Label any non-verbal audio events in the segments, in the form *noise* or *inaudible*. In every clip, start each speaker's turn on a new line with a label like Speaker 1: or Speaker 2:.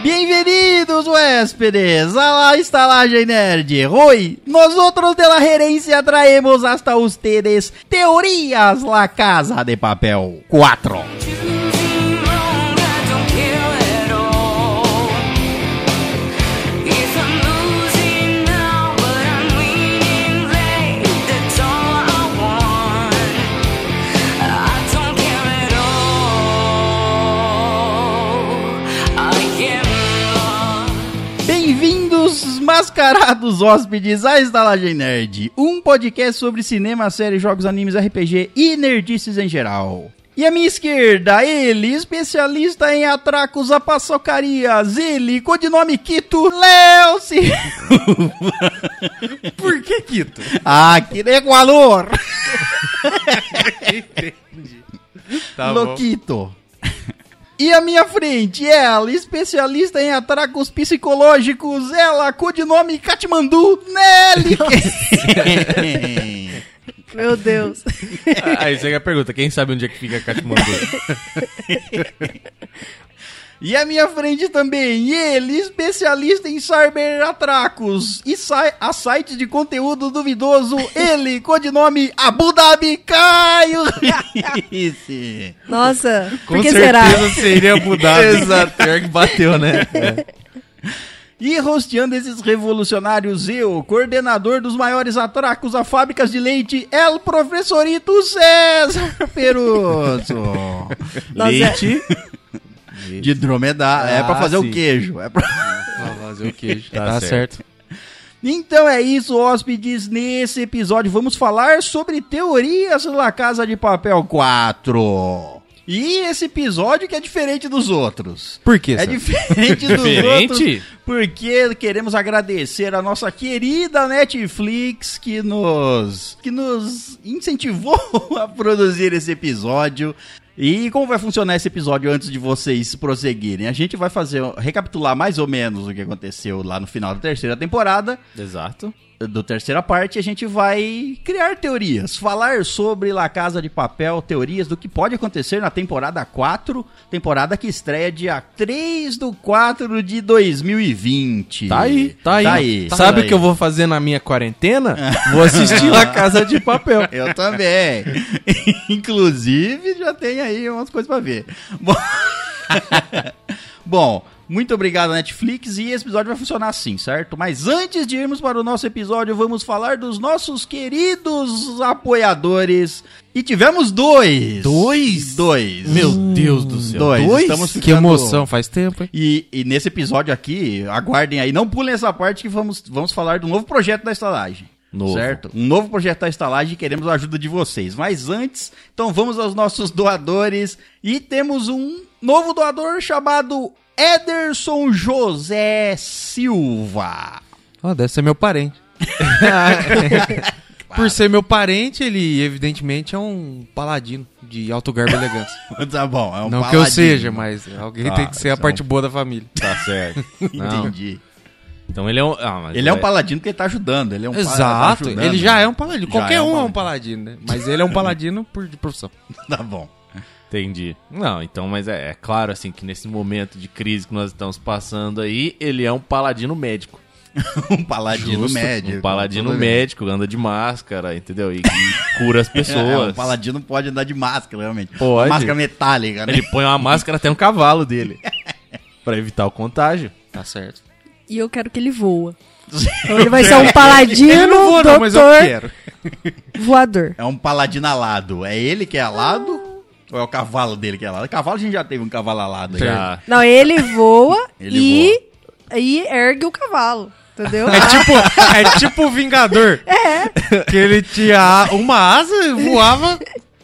Speaker 1: Bem-vindos, huéspedes, à la estalagem nerd. Oi, nós outros de la gerência traemos hasta ustedes Teorias La Casa de Papel 4. Bem-vindos, mascarados hóspedes, à Estalagem Nerd, um podcast sobre cinema, séries, jogos, animes, RPG e nerdices em geral. E à minha esquerda, ele, especialista em atracos a paçocarias, ele, codinome Quito, Léo *laughs* Silva.
Speaker 2: Por que Quito?
Speaker 1: Ah, que de valor!
Speaker 2: Entendi. Tá bom.
Speaker 1: Loquito. E à minha frente, ela, especialista em atracos psicológicos, ela, codinome Katmandu,
Speaker 2: *laughs*
Speaker 1: Nelly.
Speaker 3: Meu Deus.
Speaker 2: Ah, Aí chega a pergunta, quem sabe onde é que
Speaker 4: *laughs*
Speaker 2: fica Katmandu?
Speaker 1: e à minha frente também, ele, especialista em cyberatracos e sai a sites de conteúdo duvidoso, ele, codinome Abu Dhabi
Speaker 2: *laughs*
Speaker 1: Caio. Esse.
Speaker 3: Nossa,
Speaker 2: Com
Speaker 3: por que será?
Speaker 2: certeza
Speaker 4: *laughs*
Speaker 2: seria mudado. Exato, *laughs* pior que bateu, né?
Speaker 1: E rosteando esses revolucionários, eu, coordenador dos maiores atracos a fábricas de leite, El Professorito César *laughs* é Peruso.
Speaker 3: Nossa,
Speaker 4: é-
Speaker 2: Leite.
Speaker 1: De dromedário. é pra
Speaker 2: Ah,
Speaker 1: fazer
Speaker 2: sim.
Speaker 1: o queijo. é pra-
Speaker 2: Pra fazer o queijo. Tá,
Speaker 4: Tá
Speaker 2: certo.
Speaker 1: *laughs* Então é isso, hóspedes. Nesse episódio vamos falar sobre teorias da Casa de Papel 4. E esse episódio que é diferente dos outros.
Speaker 4: Por quê?
Speaker 1: É
Speaker 4: Sam?
Speaker 1: diferente dos
Speaker 2: Diferente?
Speaker 1: outros, porque queremos agradecer a nossa querida Netflix que nos que nos incentivou *laughs* a produzir esse episódio. E como vai funcionar esse episódio antes de vocês prosseguirem? A gente vai fazer recapitular mais ou menos o que aconteceu lá no final da terceira temporada
Speaker 2: Exato.
Speaker 1: do terceira parte, a gente vai criar teorias, falar sobre La Casa de Papel, teorias do que pode acontecer na temporada 4, temporada que estreia dia 3 do 4 de 2020.
Speaker 4: Tá aí, tá aí.
Speaker 1: tá
Speaker 4: Sabe o
Speaker 1: aí.
Speaker 4: que eu vou fazer na minha quarentena?
Speaker 2: É.
Speaker 4: Vou
Speaker 2: *laughs*
Speaker 4: assistir La Casa de Papel.
Speaker 1: *laughs* Eu também. Inclusive, já tem aí umas coisas pra ver. Bom, *laughs* Bom, muito obrigado, Netflix. E esse episódio vai funcionar assim, certo? Mas antes de irmos para o nosso episódio, vamos falar dos nossos queridos apoiadores. E tivemos dois.
Speaker 4: Dois?
Speaker 1: Dois.
Speaker 4: Deus do céu.
Speaker 1: Dois?
Speaker 4: Dois?
Speaker 1: Estamos
Speaker 4: que
Speaker 1: ficando-
Speaker 4: emoção, faz tempo, hein?
Speaker 1: E, e nesse episódio aqui, aguardem aí, não pulem essa parte que vamos, vamos falar do novo projeto da estalagem.
Speaker 2: Novo.
Speaker 1: Certo? Um novo projeto da estalagem e queremos a ajuda de vocês. Mas antes, então vamos aos nossos doadores. E temos um novo doador chamado Ederson José Silva. *laughs*
Speaker 4: Ó, deve ser meu
Speaker 2: *laughs*
Speaker 4: parente. Por ser meu parente, ele evidentemente é um paladino de alto garbo e elegância.
Speaker 1: tá bom, é um
Speaker 4: Não que
Speaker 1: paladino.
Speaker 4: eu seja, mas alguém
Speaker 2: Tá,
Speaker 4: tem que ser a
Speaker 2: então-
Speaker 4: parte boa da família.
Speaker 2: Tá
Speaker 4: *laughs*
Speaker 2: certo. Não.
Speaker 1: Entendi.
Speaker 2: Então ele é um. Ah, mas
Speaker 1: Ele é um
Speaker 2: vai-
Speaker 1: paladino porque ele tá ajudando. Ele é um pala-
Speaker 4: Exato,
Speaker 1: tá ajudando.
Speaker 4: ele já é um paladino.
Speaker 1: Já
Speaker 4: Qualquer
Speaker 1: é um
Speaker 4: um é um paladino, né? Mas ele é um paladino por, de profissão.
Speaker 1: Tá bom.
Speaker 2: Entendi. Não, então, mas é, é claro, assim, que nesse momento de crise que nós estamos passando aí, ele é um paladino médico.
Speaker 1: Um paladino
Speaker 2: Justo,
Speaker 1: médio. assim.
Speaker 2: Um paladino
Speaker 1: Tudo bem.
Speaker 2: médico, anda de máscara, entendeu? E, e cura as pessoas.
Speaker 1: *laughs* É, o paladino pode andar de máscara, realmente.
Speaker 2: Pode.
Speaker 1: Máscara metálica, né?
Speaker 2: Ele põe uma máscara até no
Speaker 1: *laughs*
Speaker 2: cavalo dele. Pra evitar o contágio.
Speaker 4: Tá certo.
Speaker 3: E eu quero que ele
Speaker 4: *laughs*
Speaker 3: voa. Então ele vai ser um
Speaker 4: Eu
Speaker 3: paladino,
Speaker 4: não vou, não, mas é eu
Speaker 3: doutor,
Speaker 4: quero.
Speaker 3: voador.
Speaker 1: É um paladino alado. É ele que é alado? Ou é o cavalo dele que é alado? Cavalo a gente já teve um cavalo alado. Já.
Speaker 2: Já.
Speaker 3: Não, ele voa
Speaker 1: *laughs* Ele
Speaker 3: e, e ergue o cavalo,
Speaker 1: *laughs*
Speaker 3: entendeu?
Speaker 4: É tipo, é tipo o Vingador.
Speaker 3: *laughs*
Speaker 4: É. Que ele tinha uma asa, voava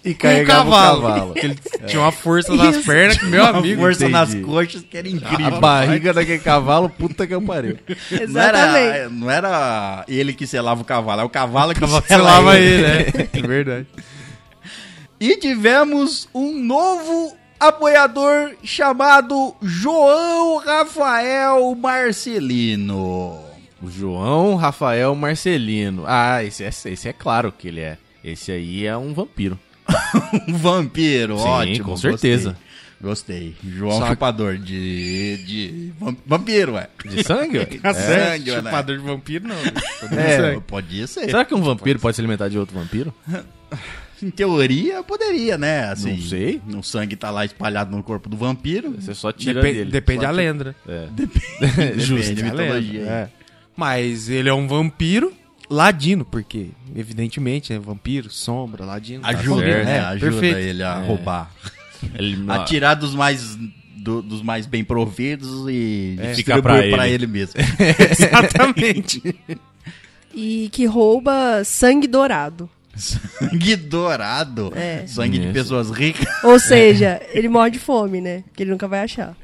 Speaker 4: e
Speaker 2: carregava o cavalo.
Speaker 4: Que ele tinha uma força nas
Speaker 3: Isso.
Speaker 4: pernas que meu
Speaker 1: A *laughs*
Speaker 4: amigo.
Speaker 1: força
Speaker 4: entendi.
Speaker 1: nas coxas que era incrível.
Speaker 4: A barriga daquele cavalo, puta que eu pariu.
Speaker 1: Não era,
Speaker 3: Exatamente.
Speaker 1: não era ele que selava o cavalo, é o cavalo
Speaker 4: *laughs*
Speaker 1: que
Speaker 4: Cavalo
Speaker 1: sela
Speaker 4: selava ele, né? É verdade.
Speaker 1: E tivemos um novo apoiador chamado João Rafael Marcelino.
Speaker 2: O João Rafael Marcelino. Ah, esse é, esse é claro que ele é. Esse aí é um vampiro.
Speaker 1: Um vampiro,
Speaker 2: Sim,
Speaker 1: ótimo.
Speaker 2: com certeza.
Speaker 1: gostei. Gostei. João
Speaker 2: Só-
Speaker 1: Chupador de, de vam- vampiro, é. ué. *laughs*
Speaker 2: De sangue? É. ué?
Speaker 4: Tá certo,
Speaker 1: sangue, né?
Speaker 4: chupador de vampiro não.
Speaker 1: É,
Speaker 4: sangue.
Speaker 1: podia ser.
Speaker 2: Será que um vampiro pode se alimentar de outro vampiro?
Speaker 1: Em teoria, poderia, né? Assim,
Speaker 2: Não sei.
Speaker 1: O sangue tá lá espalhado no corpo do vampiro.
Speaker 2: Você só tira
Speaker 4: Depe-
Speaker 2: dele.
Speaker 4: Depende da lenda.
Speaker 2: É.
Speaker 1: Depende
Speaker 2: Justo.
Speaker 1: da
Speaker 4: né?
Speaker 1: mitologia.
Speaker 4: É. Mas ele é um vampiro ladino, porque, evidentemente, é vampiro, sombra, ladino. tá
Speaker 1: Ajuda,
Speaker 4: certo.
Speaker 1: né?
Speaker 4: É,
Speaker 1: Ajuda
Speaker 4: *laughs* perfeito.
Speaker 1: ele a
Speaker 2: É.
Speaker 1: roubar.
Speaker 2: Ele-
Speaker 1: A tirar dos mais, do- dos mais bem providos e
Speaker 2: É.
Speaker 1: distribuir
Speaker 2: Fica pra
Speaker 1: pra,
Speaker 2: ele.
Speaker 1: ele mesmo.
Speaker 2: *laughs*
Speaker 4: Exatamente.
Speaker 3: E que rouba sangue dourado.
Speaker 1: Sangue dourado.
Speaker 3: É.
Speaker 1: Sangue de
Speaker 2: Isso.
Speaker 1: pessoas ricas. *laughs*
Speaker 3: Ou seja, ele morre de fome, né? Que ele nunca vai achar.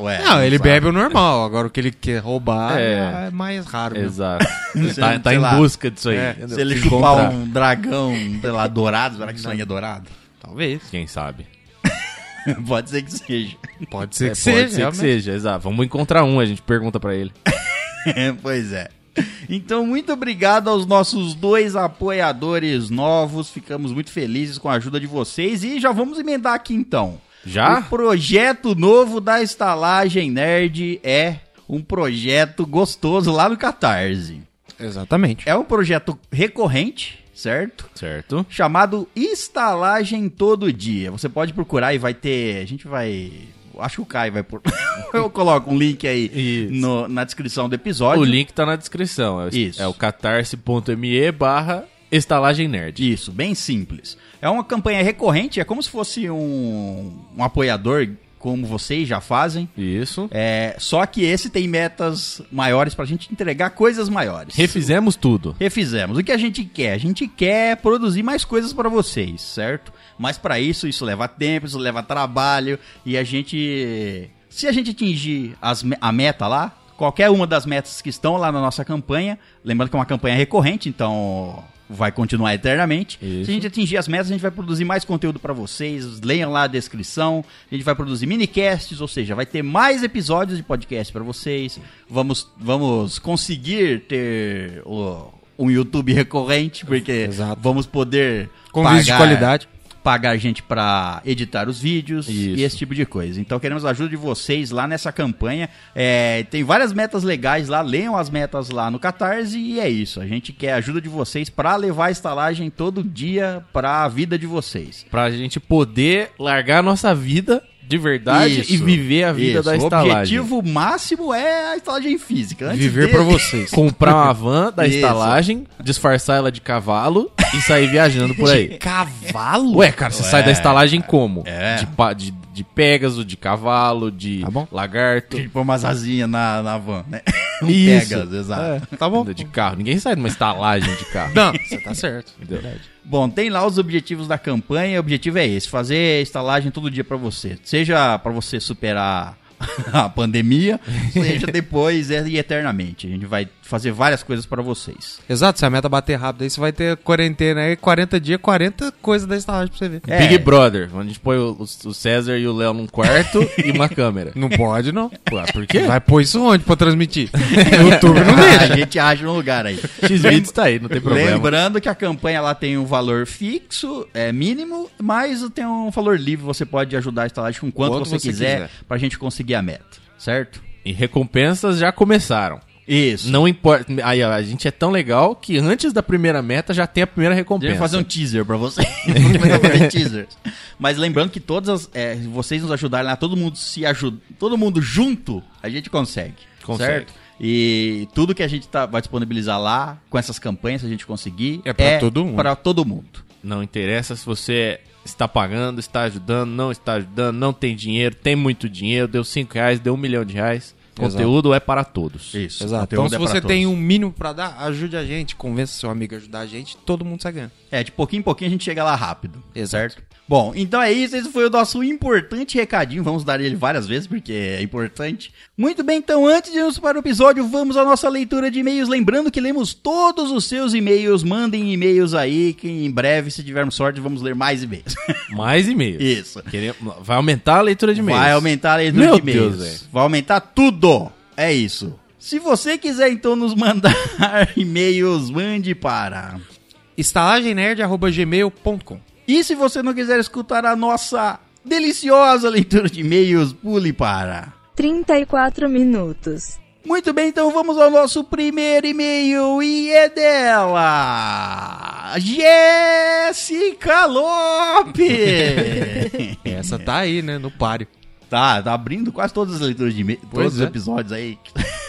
Speaker 1: Ué,
Speaker 4: Não, ele
Speaker 1: sabe.
Speaker 4: bebe o normal. Agora o que ele quer roubar
Speaker 2: É.
Speaker 4: é, mais raro. mesmo.
Speaker 2: Exato.
Speaker 1: Você
Speaker 2: tá
Speaker 1: *laughs* não-
Speaker 2: tá
Speaker 1: sei
Speaker 2: em
Speaker 1: lá.
Speaker 2: busca disso aí.
Speaker 4: É,
Speaker 2: Entendeu?
Speaker 1: Se ele
Speaker 2: Se
Speaker 1: chupar
Speaker 2: encontrar.
Speaker 1: um dragão, sei lá, dourado, será que sangue é dourado? *laughs*
Speaker 4: Talvez.
Speaker 2: Quem sabe?
Speaker 1: Pode ser que seja.
Speaker 4: Pode ser
Speaker 2: É,
Speaker 4: que seja.
Speaker 2: pode ser que
Speaker 4: realmente.
Speaker 2: seja, exato. Vamos encontrar um, a gente pergunta pra ele.
Speaker 1: É, *laughs* pois é. Então, muito obrigado aos nossos dois apoiadores novos. Ficamos muito felizes com a ajuda de vocês e já vamos emendar aqui então. O
Speaker 2: Já?
Speaker 1: projeto novo da Estalagem Nerd é um projeto gostoso lá no Catarse.
Speaker 4: Exatamente.
Speaker 1: É um projeto recorrente, certo?
Speaker 2: Certo.
Speaker 1: chamado Estalagem Todo Dia. Você pode procurar e vai ter. A gente vai. Acho que o Caio vai. Por... *laughs* Eu coloco um link aí
Speaker 2: Isso.
Speaker 1: no- na descrição do episódio.
Speaker 2: O link tá na descrição. É o,
Speaker 1: Isso.
Speaker 2: é o catarse.me barra estalagem nerd.
Speaker 1: Isso, bem simples. É uma campanha recorrente, é como se fosse um, um apoiador, como vocês já fazem.
Speaker 2: Isso.
Speaker 1: É, só que esse tem metas maiores pra gente entregar coisas maiores.
Speaker 2: Refizemos tudo.
Speaker 1: Refizemos. O que a gente quer? A gente quer produzir mais coisas pra vocês, certo? Mas pra isso, isso leva tempo, isso leva trabalho e a gente, se a gente atingir as me- a meta lá, qualquer uma das metas que estão lá na nossa campanha, lembrando que é uma campanha recorrente, então vai continuar eternamente.
Speaker 2: Isso.
Speaker 1: Se a gente atingir as metas, a gente vai produzir mais conteúdo pra vocês. Leiam lá a descrição. A gente vai produzir minicasts, ou seja, vai ter mais episódios de podcast pra vocês. Vamos, vamos conseguir ter o- um YouTube recorrente, porque
Speaker 4: Exato.
Speaker 1: vamos poder
Speaker 4: Com vídeo de
Speaker 1: pagar-
Speaker 4: qualidade.
Speaker 1: pagar gente pra editar os vídeos
Speaker 2: Isso.
Speaker 1: e esse tipo de coisa. Então queremos a ajuda de vocês lá nessa campanha. É, tem várias metas legais lá, leiam as metas lá no Catarse e é isso. A gente quer a ajuda de vocês pra levar a estalagem todo dia pra vida de vocês.
Speaker 2: Pra gente poder largar a nossa vida de verdade
Speaker 1: Isso.
Speaker 2: e viver a vida
Speaker 1: Isso.
Speaker 2: da
Speaker 1: O
Speaker 2: estalagem.
Speaker 1: objetivo máximo é a estalagem física. Antes
Speaker 4: Viver
Speaker 1: dele-
Speaker 4: pra vocês.
Speaker 2: Comprar uma van da
Speaker 1: é *laughs* Isso.
Speaker 2: estalagem, disfarçar ela de cavalo e sair viajando
Speaker 1: *laughs*
Speaker 2: por aí.
Speaker 4: *laughs* Cavalo?
Speaker 2: Ué, cara, você sai da estalagem como?
Speaker 1: É.
Speaker 2: De, pa- de, de Pégaso, de cavalo, de
Speaker 4: Tá bom.
Speaker 2: lagarto,
Speaker 1: Tem que pôr umas asinhas na, na van, né? Um
Speaker 2: Isso. É.
Speaker 1: Pegasus, exato.
Speaker 4: Tá bom.
Speaker 2: anda de carro. Ninguém sai de uma estalagem de carro.
Speaker 4: *laughs* Não, você tá certo.
Speaker 2: entendeu?
Speaker 1: Bom, tem lá os objetivos da campanha. O objetivo é esse: fazer estalagem todo dia pra você. Seja pra você superar *laughs* a pandemia,
Speaker 4: *laughs*
Speaker 1: seja depois e eternamente. A gente vai fazer várias coisas pra vocês.
Speaker 4: Exato, se a meta bater rápido aí, você vai ter quarentena aí, 40 dias, 40 coisas da estalagem pra você ver.
Speaker 1: É.
Speaker 2: Big Brother, onde a gente põe o, o César e o Léo num quarto
Speaker 4: *laughs*
Speaker 2: e uma câmera.
Speaker 4: Não pode, não.
Speaker 2: Ué, por quê?
Speaker 4: Vai pôr isso onde pra transmitir? No É, YouTube
Speaker 1: *laughs*
Speaker 4: não
Speaker 1: a
Speaker 4: deixa.
Speaker 1: gente acha um lugar aí.
Speaker 2: X-Vídeos tá aí, não tem problema.
Speaker 1: Lembrando que a campanha lá tem um valor fixo, é mínimo, mas tem um valor livre. Você pode ajudar a estalagem com quanto,
Speaker 4: Quanto
Speaker 1: você,
Speaker 4: você
Speaker 1: quiser,
Speaker 4: quiser.
Speaker 1: pra gente conseguir a meta, certo?
Speaker 2: E recompensas já começaram.
Speaker 1: Isso.
Speaker 2: Não importa. Aí, ó, a gente é tão legal que antes da primeira meta já tem a primeira
Speaker 1: Deve
Speaker 2: recompensa.
Speaker 1: fazer um teaser pra *laughs*
Speaker 4: *laughs*
Speaker 1: vocês. Vamos começar a fazer teasers. Mas lembrando que todas as, é, vocês nos ajudarem lá, todo mundo se ajuda, todo mundo junto, a gente consegue.
Speaker 2: Consegue.
Speaker 1: E tudo que a gente tá, vai disponibilizar lá, com essas campanhas, se a gente conseguir,
Speaker 4: É pra todo mundo.
Speaker 1: pra todo mundo.
Speaker 2: Não interessa se você está pagando, está ajudando, não está ajudando, não tem dinheiro, tem muito dinheiro, deu 5 reais, deu um milhão de reais.
Speaker 4: Exato.
Speaker 2: Conteúdo é para todos.
Speaker 1: Isso.
Speaker 4: Exato. Então,
Speaker 1: Conteúdo
Speaker 4: se
Speaker 1: é pra
Speaker 4: você
Speaker 1: todos.
Speaker 4: tem um mínimo pra dar, ajude a gente, convença seu amigo a ajudar a gente, todo mundo sai ganhando.
Speaker 1: É, de pouquinho em pouquinho a gente chega lá rápido.
Speaker 4: Exato.
Speaker 1: Certo? Bom, então é isso. Esse foi o nosso importante recadinho. Vamos dar ele várias vezes, porque é importante. Muito bem, então, antes de irmos para o episódio, vamos à nossa leitura de e-mails. Lembrando que lemos todos os seus e-mails. Mandem e-mails aí, que em breve, se tivermos sorte, vamos ler mais e-mails.
Speaker 2: Mais e-mails.
Speaker 1: isso.
Speaker 2: Queremos- Vai aumentar a leitura de e-mails.
Speaker 1: Vai aumentar a leitura
Speaker 2: Meu
Speaker 1: de e-mails.
Speaker 2: Deus, velho.
Speaker 1: Vai aumentar tudo. É isso. Se você quiser, então, nos mandar *laughs* e-mails, mande para...
Speaker 4: estalagemnerd.gmail.com
Speaker 1: E se você não quiser escutar a nossa deliciosa leitura de e-mails, pule para.
Speaker 5: 34 minutos.
Speaker 1: Muito bem, então vamos ao nosso primeiro e-mail e é dela, Jéssica Lopes.
Speaker 4: Essa tá aí, né? No páreo.
Speaker 1: Tá, tá abrindo quase todas as leituras de e-mail,
Speaker 4: Pois
Speaker 1: todos os
Speaker 4: é.
Speaker 1: episódios aí.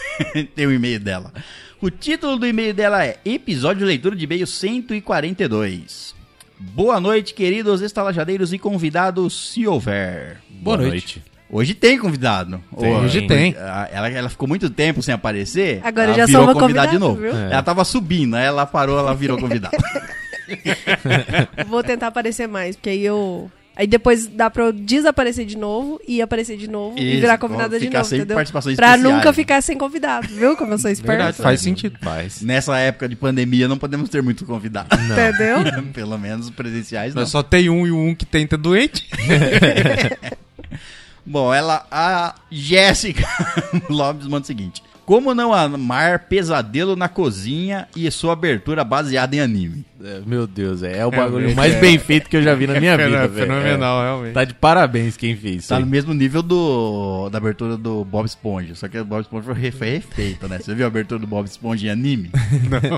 Speaker 1: *laughs* Tem o e-mail dela. O título do e-mail dela é Episódio de Leitura de E-mail 142. Boa noite, queridos estalajadeiros e convidados, se houver.
Speaker 4: Boa noite.
Speaker 1: Hoje tem convidado.
Speaker 2: Tem,
Speaker 4: hoje tem.
Speaker 1: Ah, Ela, ela ficou muito tempo sem aparecer.
Speaker 3: Agora
Speaker 1: ela
Speaker 3: já
Speaker 1: virou
Speaker 3: sou uma
Speaker 1: convidada de
Speaker 3: convidada,
Speaker 1: novo.
Speaker 3: viu?
Speaker 2: É.
Speaker 1: Ela tava subindo, aí ela parou, ela
Speaker 3: *laughs*
Speaker 1: virou convidada.
Speaker 3: Vou tentar aparecer mais, porque aí eu. Aí depois dá pra eu desaparecer de novo e aparecer de novo e
Speaker 1: Isso,
Speaker 3: virar convidada de
Speaker 1: ficar
Speaker 3: novo,
Speaker 1: sempre
Speaker 3: entendeu?
Speaker 1: participações
Speaker 3: pra
Speaker 1: especiais.
Speaker 3: nunca ficar sem convidado, viu? Como
Speaker 1: *laughs*
Speaker 3: eu sou
Speaker 4: Verdade,
Speaker 3: esperta,
Speaker 4: faz sentido.
Speaker 2: Faz.
Speaker 1: Nessa época de pandemia não podemos ter muito convidado.
Speaker 3: entendeu?
Speaker 1: *laughs* Pelo menos presenciais não.
Speaker 4: Nós só tem um e um que tenta doente.
Speaker 1: Bom, ela, a Jéssica *laughs* Lopes manda o seguinte: Como não amar pesadelo na cozinha e sua abertura baseada em anime?
Speaker 2: É, Meu Deus, é, é o bagulho
Speaker 4: Realmente
Speaker 2: mais
Speaker 4: é.
Speaker 2: bem feito que eu já vi na
Speaker 4: *laughs*
Speaker 2: minha vida,
Speaker 4: Fenomenal,
Speaker 2: velho.
Speaker 4: É Fenomenal,
Speaker 2: É.
Speaker 4: realmente.
Speaker 2: Tá de parabéns quem fez isso.
Speaker 1: Tá
Speaker 2: aí.
Speaker 1: no mesmo nível do da abertura do Bob Esponja, só que o Bob Esponja foi re- foi refeito, né? Você viu a abertura do Bob Esponja em anime?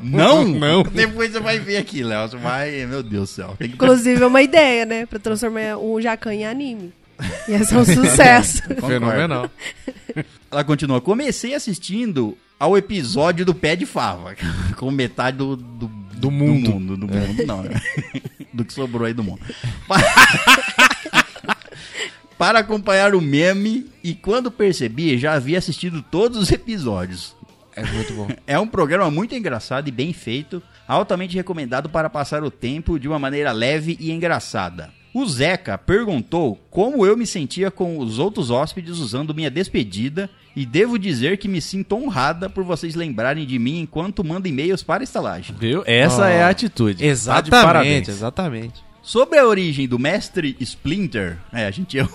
Speaker 1: Não.
Speaker 4: *laughs* Não.
Speaker 1: *laughs* Depois você vai ver aqui, Léo. Você vai, meu Deus do céu. Tem que
Speaker 3: Inclusive é uma ideia, né? Pra transformar o Jacan em anime. Ia
Speaker 1: *laughs* É.
Speaker 3: ser um sucesso.
Speaker 1: Concordo.
Speaker 4: Fenomenal.
Speaker 1: Ela continua. Comecei assistindo ao episódio do pé de fava. *laughs* Com metade do, do, do
Speaker 4: mundo.
Speaker 1: Do mundo, do mundo, não. né? *laughs* Do que sobrou aí do mundo. *laughs* Pa- Para acompanhar o meme, e quando percebi, já havia assistido todos os episódios.
Speaker 4: É muito bom.
Speaker 1: É um programa muito engraçado e bem feito, altamente recomendado para passar o tempo de uma maneira leve e engraçada. O Zeca perguntou como eu me sentia com os outros hóspedes usando minha despedida, e devo dizer que me sinto honrada por vocês lembrarem de mim enquanto mando e-mails para a estalagem.
Speaker 2: Viu? Essa
Speaker 4: Ó.
Speaker 2: é a atitude. Tá de
Speaker 4: Exatamente,
Speaker 2: parabéns.
Speaker 4: exatamente.
Speaker 1: Sobre a origem do mestre Splinter, é, a gente *laughs* errou-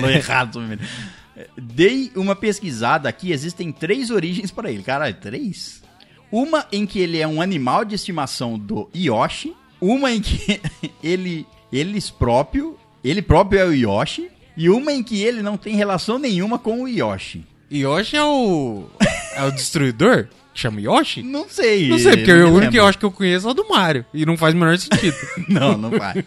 Speaker 1: falou errado sobre ele. Dei uma pesquisada aqui, existem três origens para ele. Caralho, três? Uma em que ele é um animal de estimação do Yoshi, uma em que *laughs* ele eles próprio, ele próprio é o Yoshi, e uma em que ele não tem relação nenhuma com o Yoshi.
Speaker 4: Yoshi é o. É o destruidor? Chama Yoshi?
Speaker 1: Não sei.
Speaker 4: Não sei, porque
Speaker 1: eu
Speaker 4: o
Speaker 1: me
Speaker 4: único
Speaker 1: lembro.
Speaker 4: Yoshi que eu conheço é o do Mario. E não faz o menor sentido.
Speaker 1: *laughs* Não, não vai.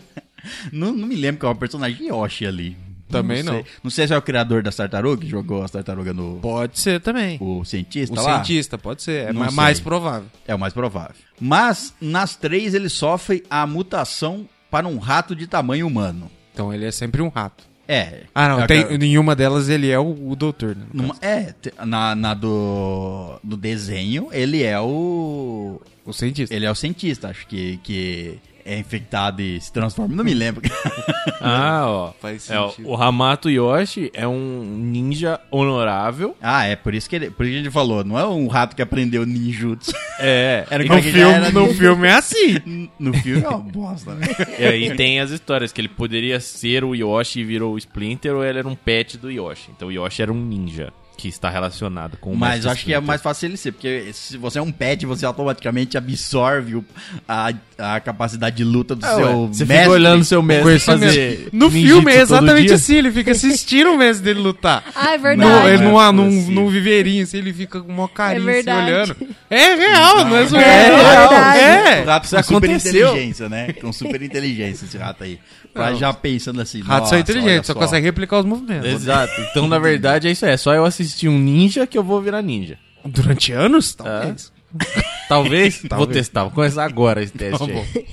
Speaker 1: não, não me lembro qual é o personagem Yoshi ali.
Speaker 4: Também não.
Speaker 1: Sei. Não sei se é o criador das tartarugas que jogou as tartarugas no.
Speaker 4: Pode ser também.
Speaker 1: O cientista
Speaker 4: O
Speaker 1: lá?
Speaker 4: cientista, pode ser. É
Speaker 1: Não
Speaker 4: ma-
Speaker 1: sei.
Speaker 4: mais provável.
Speaker 1: É o mais provável. Mas nas três ele sofre a mutação para um rato de tamanho humano.
Speaker 4: Então ele é sempre um rato.
Speaker 1: É.
Speaker 4: Ah, não.
Speaker 1: É,
Speaker 4: Tem,
Speaker 1: cara,
Speaker 4: nenhuma delas ele é o, o doutor, né? no
Speaker 1: numa- é, te- na, na do, do desenho, ele é o.
Speaker 4: caso. O cientista.
Speaker 1: Ele é o cientista, acho que, que é infectado e se transforma. Não me lembro. *laughs*
Speaker 2: Ah, ó.
Speaker 4: Faz
Speaker 2: É, ó,
Speaker 4: sentido.
Speaker 2: o Hamato Yoshi é um ninja honorável.
Speaker 1: ah, é, por isso, que ele, por isso que ele falou. Não é um rato que aprendeu ninjutsu.
Speaker 2: É.
Speaker 1: Era
Speaker 4: No
Speaker 1: como que já
Speaker 4: filme,
Speaker 1: era
Speaker 4: no
Speaker 1: ninja.
Speaker 4: filme é assim.
Speaker 1: No filme é uma bosta, né?
Speaker 2: É, E aí tem as histórias que ele poderia ser o Yoshi e virou o Splinter, ou ele era um pet do Yoshi. Então o Yoshi era um ninja que está relacionado com o
Speaker 1: Mas
Speaker 2: Mestre
Speaker 1: acho que é
Speaker 2: Splinter.
Speaker 1: mais fácil ele ser, porque se você é um pet, você automaticamente absorve o- a, a capacidade de luta do
Speaker 2: Ah, ué,
Speaker 1: seu
Speaker 2: Você
Speaker 1: mestre.
Speaker 2: fica olhando seu
Speaker 1: É,
Speaker 2: mestre assim,
Speaker 4: Conhecimento.
Speaker 2: fazer
Speaker 4: No
Speaker 2: ninjutsu
Speaker 4: filme é
Speaker 2: todo
Speaker 4: exatamente
Speaker 2: dia?
Speaker 4: assim,
Speaker 1: *laughs*
Speaker 4: ele fica assistindo o mestre dele lutar.
Speaker 3: Ah, é
Speaker 1: Não,
Speaker 4: No,
Speaker 3: verdade.
Speaker 4: ele num,
Speaker 1: é
Speaker 4: num,
Speaker 1: possível.
Speaker 4: num viveirinho, assim, ele fica com uma carinha assim,
Speaker 3: verdade.
Speaker 4: olhando. É real, não é zoeira.
Speaker 3: é real.
Speaker 1: O
Speaker 4: É.
Speaker 1: rato com
Speaker 2: Isso
Speaker 1: super
Speaker 2: aconteceu.
Speaker 1: inteligência, né? Com super inteligência esse rato aí. Pra já pensando assim.
Speaker 4: Ratos
Speaker 1: "Nossa,
Speaker 4: são inteligentes,
Speaker 1: olha
Speaker 4: só conseguem replicar os movimentos.
Speaker 2: Exato. Então, na verdade, é isso. É só eu assistir um ninja que eu vou virar ninja.
Speaker 4: Durante anos, talvez.
Speaker 1: *laughs*
Speaker 2: Talvez. Vou
Speaker 4: Talvez.
Speaker 2: testar. Vou começar agora esse
Speaker 1: É,
Speaker 2: teste
Speaker 4: Tá bom.
Speaker 2: aí.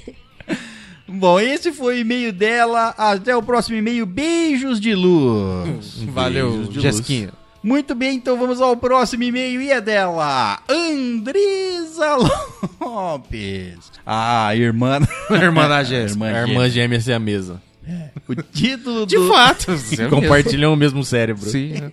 Speaker 1: Bom, esse foi o e-mail dela. Até o próximo e-mail. Beijos de luz.
Speaker 4: Valeu,
Speaker 2: Beijos de
Speaker 4: Jesquinha. *laughs*
Speaker 1: Muito bem, então vamos ao próximo e-mail e é dela, Andresa *laughs* Lopes. Ah, A irmã. *laughs*
Speaker 4: Irmã da Jéssica.
Speaker 1: Irmã
Speaker 2: A irmã gêmea ser a mesa.
Speaker 1: O título
Speaker 4: De
Speaker 1: do...
Speaker 4: *laughs* fato. você é mesmo.
Speaker 2: Compartilham o mesmo cérebro.
Speaker 4: Sim, né?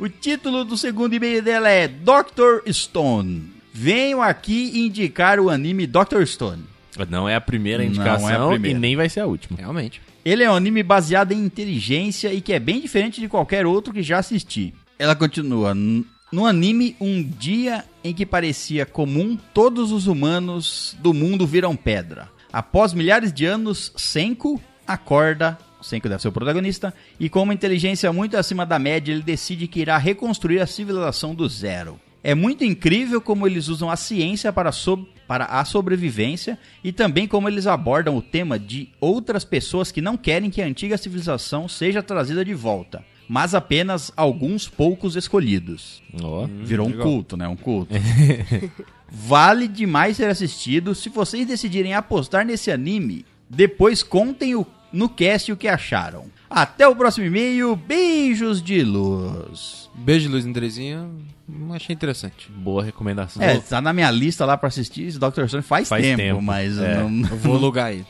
Speaker 1: O título do segundo e-mail dela é Dr. Stone. Venho aqui indicar o anime Dr. Stone.
Speaker 2: Não é a primeira
Speaker 1: Não
Speaker 2: indicação
Speaker 1: é a primeira.
Speaker 2: e nem vai ser a última.
Speaker 4: realmente.
Speaker 1: Ele é um anime baseado em inteligência e que é bem diferente de qualquer outro que já assisti. Ela continua. "N- No anime, um dia em que parecia comum, todos os humanos do mundo viram pedra. Após milhares de anos, Senko acorda o Senku deve ser o protagonista, e com uma inteligência muito acima da média, ele decide que irá reconstruir a civilização do zero. É muito incrível como eles usam a ciência para, sob- para a sobrevivência e também como eles abordam o tema de outras pessoas que não querem que a antiga civilização seja trazida de volta, mas apenas alguns poucos escolhidos.
Speaker 2: Ó.
Speaker 1: Virou um culto, né? Um culto. *laughs* vale demais ser assistido. Se vocês decidirem apostar nesse anime, depois contem o- no cast o que acharam. Até o próximo e-mail. Beijos de luz.
Speaker 4: Beijo, Luiz Andrezinha. Não achei interessante.
Speaker 2: Boa recomendação.
Speaker 1: É, tá na minha lista lá pra assistir. esse Dr. Stone faz,
Speaker 2: Faz
Speaker 1: tempo,
Speaker 2: tempo,
Speaker 1: mas
Speaker 2: é.
Speaker 1: eu não, *laughs*
Speaker 4: Eu vou alugar ele.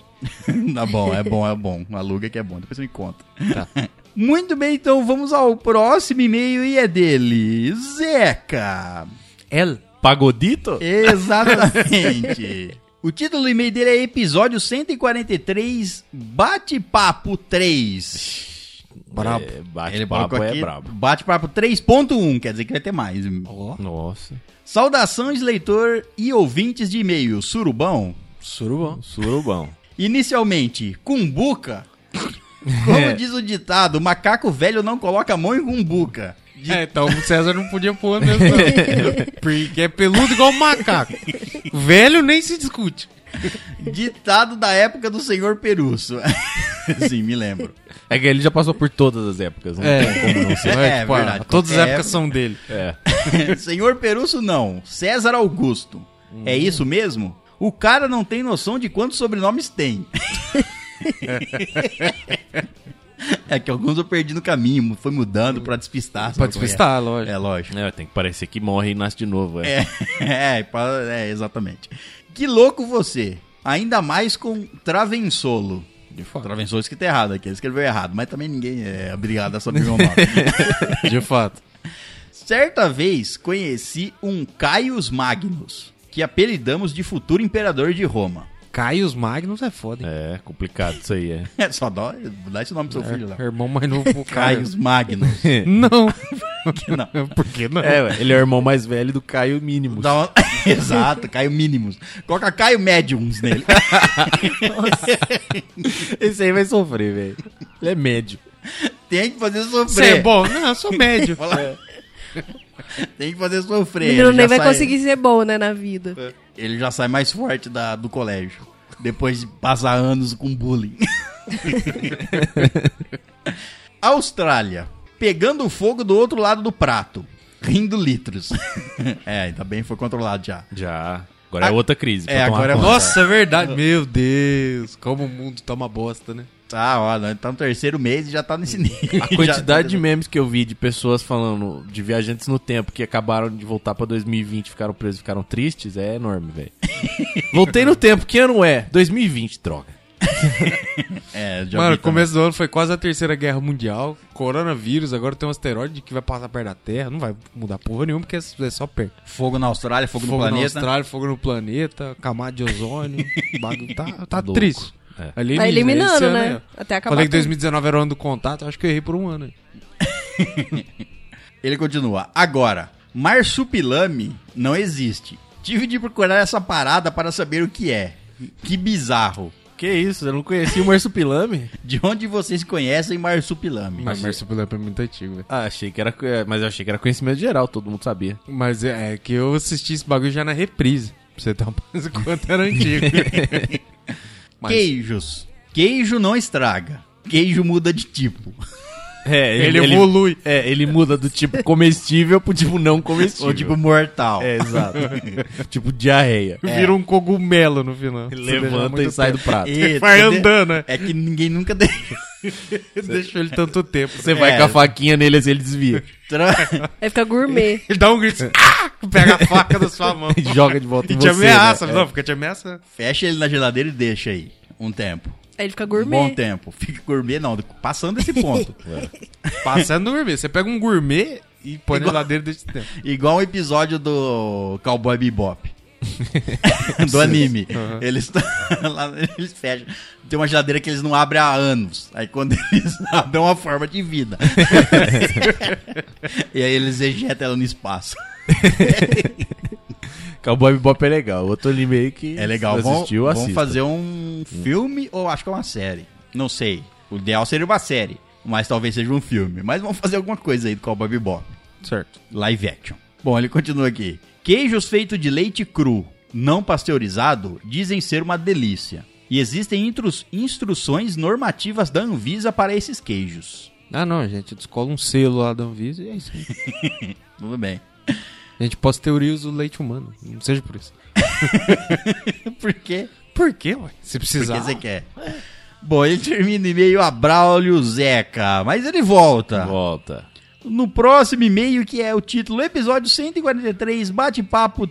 Speaker 1: Tá bom, é bom, é bom. Aluga que é bom, depois você me conta.
Speaker 2: Tá.
Speaker 1: *laughs* Muito bem, então vamos ao próximo e-mail e é dele, Zeca.
Speaker 4: El?
Speaker 2: Pagodito?
Speaker 1: É Exatamente. *laughs* O título do e-mail dele é episódio 143, Bate-Papo 3.
Speaker 4: Brabo.
Speaker 2: É, Bate-papo
Speaker 1: colocou
Speaker 2: é
Speaker 1: aqui,
Speaker 2: brabo.
Speaker 1: Bate-Papo 3.1, quer dizer que vai ter mais.
Speaker 4: Ó,
Speaker 2: Nossa.
Speaker 1: Saudações, leitor e ouvintes de e-mail, Surubão.
Speaker 4: surubão.
Speaker 2: Surubão.
Speaker 1: Inicialmente, cumbuca.
Speaker 2: *laughs*
Speaker 1: Como diz o ditado, macaco velho não coloca a mão em cumbuca.
Speaker 4: É, então o César não podia pôr
Speaker 2: *laughs*
Speaker 4: mesmo, não. Porque é peludo igual macaco. Velho nem se discute.
Speaker 1: Ditado da época do senhor Perusso. *laughs* Sim, me lembro.
Speaker 2: É que ele já passou por todas as épocas. né? Não tem como não tipo, ser.
Speaker 1: É,
Speaker 4: ah,
Speaker 1: verdade.
Speaker 4: Todas as
Speaker 1: É.
Speaker 4: épocas são dele.
Speaker 2: É.
Speaker 1: *laughs* Senhor Perusso, não. César Augusto.
Speaker 4: Hum.
Speaker 1: É isso mesmo? O cara não tem noção de quantos sobrenomes
Speaker 4: *laughs*
Speaker 1: tem. é que alguns eu perdi no caminho, foi mudando pra despistar. sabe
Speaker 4: Pode
Speaker 1: como é?
Speaker 4: despistar, lógico.
Speaker 1: É, lógico. *laughs*
Speaker 2: É, tem que parecer que morre e nasce de novo. É.
Speaker 1: É, é, pra- é, exatamente. Que louco você. Ainda mais com Travensolo.
Speaker 4: De fato.
Speaker 1: Travensolo escrito errado aqui, ele escreveu errado, mas também ninguém é obrigado a saber
Speaker 4: *laughs*
Speaker 1: o nome.
Speaker 2: É.
Speaker 4: De fato.
Speaker 1: Certa vez conheci um Caius Magnus, que apelidamos de futuro imperador de Roma. *laughs*
Speaker 4: Caio os Magnus é foda, hein?
Speaker 2: É, complicado isso aí, é.
Speaker 1: É só dó, dá esse nome pro seu
Speaker 4: É,
Speaker 1: filho lá.
Speaker 4: Irmão mais novo pro Caio.
Speaker 1: Caius Magnus.
Speaker 4: *laughs* Não.
Speaker 1: Não.
Speaker 4: *laughs* Por que não?
Speaker 2: É, ué, ele é o irmão mais velho do Caio Mínimo.
Speaker 1: Dá
Speaker 4: um-
Speaker 1: uma- *laughs* Exato, Caio Minimus. Coloca Caio Mediums
Speaker 4: *laughs*
Speaker 1: nele. *laughs*
Speaker 2: Esse aí vai sofrer, velho. Ele é médio.
Speaker 1: Tem que fazer
Speaker 4: Você
Speaker 1: sofrer.
Speaker 4: é bom? Não, eu sou médio.
Speaker 1: Fala- Tem que fazer sofrer.
Speaker 3: O menino
Speaker 1: ele
Speaker 3: nem
Speaker 1: já
Speaker 3: vai
Speaker 1: sai-
Speaker 3: conseguir ser bom, né, na vida.
Speaker 1: Ele já sai mais forte da- do colégio. Depois de passar anos com bullying. *laughs* Austrália. Pegando fogo do outro lado do prato. Rindo litros. *laughs* é, ainda bem que foi controlado já.
Speaker 2: Já. Agora é
Speaker 1: Ah,
Speaker 2: outra crise. pra
Speaker 1: é,
Speaker 2: tomar
Speaker 1: agora é
Speaker 2: conta.
Speaker 4: Nossa, é verdade. Meu Deus, como o mundo tá uma bosta, né?
Speaker 1: Tá, ó, nós tá no terceiro mês e já tá nesse nível.
Speaker 2: A
Speaker 1: *laughs* Já- tá
Speaker 2: quantidade de memes que eu vi de pessoas falando de viajantes no tempo que acabaram de voltar pra 2020, ficaram presos, ficaram tristes, é enorme, velho. Voltei no tempo, que ano é? 2020, droga.
Speaker 1: É, já
Speaker 4: Mano,
Speaker 1: vi
Speaker 4: o começo do ano foi quase a terceira guerra mundial. Coronavírus, agora tem um asteroide que vai passar perto da Terra. Não vai mudar porra nenhuma, porque é só perto.
Speaker 1: também. Fogo na Austrália, fogo, no
Speaker 4: na
Speaker 1: planeta. né?
Speaker 4: Austrália, fogo no planeta, camada de ozônio. o bagulho tá, tá
Speaker 2: Louco.
Speaker 4: triste.
Speaker 2: É.
Speaker 4: Alienígena,
Speaker 3: Tá
Speaker 4: esse
Speaker 3: eliminando,
Speaker 4: ano aí,
Speaker 3: né?
Speaker 4: ó.
Speaker 3: Até acabar.
Speaker 4: Falei que
Speaker 3: tudo.
Speaker 4: 2019 era o ano do contato, acho que eu errei por um ano. aí.
Speaker 1: Ele continua. Agora, marsupilame não existe. Tive de procurar essa parada para saber o que é. Que bizarro.
Speaker 2: Que isso, eu não conhecia o Marsupilame?
Speaker 1: De onde vocês conhecem marsupilame?
Speaker 4: Mas Marsupilame é muito antigo, velho.
Speaker 2: Ah, achei que era, é, mas eu achei que era conhecimento geral, todo mundo sabia.
Speaker 4: Mas é, é que eu assisti esse bagulho já na reprise. Pra você ter uma *laughs* coisa quanto era antigo. Mas
Speaker 1: Queijos. Queijo não estraga. Queijo muda de tipo.
Speaker 2: É,
Speaker 4: ele evolui.
Speaker 2: É, ele muda do tipo comestível pro tipo não comestível.
Speaker 1: Ou tipo mortal.
Speaker 2: É,
Speaker 1: *laughs*
Speaker 2: exato. tipo diarreia.
Speaker 4: Vira um cogumelo no final. Você
Speaker 2: Ele
Speaker 1: é
Speaker 4: deixa
Speaker 2: levanta
Speaker 4: muito
Speaker 2: e sai
Speaker 4: tempo.
Speaker 2: do prato.
Speaker 1: E-
Speaker 4: Vai
Speaker 1: entendeu?
Speaker 4: andando, né?
Speaker 1: É que ninguém nunca *laughs* deixa.
Speaker 4: Deixa ele tanto tempo.
Speaker 2: Você vai
Speaker 1: É.
Speaker 2: com a faquinha nele assim, ele desvia.
Speaker 3: Aí fica gourmet.
Speaker 4: Ele dá um grito, ah! pega a faca da sua mão.
Speaker 2: E joga de volta
Speaker 4: *laughs* E
Speaker 2: em
Speaker 4: te
Speaker 2: você.
Speaker 4: ameaça,
Speaker 2: né?
Speaker 4: não, porque te ameaça.
Speaker 1: Fecha ele na geladeira e deixa aí. Um tempo.
Speaker 3: Aí ele fica
Speaker 1: Um bom
Speaker 3: gourmet.
Speaker 1: tempo. Fica gourmet, não. Passando esse ponto.
Speaker 4: Passando no gourmet. Você pega um gourmet e põe na
Speaker 1: Igual-
Speaker 4: geladeira desse tempo.
Speaker 1: Igual um episódio do Cowboy Bebop. do anime. Eles estão *laughs* lá, eles fecham. Tem uma geladeira que eles não abrem há anos. Aí quando *laughs* eles abrem é uma forma de vida. e aí eles ejetam ela no espaço.
Speaker 2: Cowboy Bebop é legal. Outro anime aí que
Speaker 1: É legal.
Speaker 2: se não
Speaker 1: Vamos,
Speaker 2: assistiu,
Speaker 1: vamos
Speaker 2: assista.
Speaker 1: fazer um filme ou acho que é uma série. Não sei. O ideal seria uma série, mas talvez seja um filme. Mas vamos fazer alguma coisa aí do Cowboy Bebop.
Speaker 4: Certo.
Speaker 1: Live action. Bom, ele continua aqui. Queijos feitos de leite cru, não pasteurizado, dizem ser uma delícia. E existem intrus- instruções normativas da Anvisa para esses queijos.
Speaker 4: Ah, não, a gente descola um selo lá da Anvisa e é isso. aí.
Speaker 1: Tudo bem. *laughs*
Speaker 4: A gente pasteuriza o leite humano. Não seja por isso.
Speaker 1: Por quê?
Speaker 4: Por quê, ué?
Speaker 1: Porque
Speaker 4: Se precisar.
Speaker 1: você quer. Bom, ele termina em meio a Braulio Zeca, mas ele volta.
Speaker 2: Tá. Volta.
Speaker 1: No próximo e-mail, que é o título Episódio 143, Bate-Papo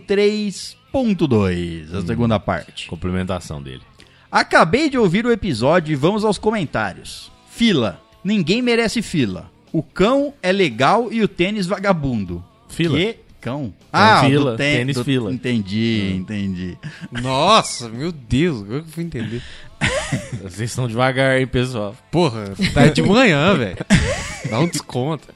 Speaker 1: 3.2, a segunda parte.
Speaker 2: Complementação dele.
Speaker 1: Acabei de ouvir o episódio e vamos aos comentários. Fila. Ninguém merece fila. O cão é legal e o tênis vagabundo.
Speaker 2: Fila. É um
Speaker 1: Que? Cão? Ah,
Speaker 2: fila,
Speaker 1: do tê-
Speaker 2: tênis
Speaker 1: do-
Speaker 2: fila. Hum.
Speaker 1: Entendi, entendi.
Speaker 4: Nossa, meu Deus, agora que eu fui entender.
Speaker 2: Vocês estão devagar, hein, pessoal.
Speaker 4: Porra, tá *laughs* de manhã, velho. Dá um desconto.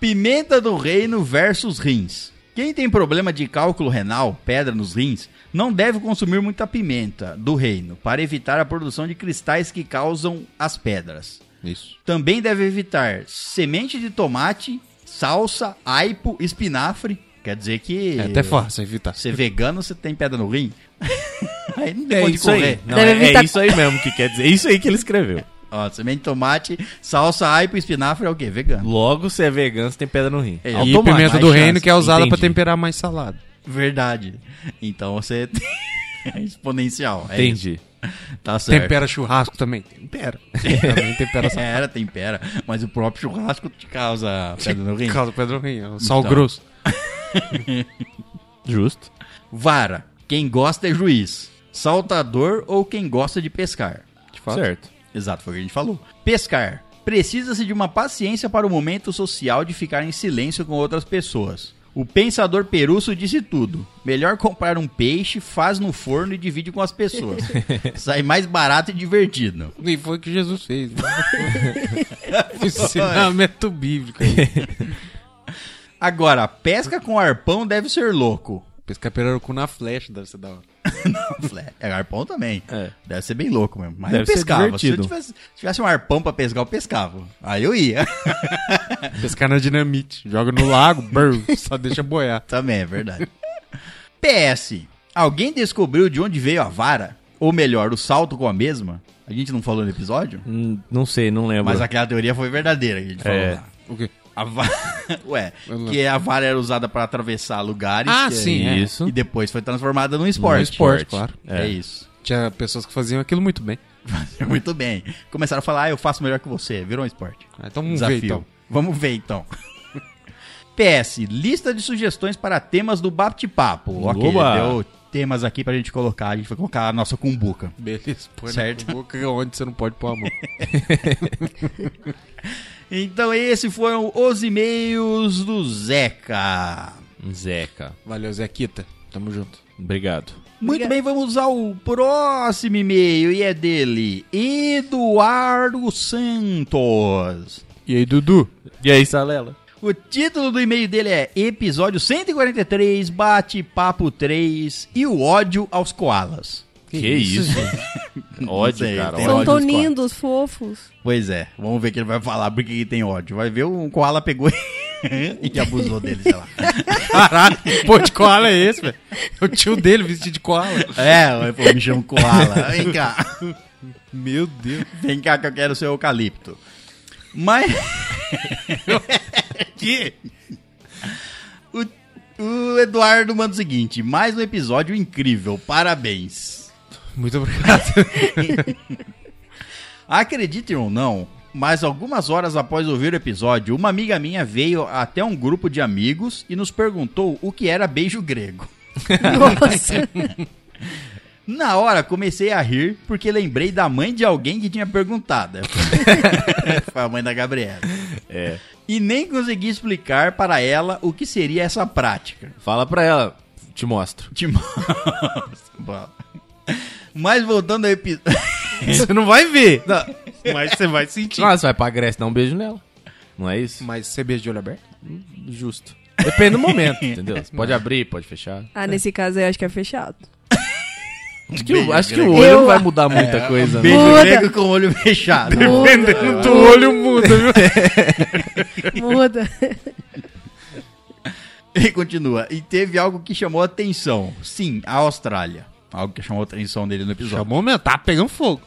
Speaker 1: Pimenta do reino versus rins. Quem tem problema de cálculo renal, pedra nos rins, não deve consumir muita pimenta do reino para evitar a produção de cristais que causam as pedras.
Speaker 4: Isso.
Speaker 1: Também deve evitar semente de tomate, salsa, aipo, espinafre. Quer dizer que.
Speaker 4: É até fácil evitar.
Speaker 1: Ser vegano, você tem pedra no
Speaker 2: *laughs*
Speaker 1: rim? aí não tem
Speaker 2: É
Speaker 1: onde
Speaker 2: isso aí.
Speaker 1: correr.
Speaker 2: Não,
Speaker 3: Deve
Speaker 2: é,
Speaker 3: evitar-
Speaker 2: é isso aí mesmo que quer dizer. É isso aí que ele escreveu.
Speaker 1: Ó, semente de tomate, salsa, aipo, espinafre é o quê? Vegano.
Speaker 2: Logo, se é vegano, você tem pedra no rim.
Speaker 1: É,
Speaker 4: E pimenta do
Speaker 1: mais
Speaker 4: reino
Speaker 1: chance.
Speaker 4: que é usada pra
Speaker 2: Entendi.
Speaker 4: temperar mais salada.
Speaker 1: Verdade. Então você *laughs* tem. É exponencial. É isso.
Speaker 2: Entendi.
Speaker 1: Tá certo.
Speaker 4: Tempera churrasco também. Tempera. também tempera salada.
Speaker 1: Era, tempera. Mas o próprio churrasco te causa pedra no rim.
Speaker 4: Causa pedra no rim. é o Sal
Speaker 1: Então.
Speaker 4: grosso.
Speaker 2: Justo.
Speaker 1: Vara. Quem gosta é juiz. Saltador ou quem gosta de pescar.
Speaker 4: De fato.
Speaker 2: Certo.
Speaker 1: Exato, foi o que a gente falou. Pescar. Precisa-se de uma paciência para o momento social de ficar em silêncio com outras pessoas. O pensador peruço disse tudo. Melhor comprar um peixe, faz no forno e divide com as
Speaker 2: *laughs*
Speaker 1: pessoas. Sai mais barato e divertido.
Speaker 4: E foi o que Jesus fez. né? Foi Ensinamento bíblico. aí.
Speaker 1: Agora, pesca com arpão deve ser louco.
Speaker 4: Pescar pirarucu na flecha deve ser da hora.
Speaker 1: Fle- É, arpão também.
Speaker 2: É.
Speaker 1: Deve ser bem louco mesmo. Mas
Speaker 2: Deve
Speaker 1: eu
Speaker 2: ser
Speaker 1: pescava. Se eu
Speaker 2: divertido.
Speaker 1: tivesse, tivesse um arpão pra pescar, eu pescava. Aí eu ia.
Speaker 4: Pescar na dinamite. Joga no lago, *laughs* brrr, só deixa boiar.
Speaker 1: Também é verdade. *laughs* PS. Alguém descobriu de onde veio a vara? Ou melhor, o salto com a mesma? A gente não falou no episódio?
Speaker 2: Hum, não sei, não lembro.
Speaker 1: Mas aquela teoria foi verdadeira que a gente falou
Speaker 2: É.
Speaker 1: lá.
Speaker 4: O quê?
Speaker 1: A vara... *laughs* Ué,
Speaker 4: Eu lembro.
Speaker 1: que a vara era usada pra atravessar lugares.
Speaker 4: Ah,
Speaker 1: que-
Speaker 4: sim, é.
Speaker 2: Isso.
Speaker 1: E depois foi transformada num esporte.
Speaker 4: Num esporte, claro.
Speaker 1: É,
Speaker 2: É.
Speaker 1: isso. *laughs*
Speaker 4: Tinha pessoas que faziam aquilo muito bem.
Speaker 1: Muito bem. Começaram a falar, ah, eu faço melhor que você. Virou um esporte.
Speaker 4: Ah, Então vamos
Speaker 1: Desafio.
Speaker 4: ver então.
Speaker 1: Vamos ver então. *laughs* PS, lista de sugestões para temas do bate-papo. Ok,
Speaker 2: Oba!
Speaker 1: deu temas aqui pra gente colocar. A gente vai colocar a nossa cumbuca.
Speaker 4: Beleza, põe
Speaker 1: Certo.
Speaker 4: na boca onde você não pode pôr a mão.
Speaker 1: Então, esses foram os e-mails do Zeca.
Speaker 2: Zeca.
Speaker 4: Valeu, Zequita. Tamo junto.
Speaker 2: Obrigado.
Speaker 1: Muito bem, vamos ao próximo e-mail e é dele, Eduardo Santos.
Speaker 4: E aí, Dudu?
Speaker 2: E aí, Salela?
Speaker 1: O título do e-mail dele é Episódio 143, Bate-Papo 3 e o ódio aos koalas.
Speaker 2: Que, isso? Ódio,
Speaker 1: sei,
Speaker 2: cara.
Speaker 1: tem
Speaker 2: Ódio.
Speaker 3: São
Speaker 1: ódio
Speaker 3: tão
Speaker 1: dos quatro.
Speaker 3: lindos, fofos.
Speaker 1: Pois é, vamos ver o que ele vai falar porque ele tem ódio. Vai ver um koala pegou *laughs* e abusou dele, sei lá.
Speaker 4: Caralho, que pô de koala é esse, velho? O tio dele vestido de koala.
Speaker 1: É, ele falou, me chama koala. *laughs* Vem cá,
Speaker 4: Meu Deus.
Speaker 1: vem cá que eu quero ser eucalipto. Mas... *laughs* que? O, o Eduardo manda o seguinte, mais um episódio incrível, parabéns.
Speaker 4: Muito obrigado.
Speaker 1: Acreditem ou não, mas algumas horas após ouvir o episódio, uma amiga minha veio até um grupo de amigos e nos perguntou o que era beijo grego.
Speaker 3: Nossa.
Speaker 1: Na hora comecei a rir porque lembrei da mãe de alguém que tinha *laughs* perguntado. Foi a mãe da Gabriela.
Speaker 2: É.
Speaker 1: E nem consegui explicar para ela o que seria essa prática.
Speaker 2: Fala pra ela. Te
Speaker 4: *laughs*
Speaker 2: mostro.
Speaker 1: Te *laughs* mostro, bola. Mas voltando ao episódio.
Speaker 2: Você não vai ver.
Speaker 4: *laughs* Mas você vai sentir.
Speaker 2: Ah, você vai pra Grécia dar um beijo nela. Não é isso?
Speaker 4: Mas você beija de olho aberto?
Speaker 2: Justo. Depende do momento, entendeu? Você pode abrir, pode fechar.
Speaker 3: Ah, nesse caso aí acho que é fechado.
Speaker 2: Acho que, o-
Speaker 1: beijo
Speaker 2: acho que o
Speaker 1: grego.
Speaker 2: olho
Speaker 3: Eu-
Speaker 2: não vai mudar muita coisa, né?
Speaker 1: Beijo
Speaker 2: não.
Speaker 3: Muda.
Speaker 1: grego com o olho fechado.
Speaker 4: Dependendo do olho muda, viu? *laughs*
Speaker 3: Muda.
Speaker 1: *laughs* E continua. E teve algo que chamou a atenção. Sim, a Austrália. Algo que chamou a atenção dele no episódio.
Speaker 4: Chamou meu, tá pegando fogo.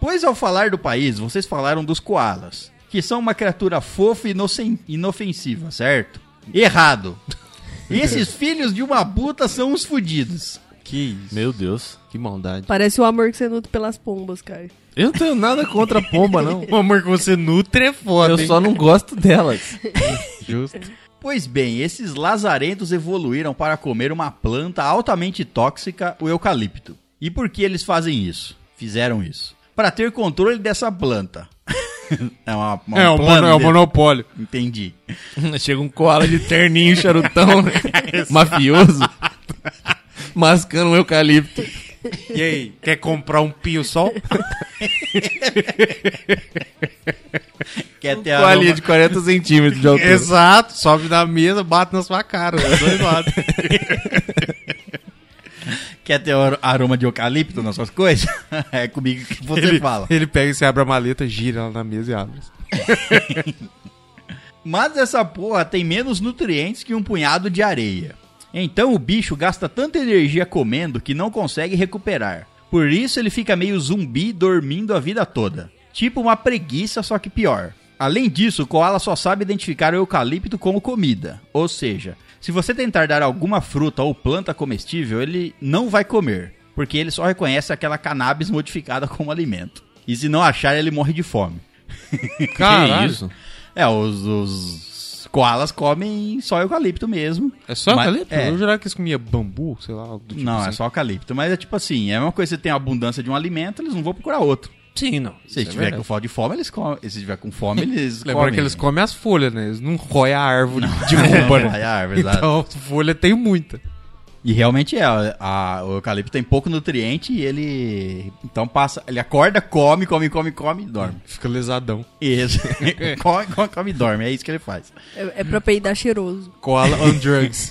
Speaker 1: Pois ao falar do país, vocês falaram dos koalas, que são uma criatura fofa e inocen- inofensiva, certo?
Speaker 4: *laughs*
Speaker 1: Errado. Esses filhos de uma puta são os fudidos.
Speaker 4: Que isso.
Speaker 2: Meu Deus.
Speaker 4: Que maldade.
Speaker 3: Parece o amor que você nutre pelas pombas, cara.
Speaker 2: Eu não tenho nada contra a pomba, não.
Speaker 4: O amor que você nutre é foda,
Speaker 2: Eu
Speaker 4: hein?
Speaker 2: só não gosto *laughs* delas.
Speaker 4: Justo.
Speaker 1: Pois bem, esses lazarentos evoluíram para comer uma planta altamente tóxica, o eucalipto. E por que eles fazem isso? Fizeram isso. Para ter controle dessa planta. *laughs* é uma, uma
Speaker 2: um
Speaker 4: É, o
Speaker 1: planta.
Speaker 4: mono- é o monopólio.
Speaker 1: Entendi.
Speaker 2: Chega um koala de terninho, charutão, né?
Speaker 4: *laughs*
Speaker 2: mafioso, mascando um eucalipto.
Speaker 4: E aí, quer comprar um pio só?
Speaker 1: Quer ter
Speaker 2: Coalinha
Speaker 1: aroma,
Speaker 2: de 40 centímetros de altura.
Speaker 4: É, Exato. Sobe na mesa, bate na sua cara. Dos dois lados.
Speaker 1: quer ter ar- aroma de eucalipto nas suas coisas? *laughs* é comigo que você
Speaker 4: ele,
Speaker 1: fala.
Speaker 4: ele pega e você abre a maleta, gira ela na mesa e abre.
Speaker 1: Mas essa porra tem menos nutrientes que um punhado de areia. Então o bicho gasta tanta energia comendo que não consegue recuperar. Por isso ele fica meio zumbi dormindo a vida toda. Tipo uma preguiça, só que pior. Além disso, o koala só sabe identificar o eucalipto como comida. Ou seja, se você tentar dar alguma fruta ou planta comestível, ele não vai comer, porque ele só reconhece aquela cannabis modificada como alimento. E se não achar, ele morre de fome.
Speaker 4: Caralho.
Speaker 2: Que isso?
Speaker 1: É, os, os koalas comem só eucalipto mesmo.
Speaker 4: É só
Speaker 1: Mas-
Speaker 4: eucalipto?
Speaker 1: é.
Speaker 4: Eu jurava que eles comiam bambu, sei lá. algo Do tipo
Speaker 1: não,
Speaker 4: assim.
Speaker 1: é só eucalipto. Mas é tipo assim, é uma coisa que você tem abundância de um alimento, eles não vão procurar outro.
Speaker 2: Sim, não.
Speaker 1: Se eles
Speaker 4: é
Speaker 1: tiver
Speaker 4: verdade.
Speaker 1: com fome de fome, eles comem. Se tiver com
Speaker 4: *laughs*
Speaker 1: fome, eles
Speaker 4: Lembrando
Speaker 1: comem.
Speaker 4: que eles comem as folhas, né? Eles não roem a árvore
Speaker 1: *laughs*
Speaker 4: de
Speaker 1: Não,
Speaker 4: roupa,
Speaker 1: vai,
Speaker 4: né?
Speaker 1: ah, é verdade.
Speaker 4: Então, *laughs* as folhas tem muita.
Speaker 1: E realmente é, a- o eucalipto tem pouco nutriente e ele então passa, ele acorda, come, come, come, come e dorme.
Speaker 4: *laughs* Fica lesadão.
Speaker 1: Isso. *laughs* come, come, come e dorme, é isso que ele faz.
Speaker 3: É, é pra peidar cheiroso.
Speaker 4: Cola on drugs.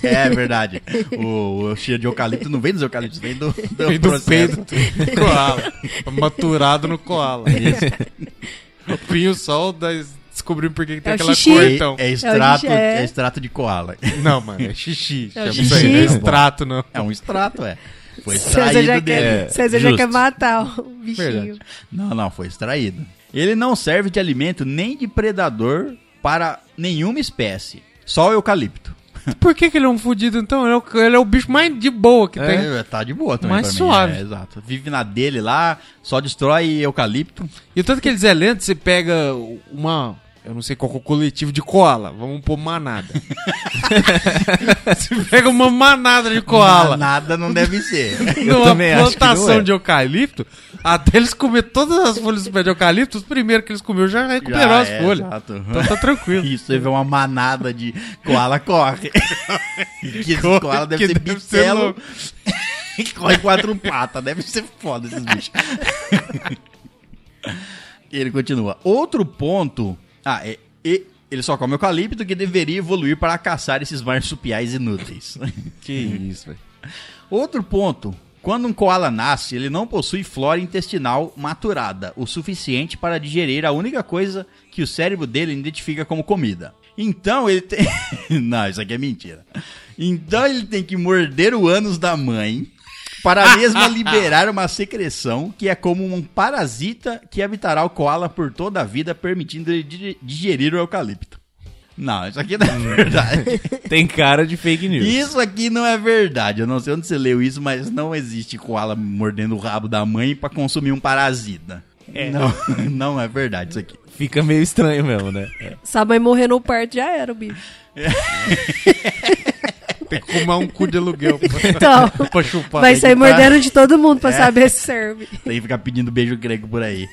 Speaker 1: *laughs* É verdade. O, o cheiro de eucalipto não vem dos eucaliptos, vem do, do,
Speaker 4: Vem do
Speaker 1: processo.
Speaker 4: peito do *laughs* koala. Maturado no koala.
Speaker 1: Isso.
Speaker 4: O Pinho Sol da- descobriu por que que tem
Speaker 3: É o
Speaker 4: aquela
Speaker 3: xixi.
Speaker 4: cor,
Speaker 1: É-
Speaker 4: então.
Speaker 1: É, extrato,
Speaker 3: É o xixi, é.
Speaker 1: é extrato de koala.
Speaker 4: Não, mano, é xixi.
Speaker 3: É o
Speaker 4: Chama isso aí, não é
Speaker 1: xixi.
Speaker 4: extrato, não.
Speaker 1: É um extrato, é. Foi
Speaker 3: César já
Speaker 1: extraído dele. É,
Speaker 3: quer, César já
Speaker 2: justo.
Speaker 3: quer matar o bichinho.
Speaker 4: Verdade.
Speaker 1: Não, não, foi extraído. Ele não serve de alimento nem de predador para nenhuma espécie. Só o eucalipto.
Speaker 4: Por que, que ele é um fudido, então? Ele é, o, ele é o bicho mais de boa que tem.
Speaker 1: É, tá de boa também
Speaker 4: Mais
Speaker 1: pra
Speaker 4: suave.
Speaker 1: mim. É, exato. Vive na dele lá, só destrói eucalipto.
Speaker 4: E o tanto que eles é lento, você pega uma. Eu não sei qual que é o coletivo de koala. Vamos pôr manada. *laughs* você pega uma manada de koala.
Speaker 1: Nada não deve
Speaker 4: *laughs*
Speaker 1: ser.
Speaker 2: Eu
Speaker 4: numa
Speaker 2: também acho que não
Speaker 4: plantação
Speaker 2: é.
Speaker 4: de eucalipto, até eles comer todas as folhas do pé de eucalipto, os primeiros que eles comeram já recuperaram
Speaker 1: Já
Speaker 4: as
Speaker 1: é,
Speaker 4: folhas.
Speaker 1: exato.
Speaker 4: Então tá *laughs* tranquilo.
Speaker 1: Isso, você vê uma manada de koala
Speaker 4: *laughs*
Speaker 1: corre. E que esse
Speaker 4: Corre,
Speaker 1: koala deve
Speaker 4: que
Speaker 1: ser
Speaker 4: deve ser
Speaker 1: bitelo. *laughs*
Speaker 4: louco.
Speaker 1: E corre quatro patas, deve ser foda esses
Speaker 4: *laughs*
Speaker 1: bichos. E ele continua. Outro ponto. Ah, é, e- ele só come eucalipto que deveria evoluir para caçar esses marsupiais inúteis. *laughs*
Speaker 4: Que é isso, velho.
Speaker 1: Outro ponto. Quando um koala nasce, ele não possui flora intestinal maturada o suficiente para digerir a única coisa que o cérebro dele identifica como comida. Então ele tem. *laughs* não, isso aqui é mentira. Então ele tem que morder o ânus da mãe para mesmo liberar uma secreção que é como um parasita que habitará o koala por toda a vida, permitindo ele di- digerir o eucalipto. Não, isso aqui não é verdade.
Speaker 2: *laughs* Tem cara de fake news.
Speaker 1: Isso aqui não é verdade. Eu não sei onde você leu isso, mas não existe koala mordendo o rabo da mãe pra consumir um parasita. Não, *laughs* não é verdade isso aqui.
Speaker 2: Fica meio estranho mesmo, né?
Speaker 3: Se a mãe morrer no parto, já era o bicho.
Speaker 4: Tem que comer *laughs* um cu de aluguel pra,
Speaker 3: Então,
Speaker 4: pra chupar.
Speaker 3: vai sair
Speaker 1: tá.
Speaker 3: mordendo de todo mundo pra saber se serve.
Speaker 1: Tem que ficar pedindo beijo grego por aí.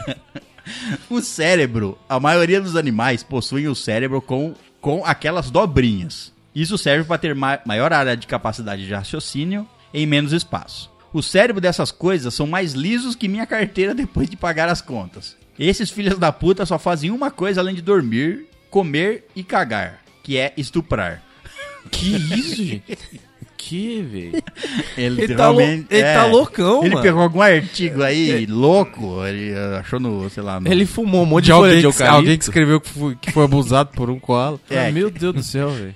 Speaker 1: *laughs* o cérebro. A maioria dos animais possuem o cérebro com, com aquelas dobrinhas. Isso serve para ter ma- maior área de capacidade de raciocínio em menos espaço. O cérebro dessas coisas são mais lisos que minha carteira depois de pagar as contas. Esses filhos da puta só fazem uma coisa além de dormir, comer e cagar, que é estuprar.
Speaker 4: Que isso, gente?
Speaker 2: quê, velho?
Speaker 1: Ele,
Speaker 2: Ele tá lou-
Speaker 1: realmente-
Speaker 2: ele tá loucão,
Speaker 1: Ele
Speaker 2: mano.
Speaker 1: pegou algum artigo aí louco, ele eh, achou no, sei lá, no...
Speaker 2: Ele fumou um monte
Speaker 4: De
Speaker 2: de folha
Speaker 4: alguém,
Speaker 2: de
Speaker 4: que, alguém que
Speaker 2: eucalipto.
Speaker 4: escreveu que foi, que foi abusado por um koala.
Speaker 1: É.
Speaker 2: Ah, meu Deus do céu, velho.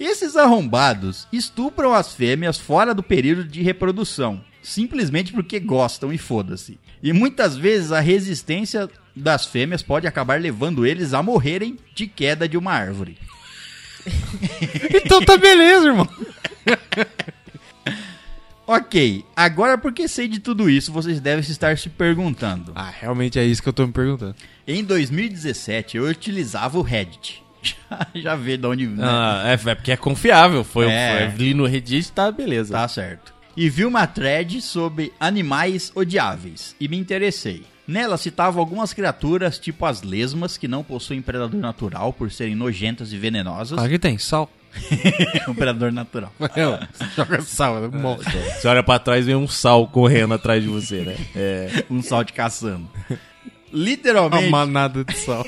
Speaker 1: Esses arrombados estupram as fêmeas fora do período de reprodução, simplesmente porque gostam e foda-se. E muitas vezes a resistência das fêmeas pode acabar levando eles a morrerem de queda de uma árvore.
Speaker 4: Então tá beleza, irmão.
Speaker 1: Ok, agora porque sei de tudo isso, vocês devem estar se perguntando.
Speaker 4: Ah, realmente é isso que eu tô me perguntando.
Speaker 1: Em 2017 eu utilizava o Reddit. *laughs* Já, já vê de onde né?
Speaker 2: Ah, é, é porque é confiável. Foi,
Speaker 1: É.
Speaker 2: foi ali no Reddit, tá beleza.
Speaker 1: Tá certo. E vi uma thread sobre animais odiáveis e me interessei. Nela citava algumas criaturas, tipo as lesmas, que não possuem predador natural por serem nojentas e venenosas.
Speaker 4: Aqui tem sal.
Speaker 1: *laughs* um predador
Speaker 4: *laughs*
Speaker 1: natural.
Speaker 4: Joga sal, é ela morre.
Speaker 2: Você olha pra trás e vem um sal correndo atrás de você, né? É.
Speaker 1: *laughs* Um sal de caçando.
Speaker 4: Uma
Speaker 1: Literalmente,
Speaker 4: manada de sal.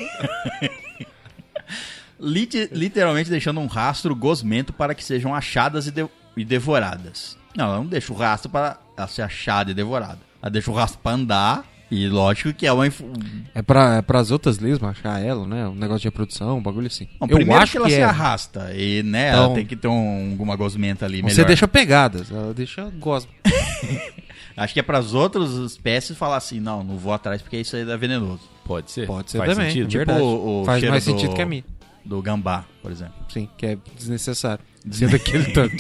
Speaker 1: lit- literalmente deixando um rastro gosmento para que sejam achadas e, de- e devoradas. Não, ela não deixa o rastro para ela ser achada e devorada. Ela deixa o rastro para andar. E lógico que é uma, inf-
Speaker 4: É, pra, é pras outras lesmas achar ela, né? Um negócio de reprodução, um bagulho assim.
Speaker 1: Bom,
Speaker 4: eu
Speaker 1: primeiro
Speaker 4: acho
Speaker 1: que ela se
Speaker 4: é.
Speaker 1: arrasta e, né, ela
Speaker 4: Então-
Speaker 1: tem que ter um, alguma gosmenta ali melhor.
Speaker 4: Você deixa pegadas, ela deixa gosma.
Speaker 1: Acho que é pras outras espécies falar assim, não, não vou atrás porque isso aí é venenoso.
Speaker 2: Pode ser. é
Speaker 4: Pode ser
Speaker 2: Faz
Speaker 4: também. é
Speaker 2: sentido. *laughs*
Speaker 1: Tipo
Speaker 4: verdade.
Speaker 1: o, o
Speaker 4: Faz
Speaker 1: cheiro
Speaker 4: mais
Speaker 1: do-
Speaker 4: sentido que a mim.
Speaker 1: Do gambá, por exemplo.
Speaker 4: Sim, que é desnecessário. Dizer daquele tanto.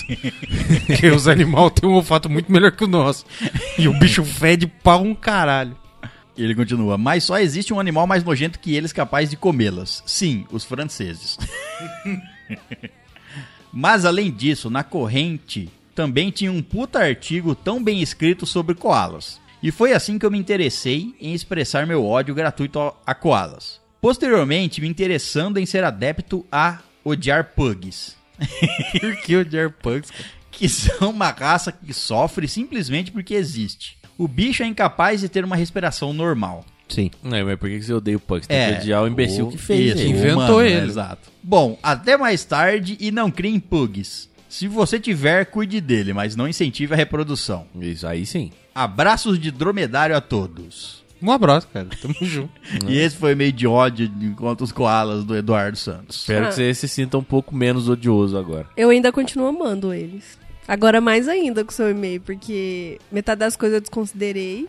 Speaker 4: Porque os animais têm um olfato muito melhor que o nosso. E o bicho fede pra um caralho.
Speaker 1: E ele continua, mas só existe um animal mais nojento que eles capaz de comê-las. Sim, os franceses. *laughs* mas além disso, na corrente também tinha um puta artigo tão bem escrito sobre koalas. E foi assim que eu me interessei em expressar meu ódio gratuito a- a koalas. Posteriormente, me interessando em ser adepto a odiar pugs,
Speaker 4: Por
Speaker 2: Tipo,
Speaker 4: que odiar punks, cara?
Speaker 1: que são uma raça que sofre simplesmente porque existe. O bicho é incapaz de ter uma respiração normal.
Speaker 4: Sim.
Speaker 2: Não, mas por que que você odeia o Pugs? Tem que odiar o é um imbecil que fez
Speaker 1: isso,
Speaker 2: ele.
Speaker 1: É. o
Speaker 4: Inventou
Speaker 1: humano, né?
Speaker 4: ele.
Speaker 1: Exato. Bom, até mais tarde e não criem pugs. Se você tiver, cuide dele, mas não incentive a reprodução.
Speaker 2: Isso aí sim.
Speaker 1: Abraços de dromedário a todos.
Speaker 4: Um abraço, cara. Tamo junto.
Speaker 2: Hum.
Speaker 1: E esse foi meio de ódio de- contra os koalas do Eduardo Santos.
Speaker 2: Espero
Speaker 3: Ah.
Speaker 2: que você se sinta um pouco menos
Speaker 1: *laughs*
Speaker 2: odioso agora.
Speaker 3: Eu ainda continuo amando eles. Agora mais ainda com o seu e-mail, porque metade das coisas eu desconsiderei.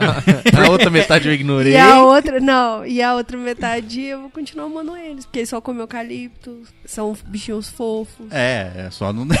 Speaker 2: A outra metade eu ignorei.
Speaker 3: E a outra, não, e a outra metade eu vou continuar amando eles, porque eles só comem eucalipto, são bichinhos fofos.
Speaker 1: É, é só não. *laughs*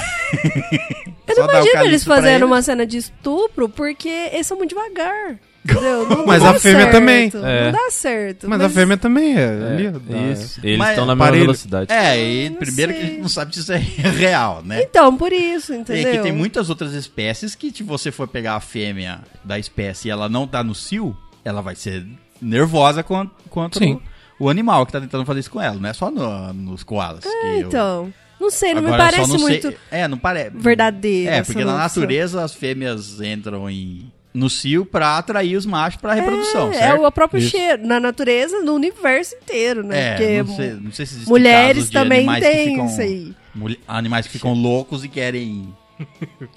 Speaker 4: É,
Speaker 3: Eu
Speaker 1: Só
Speaker 3: não
Speaker 1: dá
Speaker 3: imagino
Speaker 1: eucalipto
Speaker 3: eles
Speaker 1: pra
Speaker 3: fazendo
Speaker 1: ele.
Speaker 3: uma cena de estupro, porque eles são muito devagar.
Speaker 4: *laughs*
Speaker 3: entendeu? Não-
Speaker 4: Mas
Speaker 3: não
Speaker 4: a
Speaker 3: dá
Speaker 4: fêmea
Speaker 3: certo,
Speaker 4: também.
Speaker 3: Não
Speaker 2: É.
Speaker 3: dá certo.
Speaker 4: Mas, a fêmea também é. ali, dá-
Speaker 2: É, isso. Eles
Speaker 1: Mas-
Speaker 2: estão na mesma
Speaker 4: parelho.
Speaker 2: velocidade.
Speaker 1: É, e
Speaker 3: não
Speaker 1: primeiro que a
Speaker 3: sei.
Speaker 1: gente não sabe se isso é *laughs* real, né?
Speaker 3: Então, por isso, entendeu?
Speaker 1: É que tem muitas outras espécies que, se você for pegar a fêmea da espécie e ela não tá no cio, ela vai ser nervosa con- contra
Speaker 4: Sim.
Speaker 1: o, o animal que tá tentando fazer isso com ela. Não é só no- nos koalas. que eu-
Speaker 3: Então, não sei, não
Speaker 1: Agora, eu
Speaker 3: me
Speaker 1: só
Speaker 3: parece
Speaker 1: não sei-
Speaker 3: muito
Speaker 1: É, não parece.
Speaker 3: verdadeiro.
Speaker 1: É,
Speaker 3: essa
Speaker 1: porque na
Speaker 3: noção.
Speaker 1: natureza as fêmeas entram em, no cio pra atrair os machos pra reprodução,
Speaker 3: É,
Speaker 1: certo?
Speaker 3: o próprio
Speaker 4: Isso.
Speaker 3: cheiro. Na natureza, no universo inteiro, né?
Speaker 1: É,
Speaker 3: Porque
Speaker 1: não sei, não sei se existe
Speaker 3: mulheres
Speaker 1: casos de
Speaker 3: também
Speaker 1: animais que
Speaker 3: têm
Speaker 1: ficam-
Speaker 3: isso aí.
Speaker 1: mulher- Animais que ficam loucos e querem.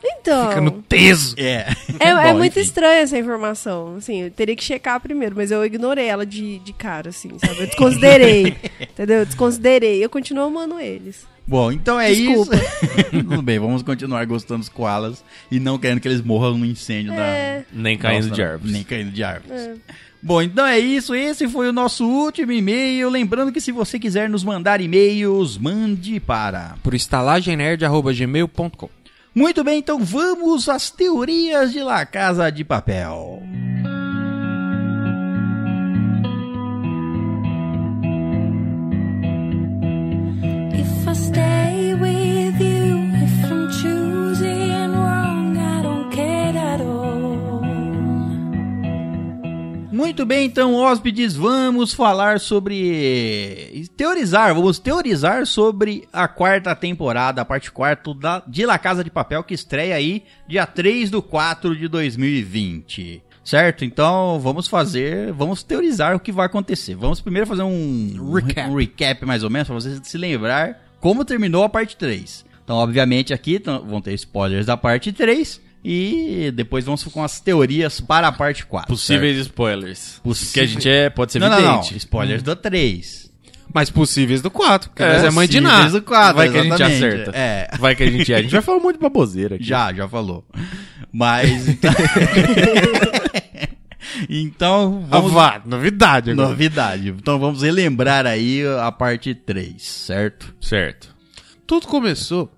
Speaker 3: Então,
Speaker 4: Fica no teso.
Speaker 1: É.
Speaker 3: é,
Speaker 1: *laughs*
Speaker 3: é
Speaker 1: Bom,
Speaker 3: muito
Speaker 1: enfim.
Speaker 3: estranha essa informação. Assim, eu teria que checar primeiro, mas eu ignorei ela de, de cara, assim, sabe?
Speaker 1: *laughs*
Speaker 3: Eu desconsiderei, entendeu? Eu desconsiderei. Eu continuo amando eles.
Speaker 1: Bom, então é
Speaker 3: Desculpa.
Speaker 1: isso. *laughs* Tudo bem, vamos continuar gostando dos koalas e não querendo que eles morram no incêndio da.
Speaker 3: É.
Speaker 2: Nem caindo
Speaker 1: Nossa,
Speaker 2: de árvores.
Speaker 1: Nem caindo de árvores.
Speaker 3: É.
Speaker 1: Bom, então é isso. Esse foi o nosso último e-mail. Lembrando que se você quiser nos mandar e-mails, mande para.
Speaker 4: Por estalagemnerd.gmail.com
Speaker 1: Muito bem, então vamos às teorias de La Casa de Papel.
Speaker 6: If I stay with you, if I'm choosing wrong, I don't care at all.
Speaker 1: Muito bem, então, hóspedes, vamos falar sobre. Teorizar, vamos teorizar sobre a quarta temporada, a parte quarta da, de La Casa de Papel, que estreia aí dia 3 do 4 de 2020. Certo? Então vamos fazer. Vamos teorizar o que vai acontecer. Vamos primeiro fazer um
Speaker 4: Recap.
Speaker 1: um recap mais ou menos, pra vocês se lembrar como terminou a parte 3. Então, obviamente, aqui t- vão ter spoilers da parte 3 e depois vamos com as teorias para a parte 4.
Speaker 2: Possíveis spoilers. Porque a gente é, pode ser
Speaker 1: certo? Não, não, não.
Speaker 2: vidente.
Speaker 1: Spoilers do 3.
Speaker 4: Mas possíveis do 4, porque
Speaker 2: É,
Speaker 4: nós é mãe de
Speaker 1: Possíveis
Speaker 4: nada.
Speaker 1: do 4,
Speaker 2: Vai que a gente
Speaker 1: exatamente.
Speaker 2: acerta.
Speaker 1: É.
Speaker 2: Vai que a gente é. A gente vai falar um monte de baboseira aqui.
Speaker 1: Já, já falou. Mas. *laughs* Então, então vamos.
Speaker 4: Vá, novidade agora.
Speaker 1: Novidade. Então vamos relembrar aí a parte 3, certo?
Speaker 2: Certo.
Speaker 4: Tudo começou.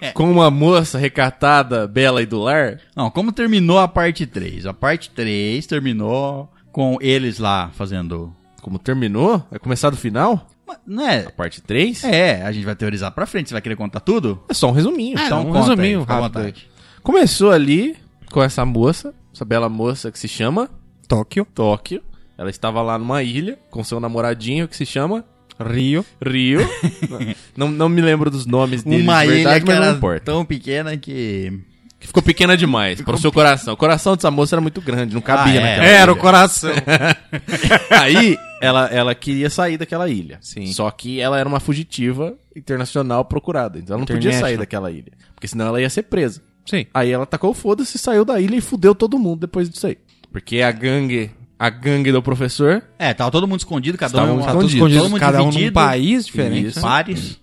Speaker 1: É.
Speaker 2: Com uma moça recatada, bela e do lar.
Speaker 1: Não, como terminou a parte 3? A parte 3 terminou com eles lá fazendo.
Speaker 2: Como terminou? Vai começar do final?
Speaker 1: Ma- Né?
Speaker 2: A parte 3?
Speaker 1: É, a gente vai teorizar pra frente. Você vai querer contar tudo?
Speaker 2: É só um resuminho.
Speaker 4: É,
Speaker 1: então
Speaker 4: um
Speaker 1: conta
Speaker 4: resuminho
Speaker 1: aí, fica à
Speaker 4: rápido
Speaker 1: vontade.
Speaker 2: Começou ali com essa moça, essa bela moça que se chama
Speaker 4: Tóquio,
Speaker 2: Tóquio. Ela estava lá numa ilha com seu namoradinho que se chama
Speaker 4: Rio.
Speaker 1: *laughs*
Speaker 2: Rio. não, não me lembro dos nomes dele,
Speaker 1: Uma
Speaker 2: de
Speaker 1: ilha
Speaker 2: verdade,
Speaker 1: que
Speaker 2: mas não
Speaker 1: era
Speaker 2: importa.
Speaker 1: tão pequena que.
Speaker 2: Que ficou pequena demais para o seu coração. O coração dessa moça era muito grande, não cabia
Speaker 1: Ah, é.
Speaker 2: naquela
Speaker 4: Era o
Speaker 2: ilha.
Speaker 4: coração.
Speaker 2: *laughs* Aí ela, ela queria sair daquela ilha.
Speaker 4: Sim.
Speaker 2: Só que ela era uma fugitiva internacional procurada. Então ela não podia
Speaker 4: International.
Speaker 2: sair daquela ilha. Porque senão ela ia ser presa.
Speaker 4: *laughs* Sim.
Speaker 2: Aí ela tacou o foda-se, saiu da ilha e fudeu todo mundo depois disso aí. Porque a gangue, a gangue do professor,
Speaker 1: É, tava todo mundo escondido, cada
Speaker 2: Estavam
Speaker 1: um.
Speaker 4: Tá
Speaker 2: Escondido.
Speaker 4: tudo escondido,
Speaker 1: Todo mundo
Speaker 4: cada um num
Speaker 1: dividido.
Speaker 4: país diferente.
Speaker 2: Isso.
Speaker 4: né?
Speaker 1: Pares.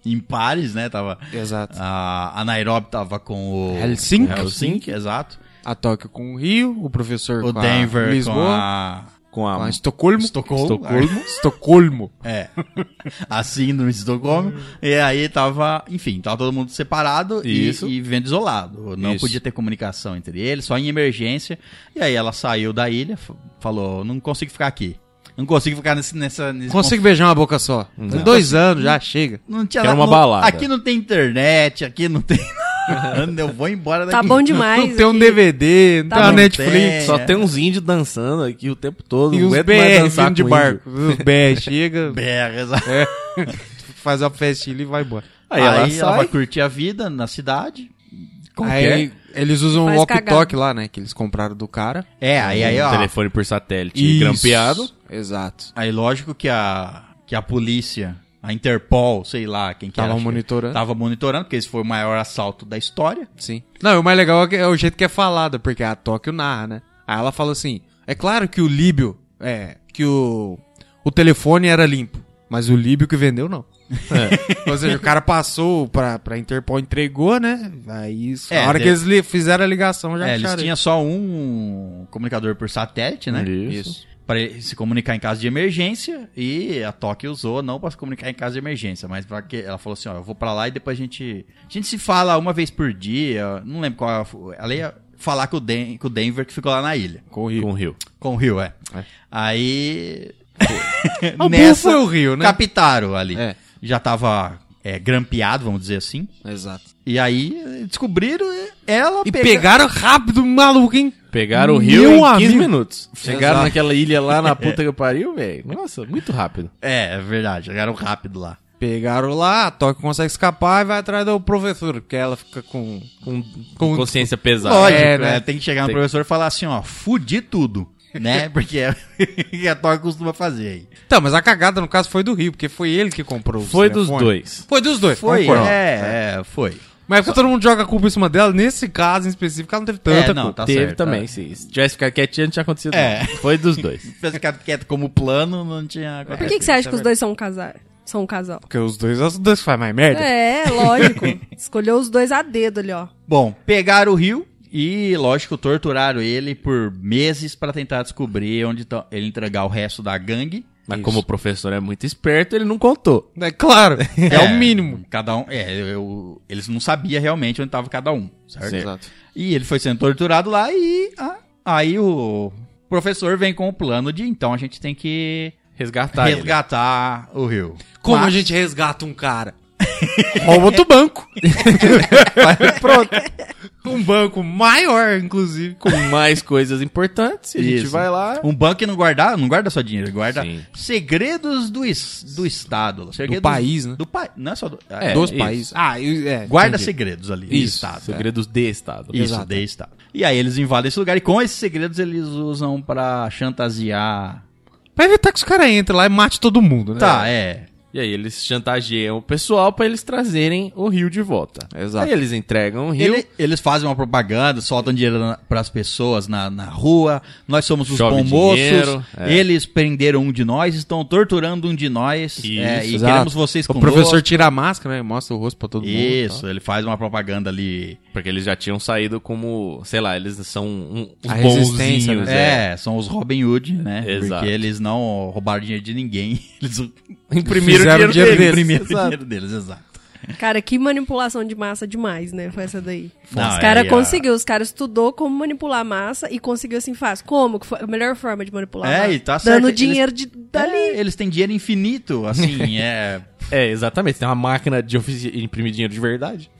Speaker 1: *laughs* em pares, né? Tava.
Speaker 4: Exato.
Speaker 1: A, a Nairobi tava com o.
Speaker 4: Helsinki.
Speaker 1: Helsinki, exato.
Speaker 4: A Tóquio com o Rio, o professor
Speaker 1: O
Speaker 4: com a
Speaker 1: Denver com
Speaker 4: Lisboa,
Speaker 1: a.
Speaker 2: com a
Speaker 4: com a Estocolmo.
Speaker 1: Estocolmo. *laughs*
Speaker 4: Estocolmo. Estocolmo.
Speaker 1: É. *laughs* A síndrome de Estocolmo. E aí tava. Enfim, tava todo mundo separado e-
Speaker 2: Isso.
Speaker 1: E, vivendo isolado. Não
Speaker 2: Isso.
Speaker 1: podia ter comunicação entre eles, só em emergência. E aí ela saiu da ilha, f- falou: não consigo ficar aqui. Não consigo ficar nesse, nessa. Nesse
Speaker 4: Consigo beijar uma boca só. Tem dois anos já, chega.
Speaker 1: conf- Não tinha
Speaker 2: Quero
Speaker 1: nada-
Speaker 2: uma
Speaker 1: não-
Speaker 2: balada.
Speaker 1: Aqui não tem internet, aqui não tem. *laughs* nada, Eu vou embora daqui.
Speaker 3: Tá bom
Speaker 1: *laughs*
Speaker 3: demais.
Speaker 4: não tem um
Speaker 3: aqui.
Speaker 4: DVD, não
Speaker 3: Tá
Speaker 4: tem uma
Speaker 1: bom.
Speaker 4: Netflix.
Speaker 1: É.
Speaker 2: Só tem uns índios dançando aqui o tempo todo.
Speaker 4: E
Speaker 2: não
Speaker 4: os
Speaker 2: aguento
Speaker 4: BR
Speaker 2: mais dançar
Speaker 4: vindo de
Speaker 2: com
Speaker 4: barco.
Speaker 2: índio.
Speaker 4: Os BR
Speaker 2: *laughs*
Speaker 4: chega,
Speaker 1: Berra, exato. *laughs*
Speaker 4: faz a festinha e vai embora.
Speaker 2: Aí,
Speaker 1: Aí,
Speaker 2: ela
Speaker 1: ela,
Speaker 2: sai.
Speaker 1: vai curtir a vida na cidade.
Speaker 2: é?
Speaker 4: Aí eles usam o
Speaker 3: Faz
Speaker 4: walkie-talkie lá, né? Que eles compraram do cara.
Speaker 1: É, aí, aí,
Speaker 2: um
Speaker 1: ó.
Speaker 2: telefone por satélite
Speaker 4: Isso.
Speaker 2: grampeado.
Speaker 4: Exato.
Speaker 1: Aí lógico que a, que a polícia, a Interpol, sei lá, quem que
Speaker 4: Tava
Speaker 1: era, acho que-
Speaker 4: monitorando.
Speaker 1: Tava monitorando, porque esse foi o maior assalto da história.
Speaker 4: Sim. Não, e o mais legal é que- é o jeito que é falado, porque a Tóquio narra, né? Aí ela fala assim: é claro que o Líbio. É, que o. O telefone era limpo, mas o Líbio que vendeu não. *laughs*
Speaker 2: É.
Speaker 4: Ou seja, o cara passou pra, pra Interpol, entregou, né? Aí, isso,
Speaker 1: É,
Speaker 4: a hora
Speaker 1: de-
Speaker 4: que eles li- fizeram a ligação, já
Speaker 1: É, eles
Speaker 4: acharam.
Speaker 1: tinham só um comunicador por satélite, né?
Speaker 2: Isso.
Speaker 1: Pra ele se comunicar em caso de emergência. E a Tóquio usou não pra se comunicar em caso de emergência, mas pra que. Ela falou assim: ó, eu vou pra lá e depois a gente. A gente se fala uma vez por dia. Não lembro qual. era- Ela ia falar com o, Den, com o Denver que ficou lá na ilha.
Speaker 2: Com o Rio. Com o Rio.
Speaker 1: Com o Rio, é.
Speaker 4: É.
Speaker 1: Aí.
Speaker 4: *laughs* Ah, o burro foi o Rio, né?
Speaker 1: Captaram ali.
Speaker 4: É.
Speaker 1: Já tava é, grampeado, vamos dizer assim.
Speaker 4: Exato.
Speaker 1: E aí eh, descobriram eh, ela
Speaker 4: E
Speaker 1: pega-
Speaker 4: pegaram rápido, maluco, hein?
Speaker 2: Pegaram o
Speaker 4: Meu
Speaker 2: Rio em 15
Speaker 4: amigo.
Speaker 2: minutos. Chegaram
Speaker 4: Exato.
Speaker 2: naquela ilha
Speaker 1: *laughs*
Speaker 2: lá na puta que pariu, velho. Nossa, muito rápido.
Speaker 1: É, é verdade, chegaram rápido lá.
Speaker 4: Pegaram lá, a Tóquio consegue escapar e vai atrás do professor, porque ela fica com.
Speaker 2: Com,
Speaker 4: Com-
Speaker 2: consciência pesada.
Speaker 1: Lógico,
Speaker 4: É,
Speaker 1: é,
Speaker 4: né?
Speaker 1: tem que chegar no
Speaker 2: Tem-
Speaker 1: professor e falar assim, ó, fudi tudo, né? Porque é *laughs* o que a Thor costuma fazer aí.
Speaker 4: Tá, mas a cagada no caso foi do Rio, porque foi ele que comprou o
Speaker 2: Foi dos
Speaker 4: telefone.
Speaker 2: dois.
Speaker 4: Foi dos dois,
Speaker 1: Foi,
Speaker 4: concordo.
Speaker 1: é, é, foi.
Speaker 4: Mas é porque todo mundo joga a culpa em cima dela, nesse caso em específico, ela não teve tanta
Speaker 1: É, não,
Speaker 4: culpa.
Speaker 1: tá
Speaker 2: Teve
Speaker 1: certo,
Speaker 2: também,
Speaker 1: tá.
Speaker 2: sim. Se tivesse ficado quietinho, não tinha acontecido.
Speaker 1: É.
Speaker 2: nada. Foi dos dois.
Speaker 1: Se tivesse ficado quieto como plano, não tinha
Speaker 3: Por
Speaker 1: acontecido.
Speaker 3: que, que você acha
Speaker 1: tá
Speaker 3: que os dois são um casal? São um casal?
Speaker 4: Porque os dois, os dois fazem mais merda.
Speaker 3: É, lógico. Escolheu os dois a dedo ali, ó.
Speaker 1: Bom, pegaram o Rio e, lógico, torturaram ele por meses pra tentar descobrir onde tá- ele entregar o resto da gangue.
Speaker 2: Mas como o professor é muito esperto, ele não contou.
Speaker 1: *laughs*
Speaker 4: É claro, é, o mínimo.
Speaker 1: Cada um, é, eu- eles não sabiam realmente onde tava cada um, certo?
Speaker 2: Sim.
Speaker 4: Exato.
Speaker 1: E ele foi sendo torturado lá e ah, aí o professor vem com o plano de então a gente tem que
Speaker 4: Tá,
Speaker 2: Resgatar ele.
Speaker 1: resgatar o Rio.
Speaker 4: Como
Speaker 1: Mas-
Speaker 4: a gente resgata um cara? Rouba
Speaker 2: *laughs*
Speaker 4: outro banco. Pronto. Um banco maior, inclusive.
Speaker 2: Com mais coisas importantes, e a gente
Speaker 1: Isso.
Speaker 2: vai lá.
Speaker 1: Um banco que não guarda, não guarda só dinheiro, ele guarda
Speaker 2: Sim.
Speaker 1: segredos do, es- do Estado. Segredos
Speaker 4: país, né?
Speaker 1: Do país, não é só do...
Speaker 2: É,
Speaker 4: dos
Speaker 2: isso.
Speaker 4: países. Ah, eu- é,
Speaker 1: Guarda
Speaker 4: entendi.
Speaker 1: segredos ali do
Speaker 4: Isso,
Speaker 1: Estado.
Speaker 2: Segredos de Estado.
Speaker 1: Isso,
Speaker 4: Exato.
Speaker 1: de Estado. E aí eles invadem esse lugar e com esses segredos eles usam pra chantagear.
Speaker 4: tá Pra evitar que os caras entrem lá e mate todo mundo, né?
Speaker 1: Tá, é.
Speaker 2: E aí eles chantageiam o pessoal pra eles trazerem o rio de volta.
Speaker 4: Exato.
Speaker 2: Aí eles entregam o rio.
Speaker 1: Ele- eles fazem uma propaganda, soltam dinheiro para as pessoas na, na rua. Nós somos os
Speaker 2: Chove
Speaker 1: bom moços.
Speaker 2: dinheiro, é.
Speaker 1: Eles prenderam um de nós, estão torturando um de nós.
Speaker 2: Isso,
Speaker 1: é, e
Speaker 4: Exato.
Speaker 1: queremos vocês
Speaker 4: O
Speaker 1: conosco.
Speaker 4: professor tira a máscara, né? Mostra o rosto pra todo mundo. e tal.
Speaker 1: Isso, ele faz uma propaganda ali.
Speaker 2: Porque eles já tinham saído como, sei lá, eles são um, uns
Speaker 4: A resistência,
Speaker 2: bonzinhos.
Speaker 4: Pois
Speaker 2: É.
Speaker 1: É. são os Robin Hood, né?
Speaker 2: Exato.
Speaker 1: Porque eles não roubaram dinheiro de ninguém. *laughs* Eles
Speaker 2: Imprimiram
Speaker 4: Fizeram
Speaker 2: o
Speaker 4: dinheiro
Speaker 2: dinheiro, deles.
Speaker 4: deles.
Speaker 1: primeiro
Speaker 4: *laughs* Exato.
Speaker 1: dinheiro deles, exato.
Speaker 3: Cara, que manipulação de massa demais, né? Foi essa daí.
Speaker 1: Não,
Speaker 3: os
Speaker 1: é,
Speaker 3: caras
Speaker 1: é.
Speaker 3: conseguiu, os caras estudou como manipular a massa e conseguiu assim, faz. Como? Que foi a melhor forma de manipular
Speaker 1: É,
Speaker 3: a massa.
Speaker 1: e tá certo,
Speaker 3: Dando
Speaker 1: eles-
Speaker 3: dinheiro de, dali.
Speaker 1: É, eles têm dinheiro infinito, assim, é.
Speaker 2: É, exatamente. Tem uma máquina de ofici- imprimir dinheiro de verdade.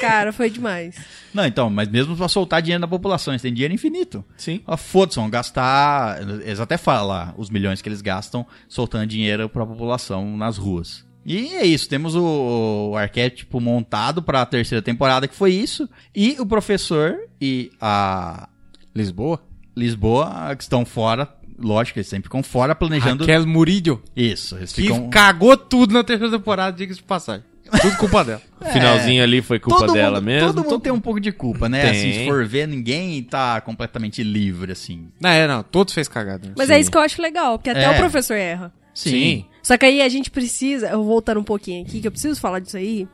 Speaker 3: Cara, foi demais.
Speaker 1: Não, então, mas mesmo pra soltar dinheiro na população, eles têm dinheiro infinito.
Speaker 2: Sim.
Speaker 1: Ah, Foda-se, vão gastar. Eles até falam lá, os milhões que eles gastam soltando dinheiro pra população nas ruas. E é isso, temos o, o arquétipo montado pra terceira temporada, que foi isso. E o professor e a
Speaker 4: Lisboa?
Speaker 1: Lisboa, que estão fora, lógico, eles sempre ficam fora planejando.
Speaker 4: Raquel Murillo.
Speaker 1: Isso, eles
Speaker 4: Que
Speaker 1: ficam. um
Speaker 4: cagou tudo na terceira temporada, diga-se de passagem. Tudo
Speaker 1: *laughs*
Speaker 4: culpa dela.
Speaker 2: O finalzinho ali foi culpa
Speaker 1: todo
Speaker 2: dela
Speaker 1: mundo,
Speaker 2: mesmo.
Speaker 1: Todo mundo tem um pouco de culpa, né?
Speaker 2: Tem.
Speaker 1: Assim, se for ver, ninguém tá completamente livre, assim.
Speaker 4: Não, é, não. Todos fez cagada. né?
Speaker 3: Mas é
Speaker 2: Sim.
Speaker 3: isso que eu acho legal, porque até
Speaker 1: É.
Speaker 3: o professor erra.
Speaker 2: Sim.
Speaker 3: Só que aí a gente precisa, eu vou voltar um pouquinho aqui, que eu preciso falar disso aí.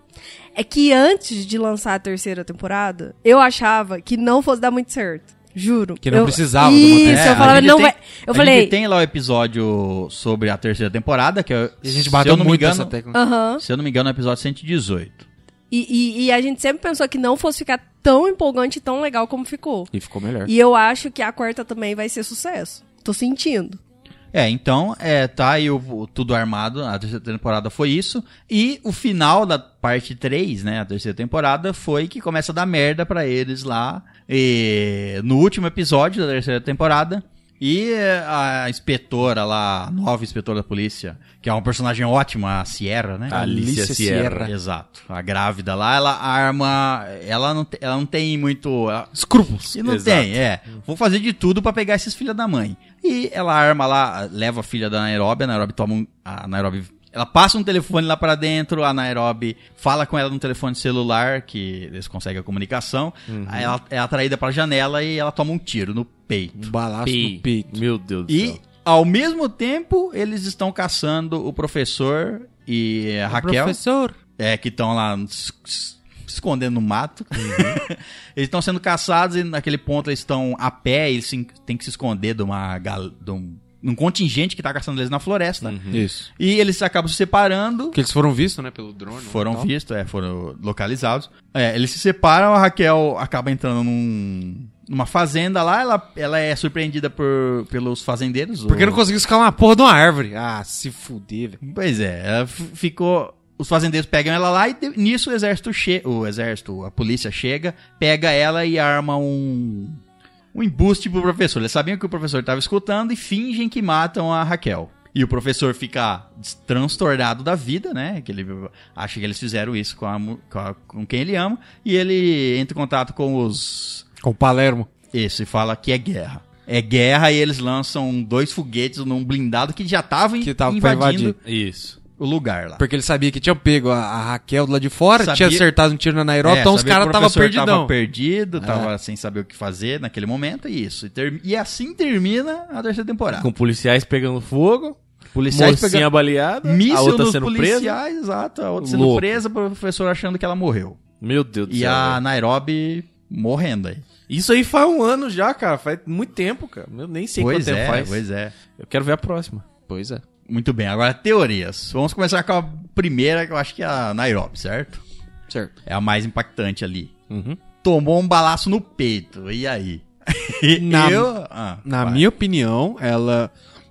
Speaker 3: É que antes de lançar a terceira temporada, eu achava que não fosse dar muito certo. Juro.
Speaker 4: Que não
Speaker 3: Eu-
Speaker 4: precisava do
Speaker 3: Isso,
Speaker 4: roteiro.
Speaker 1: É,
Speaker 3: eu falava,
Speaker 1: a gente
Speaker 3: não
Speaker 1: tem-
Speaker 3: vai. Eu
Speaker 1: a
Speaker 3: falei.
Speaker 1: gente tem lá o episódio sobre a terceira temporada, que eu-
Speaker 4: E a gente
Speaker 1: se
Speaker 4: bateu
Speaker 1: eu não me
Speaker 4: muito
Speaker 1: engano,
Speaker 4: nessa técnica.
Speaker 3: Aham.
Speaker 1: Se eu não me engano, é o episódio 118.
Speaker 3: E, e- e a gente sempre pensou que não fosse ficar tão empolgante e tão legal como ficou.
Speaker 4: E ficou melhor.
Speaker 3: E eu acho que a quarta também vai ser sucesso. Tô sentindo.
Speaker 1: É, então, é, tá aí o, o tudo armado, a terceira temporada foi isso. E o final da parte 3, né, a terceira temporada, foi que começa a dar merda pra eles lá. E no último episódio da terceira temporada. E é, a inspetora lá, a nova inspetora da polícia, que é uma personagem ótima, a Sierra, né?
Speaker 2: A Alicia,
Speaker 4: Alicia
Speaker 2: Sierra.
Speaker 4: Sierra.
Speaker 1: Exato. A grávida lá, ela arma. Ela não, te- ela não tem muito. ela-
Speaker 4: Escrúpulos.
Speaker 1: E não
Speaker 2: Exato.
Speaker 1: tem, é. Vou fazer de tudo pra pegar esses filhos da mãe. E ela arma lá, leva a filha da Nairobi, a Nairobi toma um. A Nairobi. Ela passa um telefone lá pra dentro, a Nairobi fala com ela no telefone celular, que eles conseguem a comunicação.
Speaker 2: Uhum.
Speaker 1: Aí ela é atraída pra janela e ela toma um tiro no peito.
Speaker 4: Um balaço
Speaker 2: Pi.
Speaker 4: no peito.
Speaker 2: Meu Deus do
Speaker 1: E,
Speaker 2: céu.
Speaker 1: ao mesmo tempo, eles estão caçando o professor e a Raquel.
Speaker 4: Professor.
Speaker 1: É, que estão lá s- s- se escondendo no mato. *laughs* eles estão sendo caçados e naquele ponto eles estão a pé, eles se en- têm que se esconder de uma gal- de um, de um contingente que tá caçando eles na floresta.
Speaker 2: Uhum.
Speaker 4: Isso.
Speaker 1: E eles acabam se separando.
Speaker 4: Porque eles foram vistos, né? Pelo drone.
Speaker 1: Foram
Speaker 4: tal.
Speaker 1: vistos, é, foram localizados. É, eles se separam, a Raquel acaba entrando num- numa fazenda lá, ela, ela é surpreendida por, pelos fazendeiros.
Speaker 4: Porque
Speaker 1: o-
Speaker 4: não conseguiu escalar uma porra de uma árvore. Ah, se fuder, velho.
Speaker 1: Pois é, ela f- ficou. Os fazendeiros pegam ela lá e de- nisso o exército che o exército, a polícia chega, pega ela e arma um um embuste pro professor. Eles sabiam que o professor estava escutando e fingem que matam a Raquel. E o professor fica des- transtornado da vida, né? Que ele acha que eles fizeram isso com, a mu- com, a- com quem ele ama e ele entra em contato com os
Speaker 4: Com o Palermo.
Speaker 1: isso, e fala que é guerra. É guerra e eles lançam dois foguetes num blindado que já tava,
Speaker 4: Que tava pra
Speaker 1: invadindo
Speaker 4: invadir.
Speaker 2: Isso.
Speaker 1: o lugar lá.
Speaker 4: Porque ele sabia que tinha pego a, a Raquel do lado de fora,
Speaker 1: Ah. Sabia-
Speaker 4: tinha acertado um tiro na Nairobi,
Speaker 1: É,
Speaker 4: então os
Speaker 1: sabia que
Speaker 4: caras
Speaker 1: o
Speaker 4: tava
Speaker 1: professor
Speaker 4: perdidão.
Speaker 1: Tava perdido,
Speaker 2: É.
Speaker 1: tava sem saber o que fazer naquele momento, e isso. E, ter- e assim termina a terceira temporada.
Speaker 2: Com policiais pegando fogo,
Speaker 1: policiais
Speaker 2: mocinha baleada, a
Speaker 1: míssil
Speaker 2: outra
Speaker 1: nos
Speaker 2: sendo presa.
Speaker 1: policiais, exato. A outra sendo
Speaker 2: Louco.
Speaker 1: presa, o professor achando que ela morreu.
Speaker 2: Meu Deus do
Speaker 1: E
Speaker 2: céu. né?
Speaker 1: a
Speaker 2: velho.
Speaker 1: Nairobi morrendo aí.
Speaker 2: Isso aí faz um ano já, cara. Faz muito tempo, cara. Eu nem sei
Speaker 1: pois
Speaker 2: quanto tempo
Speaker 1: é,
Speaker 2: faz.
Speaker 1: pois é.
Speaker 2: Eu quero ver a próxima.
Speaker 4: Pois é.
Speaker 1: Muito bem, agora teorias. Vamos começar com a primeira, que eu acho que é a Nairobi, certo? *laughs*
Speaker 4: Certo.
Speaker 1: É a mais impactante ali.
Speaker 2: Uhum.
Speaker 1: Tomou um balaço no peito, e aí?
Speaker 4: Na-
Speaker 1: ah,
Speaker 4: Na
Speaker 1: vai.
Speaker 4: minha opinião, ela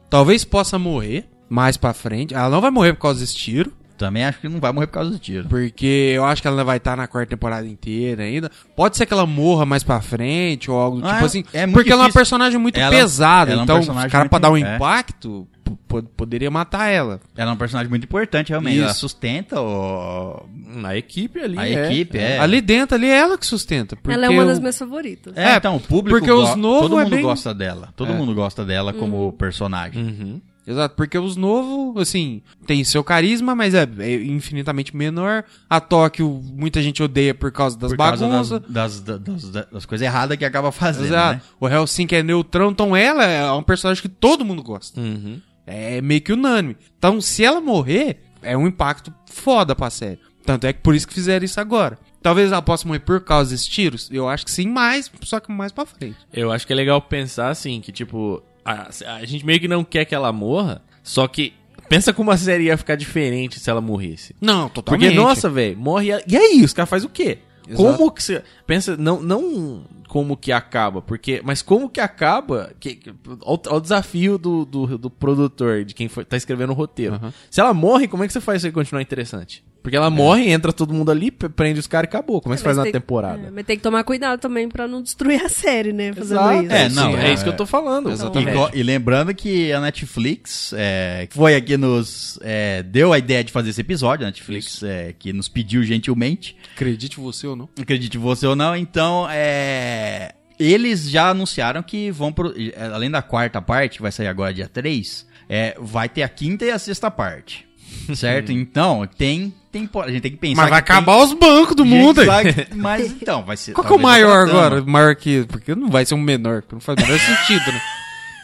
Speaker 4: talvez possa morrer mais pra frente. Ela não vai morrer por causa desse tiro,
Speaker 1: Também acho que não vai morrer por causa do tiro.
Speaker 4: porque eu acho que ela ainda vai estar na quarta temporada inteira ainda. Pode ser que ela morra mais pra frente ou algo do
Speaker 1: Ah,
Speaker 4: tipo assim.
Speaker 1: é muito
Speaker 4: porque ela é uma
Speaker 1: difícil.
Speaker 4: personagem muito
Speaker 1: Ela-
Speaker 4: pesada,
Speaker 1: ela é um
Speaker 4: então
Speaker 1: personagem
Speaker 4: o cara pra
Speaker 1: muito-
Speaker 4: dar um
Speaker 1: é.
Speaker 4: impacto po- po- poderia matar ela.
Speaker 1: Ela é um personagem muito importante, realmente. Ela
Speaker 4: Isso.
Speaker 1: sustenta o...
Speaker 2: Na equipe ali.
Speaker 1: a
Speaker 2: é.
Speaker 1: equipe, é.
Speaker 4: Ali dentro, ali é ela que sustenta. Porque
Speaker 3: Ela é uma das
Speaker 4: o-
Speaker 3: minhas favoritas.
Speaker 1: É, então, o público
Speaker 4: porque os
Speaker 1: go-
Speaker 4: novos
Speaker 1: todo
Speaker 4: é Hum.
Speaker 1: mundo
Speaker 4: bem-
Speaker 1: gosta dela. Todo mundo gosta dela como personagem.
Speaker 2: Uhum.
Speaker 4: Exato, porque os novos, assim, tem seu carisma, mas é, é infinitamente menor. A Tóquio, muita gente odeia por causa das
Speaker 1: por causa
Speaker 4: bagunças.
Speaker 1: das, das, das- das- das coisas erradas que acaba fazendo,
Speaker 4: Exato.
Speaker 1: né?
Speaker 4: O Helsinki é neutrão, então ela é um personagem que todo mundo gosta.
Speaker 2: Uhum.
Speaker 4: É meio que unânime. Então, se ela morrer, é um impacto foda pra série. Tanto é que por isso que fizeram isso agora. Talvez ela possa morrer por causa desses tiros? Eu acho que sim, mas só que mais pra frente.
Speaker 2: Eu acho que é legal pensar assim, que tipo, a, a gente meio que não quer que ela morra, só que pensa como a série ia ficar diferente se ela morresse.
Speaker 4: Não, totalmente.
Speaker 2: Porque, nossa, velho, morre ela. E aí, os caras fazem o quê?
Speaker 4: Exato.
Speaker 2: Como que você. Pensa, não, não como que acaba, porque. Mas como que acaba. Que, que- ó o- ó o desafio do, do, do produtor, de quem foi, tá escrevendo o roteiro.
Speaker 4: Aham.
Speaker 2: Se ela morre, como é que você faz isso aí continuar interessante? Porque ela morre, entra todo mundo ali, p- prende os caras e acabou. Como é que você faz na
Speaker 3: tem- é,
Speaker 2: temporada?
Speaker 3: mas tem que tomar cuidado também pra não destruir a série, né? Fazendo
Speaker 2: Exato.
Speaker 3: isso.
Speaker 1: É,
Speaker 2: É,
Speaker 1: não,
Speaker 2: não,
Speaker 1: é.
Speaker 2: é, isso que eu tô falando.
Speaker 1: E,
Speaker 4: Exatamente.
Speaker 2: Então,
Speaker 1: co- e lembrando que a Netflix é, foi aqui nos. é, deu a ideia de fazer esse episódio, a Netflix, é, que nos pediu gentilmente.
Speaker 4: Acredite você ou não.
Speaker 1: Acredite você ou não, então é. Eles já anunciaram que vão pro. é, Além da quarta parte, que vai sair agora dia 3, é, vai ter a quinta e a sexta
Speaker 4: *laughs*
Speaker 1: parte. Certo? então, tem. tem a gente tem que pensar.
Speaker 4: Mas vai
Speaker 1: que tem-
Speaker 4: acabar os bancos do
Speaker 1: gente,
Speaker 4: mundo aí.
Speaker 1: vai- Mas então, vai ser.
Speaker 4: Qual que é o
Speaker 1: talvez
Speaker 4: maior
Speaker 1: outra trama.
Speaker 4: agora? Maior que. Porque não vai ser um menor, porque não faz o menor sentido, né?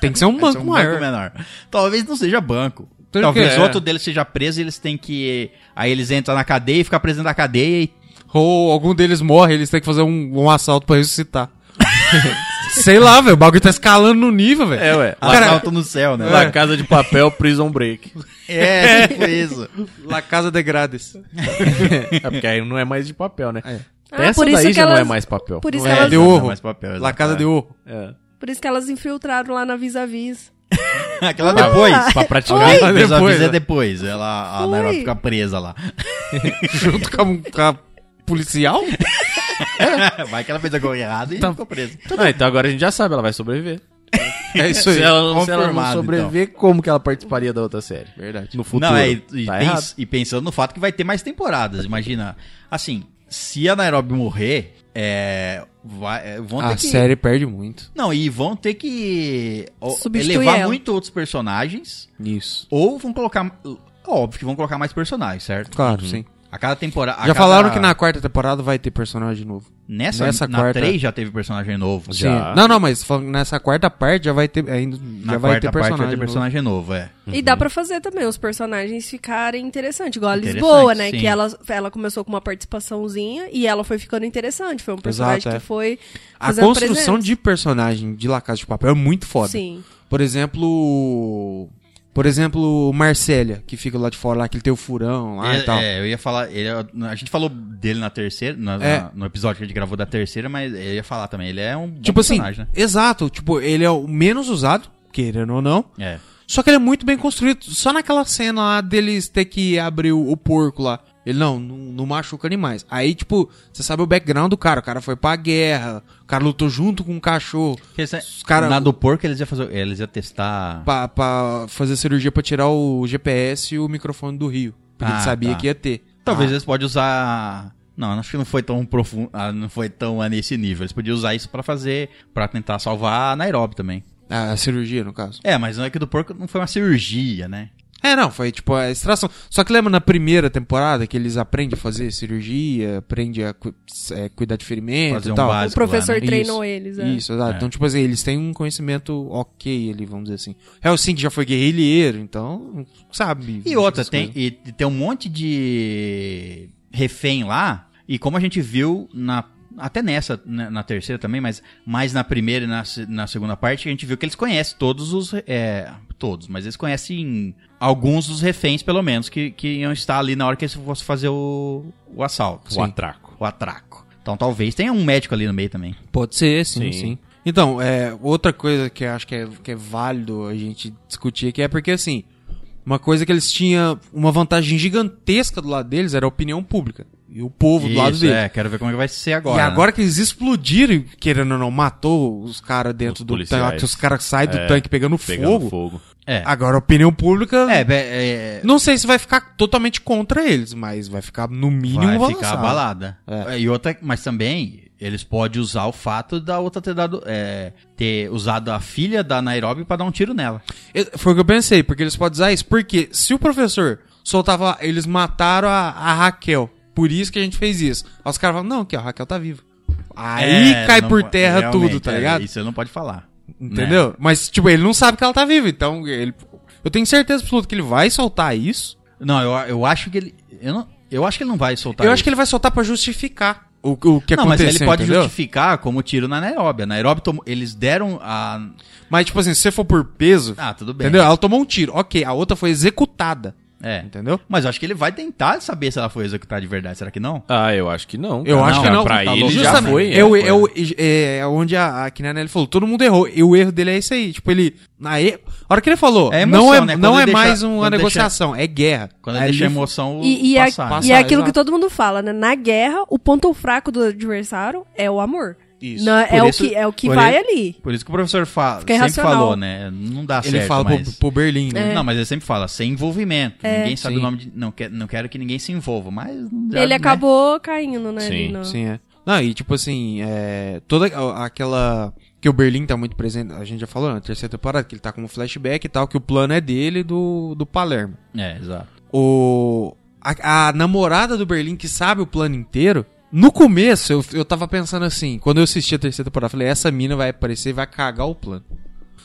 Speaker 4: Tem que ser um
Speaker 1: Vai ser
Speaker 4: banco
Speaker 1: um
Speaker 4: maior.
Speaker 1: banco menor. Talvez não seja banco.
Speaker 4: Então,
Speaker 1: Talvez
Speaker 4: é.
Speaker 1: outro deles seja preso e eles têm que. Aí eles entram na cadeia e ficam presos na cadeia e.
Speaker 4: Ou algum deles morre, eles têm que fazer um, um assalto pra ressuscitar. *laughs* Sei lá, velho. O bagulho tá escalando no nível, velho.
Speaker 2: É, ué.
Speaker 1: *laughs*
Speaker 4: Cara,
Speaker 1: Assalto no céu, né?
Speaker 2: La Casa de Papel, Prison Break. *laughs*
Speaker 1: É, tipo
Speaker 4: *laughs*
Speaker 1: isso.
Speaker 4: La Casa de Grades.
Speaker 2: É porque aí não é mais de papel, né?
Speaker 4: É.
Speaker 3: Ah,
Speaker 2: Até Essa daí já não é mais papel.
Speaker 3: Por isso,
Speaker 4: Não
Speaker 3: que
Speaker 4: é,
Speaker 3: elas,
Speaker 4: deu
Speaker 1: Não,
Speaker 4: ovo.
Speaker 1: né? mais papel,
Speaker 4: La Casa de Ouro.
Speaker 2: É.
Speaker 3: por isso que elas infiltraram lá na Vis-a-Vis.
Speaker 1: *laughs* Aquela depois.
Speaker 2: Pra praticar.
Speaker 1: Mas
Speaker 4: Depois,
Speaker 1: avisa
Speaker 4: né?
Speaker 1: depois. Ela, a
Speaker 3: Foi.
Speaker 1: Nairobi fica presa lá. *laughs*
Speaker 4: Junto com a, com a policial?
Speaker 1: Vai que ela fez algo errado
Speaker 4: Tá
Speaker 1: e ficou presa.
Speaker 2: Ah, então agora a gente já sabe, ela vai sobreviver.
Speaker 4: É isso
Speaker 2: Se
Speaker 4: aí. então.
Speaker 2: ela, não- se ela não
Speaker 1: Confirmado,
Speaker 2: sobreviver, como que ela participaria da outra série?
Speaker 4: Verdade.
Speaker 2: No futuro.
Speaker 1: Não, é, e,
Speaker 2: tá
Speaker 1: pens-
Speaker 2: errado.
Speaker 1: e pensando no fato que vai ter mais temporadas. Imagina, assim, se a Nairobi morrer, é, vai- é, vão ter
Speaker 4: A
Speaker 1: que...
Speaker 4: série perde muito.
Speaker 1: Não, e vão ter que ó,
Speaker 3: Substituir
Speaker 1: elevar
Speaker 3: ela.
Speaker 1: muito outros personagens,
Speaker 4: Isso.
Speaker 1: ou vão colocar... Óbvio que vão colocar mais personagens, certo?
Speaker 4: Claro, sim.
Speaker 1: A cada temporada... a
Speaker 4: Já
Speaker 1: cada-
Speaker 4: falaram que na quarta temporada vai ter personagem novo.
Speaker 1: Nessa,
Speaker 4: nessa
Speaker 1: na
Speaker 4: quarta-
Speaker 1: 3 já teve personagem novo.
Speaker 2: Sim. Já.
Speaker 4: Não, não, mas falando que nessa quarta parte já vai ter. Ainda,
Speaker 1: Na
Speaker 4: já vai ter
Speaker 1: quarta parte
Speaker 4: personagem.
Speaker 1: vai ter
Speaker 4: novo.
Speaker 1: personagem novo, é.
Speaker 3: E
Speaker 4: Uhum.
Speaker 3: dá pra fazer também os personagens ficarem interessantes, igual a
Speaker 1: Interessante,
Speaker 3: Lisboa, né?
Speaker 1: sim.
Speaker 3: Que ela, ela começou com uma participaçãozinha e ela foi ficando interessante. Foi um personagem
Speaker 4: Exato, é.
Speaker 3: que foi
Speaker 4: A
Speaker 3: fazendo
Speaker 4: construção
Speaker 3: presença.
Speaker 4: de personagem de La Casa de Papel é muito foda.
Speaker 3: Sim.
Speaker 4: Por exemplo. o- Por exemplo, o Marcélia, que fica lá de fora, lá, que ele tem o furão lá
Speaker 1: é,
Speaker 4: e tal.
Speaker 1: é, eu ia falar. ele é- a gente falou dele na terceira, na- na-
Speaker 4: É.
Speaker 1: no episódio que a gente gravou da terceira, mas eu ia falar também. Ele é um bom
Speaker 4: tipo assim,
Speaker 1: personagem,
Speaker 4: exato. Tipo, ele é o menos usado, querendo ou não.
Speaker 1: né?
Speaker 4: Só que ele é muito bem construído. Só naquela cena lá deles ter que abrir o, o porco lá. Ele não, não, não machuca animais. Aí, tipo, você sabe o background do cara. O cara foi pra guerra. O cara lutou junto com um cachorro.
Speaker 1: É. Os
Speaker 4: Os cara-
Speaker 1: Na do porco eles iam fazer. Eles iam testar.
Speaker 4: Pra, pra fazer cirurgia pra tirar o GPS e o microfone do rio. Porque
Speaker 1: Ah,
Speaker 4: ele sabia
Speaker 1: tá.
Speaker 4: que ia ter.
Speaker 1: Talvez
Speaker 4: Ah,
Speaker 1: eles podem usar. Não, acho que não foi tão profundo. ah, Não foi tão ah, nesse nível. Eles podiam usar isso pra fazer. pra tentar salvar a Nairobi também.
Speaker 4: Ah, a cirurgia, no caso.
Speaker 1: É, mas não é que do porco não foi uma cirurgia, né?
Speaker 4: É, não, foi tipo a extração. Só que lembra na primeira temporada que eles aprendem a fazer cirurgia, aprendem a cu- é, cuidar de ferimento
Speaker 1: Fazer
Speaker 4: e
Speaker 1: um
Speaker 4: tal.
Speaker 1: básico.
Speaker 3: O professor
Speaker 1: lá,
Speaker 4: né?
Speaker 3: treinou
Speaker 4: Isso,
Speaker 3: eles, é.
Speaker 4: Isso, exato. Então, tipo assim, eles têm um conhecimento ok ali, vamos dizer assim. Helsinki já foi guerrilheiro, então sabe.
Speaker 1: E outra,
Speaker 4: essas
Speaker 1: tem,
Speaker 4: coisas.
Speaker 1: e tem um monte de refém lá, e como a gente viu na. Até nessa, né, na terceira também, mas mais na primeira e na, se- na segunda parte, a gente viu que eles conhecem todos os. é, todos, mas eles conhecem alguns dos reféns, pelo menos, que, que iam estar ali na hora que eles fossem fazer o, o assalto.
Speaker 2: O atraco.
Speaker 1: O atraco. Então talvez tenha um médico ali no meio também.
Speaker 4: Pode ser, sim,
Speaker 2: Sim.
Speaker 4: sim. Então, é, outra coisa que eu acho que é, que é válido a gente discutir aqui é porque, assim, uma coisa que eles tinham uma vantagem gigantesca do lado deles era a opinião pública. E o povo do lado
Speaker 1: Isso,
Speaker 4: deles.
Speaker 1: é, quero ver como é que vai ser agora.
Speaker 4: e
Speaker 1: né?
Speaker 4: agora que eles explodiram, querendo ou não, matou os caras dentro
Speaker 2: Os
Speaker 4: do
Speaker 2: policiais.
Speaker 4: tanque, os caras saem do tanque pegando,
Speaker 2: Pegando
Speaker 4: fogo.
Speaker 2: fogo.
Speaker 1: É.
Speaker 4: Agora a opinião pública.
Speaker 1: É, é, é,
Speaker 4: Não sei se vai ficar totalmente contra eles, mas vai É. ficar no mínimo
Speaker 1: vai
Speaker 4: balançada.
Speaker 1: ficar abalada. E outra, mas também Eles podem usar o fato da outra ter dado. é, ter usado a filha da Nairobi pra dar um tiro nela.
Speaker 4: Eu- Foi o que eu pensei, porque eles podem usar isso. Porque se o professor soltava, eles mataram a, a Raquel. Por isso que a gente fez isso. Aí os caras falam, não, que a Raquel tá viva. Aí
Speaker 1: É,
Speaker 4: cai
Speaker 1: não
Speaker 4: por
Speaker 1: po-
Speaker 4: terra tudo,
Speaker 1: realmente,
Speaker 4: tá
Speaker 1: é,
Speaker 4: ligado?
Speaker 1: Isso né? você não pode falar.
Speaker 4: Entendeu? Mas, tipo, ele não sabe que ela tá viva, então ele. Eu tenho certeza absoluta que ele vai soltar isso.
Speaker 1: Não, eu, eu acho que ele. Eu, não, eu acho que ele não vai soltar
Speaker 4: eu acho que ele vai soltar pra justificar o, o que
Speaker 1: Tá Não,
Speaker 4: aconteceu,
Speaker 1: mas ele pode
Speaker 4: entendeu?
Speaker 1: justificar como tiro na Nairobi. A Nairobi tomou. Eles deram a.
Speaker 4: Mas, tipo assim, se você for por peso,
Speaker 1: Ah, tudo bem.
Speaker 4: entendeu? Ela tomou um tiro, ok, a outra foi executada,
Speaker 1: É.
Speaker 4: entendeu?
Speaker 1: Mas eu acho que ele vai tentar saber se ela foi executada de verdade. Será que não?
Speaker 2: Ah, eu acho que não.
Speaker 4: Eu acho que não.
Speaker 2: Pra
Speaker 1: tá
Speaker 2: ele
Speaker 1: louco.
Speaker 2: já
Speaker 4: Justamente,
Speaker 2: foi.
Speaker 4: É, o- é, o- é, é onde a, a que nem a Nelly falou, todo mundo errou. E o erro dele é isso aí. Tipo, ele. Na e- a hora que ele falou,
Speaker 1: É emoção,
Speaker 4: não é,
Speaker 1: né? Quando
Speaker 4: não
Speaker 1: ele
Speaker 4: é
Speaker 1: deixa-
Speaker 4: mais uma
Speaker 1: quando deixa-
Speaker 4: negociação, é guerra.
Speaker 1: Quando
Speaker 4: Aí
Speaker 1: ele deixa a
Speaker 4: ele-
Speaker 1: emoção
Speaker 3: E, e é,
Speaker 1: passar.
Speaker 4: Passar,
Speaker 3: e é aquilo
Speaker 4: exato.
Speaker 3: que todo mundo fala, né? Na guerra, o ponto fraco do adversário é o amor.
Speaker 4: Isso.
Speaker 3: Não, é,
Speaker 1: Por
Speaker 3: o
Speaker 1: isso-
Speaker 3: que, é o que
Speaker 1: por
Speaker 3: vai
Speaker 1: isso-
Speaker 3: ali.
Speaker 1: Por isso que o professor fala, sempre
Speaker 3: irracional.
Speaker 1: falou, né? Não dá
Speaker 4: Ele
Speaker 1: certo,
Speaker 4: fala pro-
Speaker 1: mas...
Speaker 4: pro, Berlim,
Speaker 3: É.
Speaker 4: né?
Speaker 1: Não, mas ele sempre fala, sem envolvimento. Ninguém sabe
Speaker 4: Sim.
Speaker 1: o nome de... Não, quer, não quero que ninguém se envolva, mas... já,
Speaker 3: Ele
Speaker 1: né?
Speaker 3: acabou caindo, né?
Speaker 2: Sim,
Speaker 3: ali no-
Speaker 4: Sim, é. Não, e tipo assim, é, toda a- aquela. Que o Berlim tá muito presente, a gente já falou né? na terceira temporada, que ele tá com um flashback e tal, que o plano é dele e do, do Palermo.
Speaker 1: É, exato.
Speaker 4: O. A, a namorada do Berlim, que sabe o plano inteiro, no começo eu, eu tava pensando assim, quando eu assisti a terceira temporada, eu falei, essa mina vai aparecer e vai cagar o plano.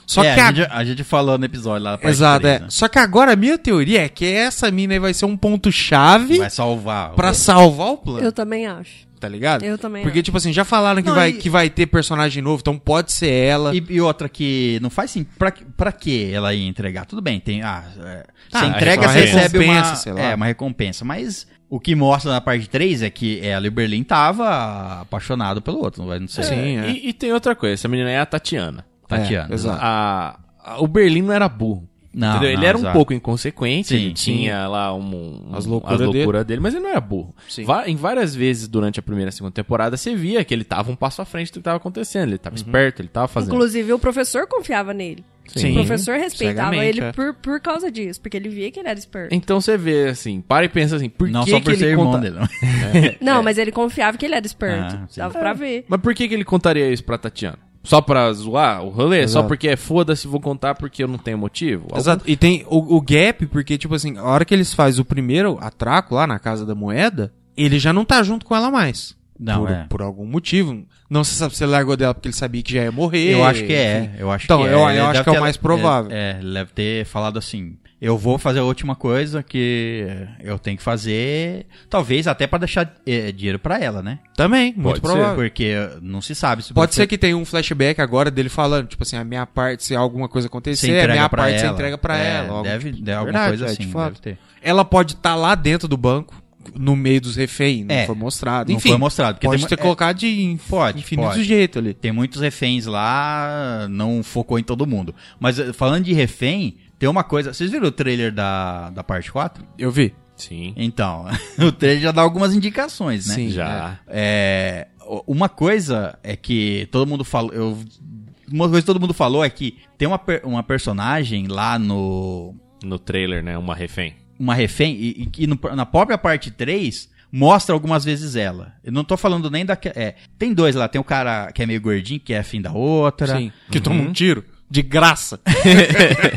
Speaker 4: Só
Speaker 1: É,
Speaker 4: que
Speaker 1: a,
Speaker 4: a,
Speaker 1: gente, a gente falou no episódio lá na parte
Speaker 4: Exato,
Speaker 1: três,
Speaker 4: é.
Speaker 1: né?
Speaker 4: Só que agora a minha teoria é que essa mina aí vai ser um ponto-chave
Speaker 1: Vai salvar.
Speaker 4: pra salvar o plano,
Speaker 3: Eu também acho.
Speaker 4: tá ligado?
Speaker 3: Eu também
Speaker 4: Porque,
Speaker 3: acho.
Speaker 4: tipo assim, já falaram que,
Speaker 1: Não,
Speaker 4: vai,
Speaker 1: e-
Speaker 4: que vai ter personagem novo, então pode ser ela.
Speaker 1: E, e outra que não faz sentido. Pra, que- pra que ela ia entregar? Tudo bem, tem. Ah, é,
Speaker 4: Ah,
Speaker 1: você entrega,
Speaker 2: uma
Speaker 1: você recebe uma,
Speaker 4: recompensa, sei lá.
Speaker 1: é, uma recompensa. Mas o que mostra na parte 3 é que ela e o Berlim tava apaixonado pelo outro. Não, vai- não sei.
Speaker 4: Sim, é.
Speaker 2: E, e tem outra coisa, essa menina é a Tatiana.
Speaker 1: Tatiana.
Speaker 4: É, exato.
Speaker 2: A- a- o Berlim não era burro.
Speaker 1: Não,
Speaker 2: entendeu? Ele
Speaker 1: não,
Speaker 2: era um
Speaker 1: exato.
Speaker 2: pouco inconsequente,
Speaker 1: Sim,
Speaker 2: ele
Speaker 1: sim.
Speaker 2: tinha lá um, um-
Speaker 4: As loucuras
Speaker 2: loucuras dele. mas ele não era burro.
Speaker 4: Sim.
Speaker 2: Va- em várias vezes durante a primeira e segunda temporada, você via que ele tava um passo à frente do que tava acontecendo. Ele
Speaker 1: Uhum.
Speaker 2: tava esperto, ele tava
Speaker 4: né?
Speaker 2: fazendo.
Speaker 3: Inclusive, o professor confiava nele.
Speaker 4: Sim.
Speaker 3: o professor respeitava
Speaker 4: cegamente,
Speaker 3: ele
Speaker 4: é.
Speaker 3: por, por causa disso, porque ele via que ele era esperto.
Speaker 2: Então você vê assim, para e pensa assim, por
Speaker 1: Não
Speaker 2: que,
Speaker 1: só
Speaker 2: que
Speaker 1: por
Speaker 2: ele
Speaker 1: ser
Speaker 2: conta...
Speaker 1: irmão dele. não.
Speaker 4: Então, é.
Speaker 3: Não, mas ele confiava que ele era esperto.
Speaker 1: Ah, sim.
Speaker 3: Dava pra ver.
Speaker 2: Mas por que, que ele contaria isso pra Tatiana? Só pra zoar o rolê? Só
Speaker 4: Exato.
Speaker 2: porque é foda-se, vou contar porque eu não tenho motivo? Algum-
Speaker 4: Exato. E tem o, o gap, porque, tipo assim, a hora que eles fazem o primeiro atraco lá na Casa da Moeda, ele já não tá junto com ela mais.
Speaker 1: Não,
Speaker 4: por,
Speaker 1: é.
Speaker 4: por algum motivo. Não se sabe se ele largou dela porque ele sabia que já ia morrer.
Speaker 1: Eu acho que
Speaker 4: enfim.
Speaker 1: é. Eu acho
Speaker 4: Então,
Speaker 1: que é.
Speaker 4: eu- eu
Speaker 1: Ele
Speaker 4: acho
Speaker 1: deve
Speaker 4: que é o
Speaker 1: ter-
Speaker 4: mais provável.
Speaker 1: É, ele deve ter falado assim: eu vou fazer a última coisa que eu tenho que fazer. Talvez até pra deixar eh, dinheiro pra ela, né?
Speaker 4: Também, muito
Speaker 2: ser,
Speaker 4: provável.
Speaker 1: Porque não se sabe se o
Speaker 4: É. Pode ser
Speaker 1: professor-
Speaker 4: que tenha um flashback agora dele falando, tipo assim, a minha parte, se alguma coisa acontecer,
Speaker 1: Você
Speaker 4: a
Speaker 1: entrega
Speaker 4: minha
Speaker 1: pra
Speaker 4: parte você
Speaker 1: ela.
Speaker 4: entrega pra
Speaker 1: É,
Speaker 4: ela. algo
Speaker 1: deve-
Speaker 4: tipo-
Speaker 1: deve alguma coisa
Speaker 4: é,
Speaker 1: assim,
Speaker 4: de fato.
Speaker 1: deve ter.
Speaker 4: Ela pode estar lá dentro do banco, no meio dos reféns, não
Speaker 1: É,
Speaker 4: foi mostrado.
Speaker 1: não
Speaker 4: Enfim,
Speaker 1: foi mostrado, porque
Speaker 4: pode
Speaker 1: tem-
Speaker 4: ter
Speaker 1: é,
Speaker 4: colocado de inf-
Speaker 1: pode,
Speaker 4: infinito
Speaker 1: pode.
Speaker 4: jeito ali.
Speaker 1: Tem muitos reféns lá, não focou em todo mundo. Mas eh, falando de refém, tem uma coisa. Vocês viram o trailer da, da parte 4?
Speaker 4: Eu vi.
Speaker 2: Sim.
Speaker 1: Então, *laughs* o trailer já dá algumas indicações, né?
Speaker 4: Sim.
Speaker 2: Já.
Speaker 1: É, o- uma coisa é que todo mundo falou. Eu, uma coisa que todo mundo falou é que tem uma, per- uma personagem lá no.
Speaker 2: No trailer, né? Uma refém.
Speaker 1: Uma refém. E, e que no- na própria parte 3 mostra algumas vezes ela. Eu não tô falando nem da. que- É, tem dois lá. Tem o cara que é meio gordinho, que é afim da outra.
Speaker 4: Sim. Que toma um tiro. De *laughs* graça.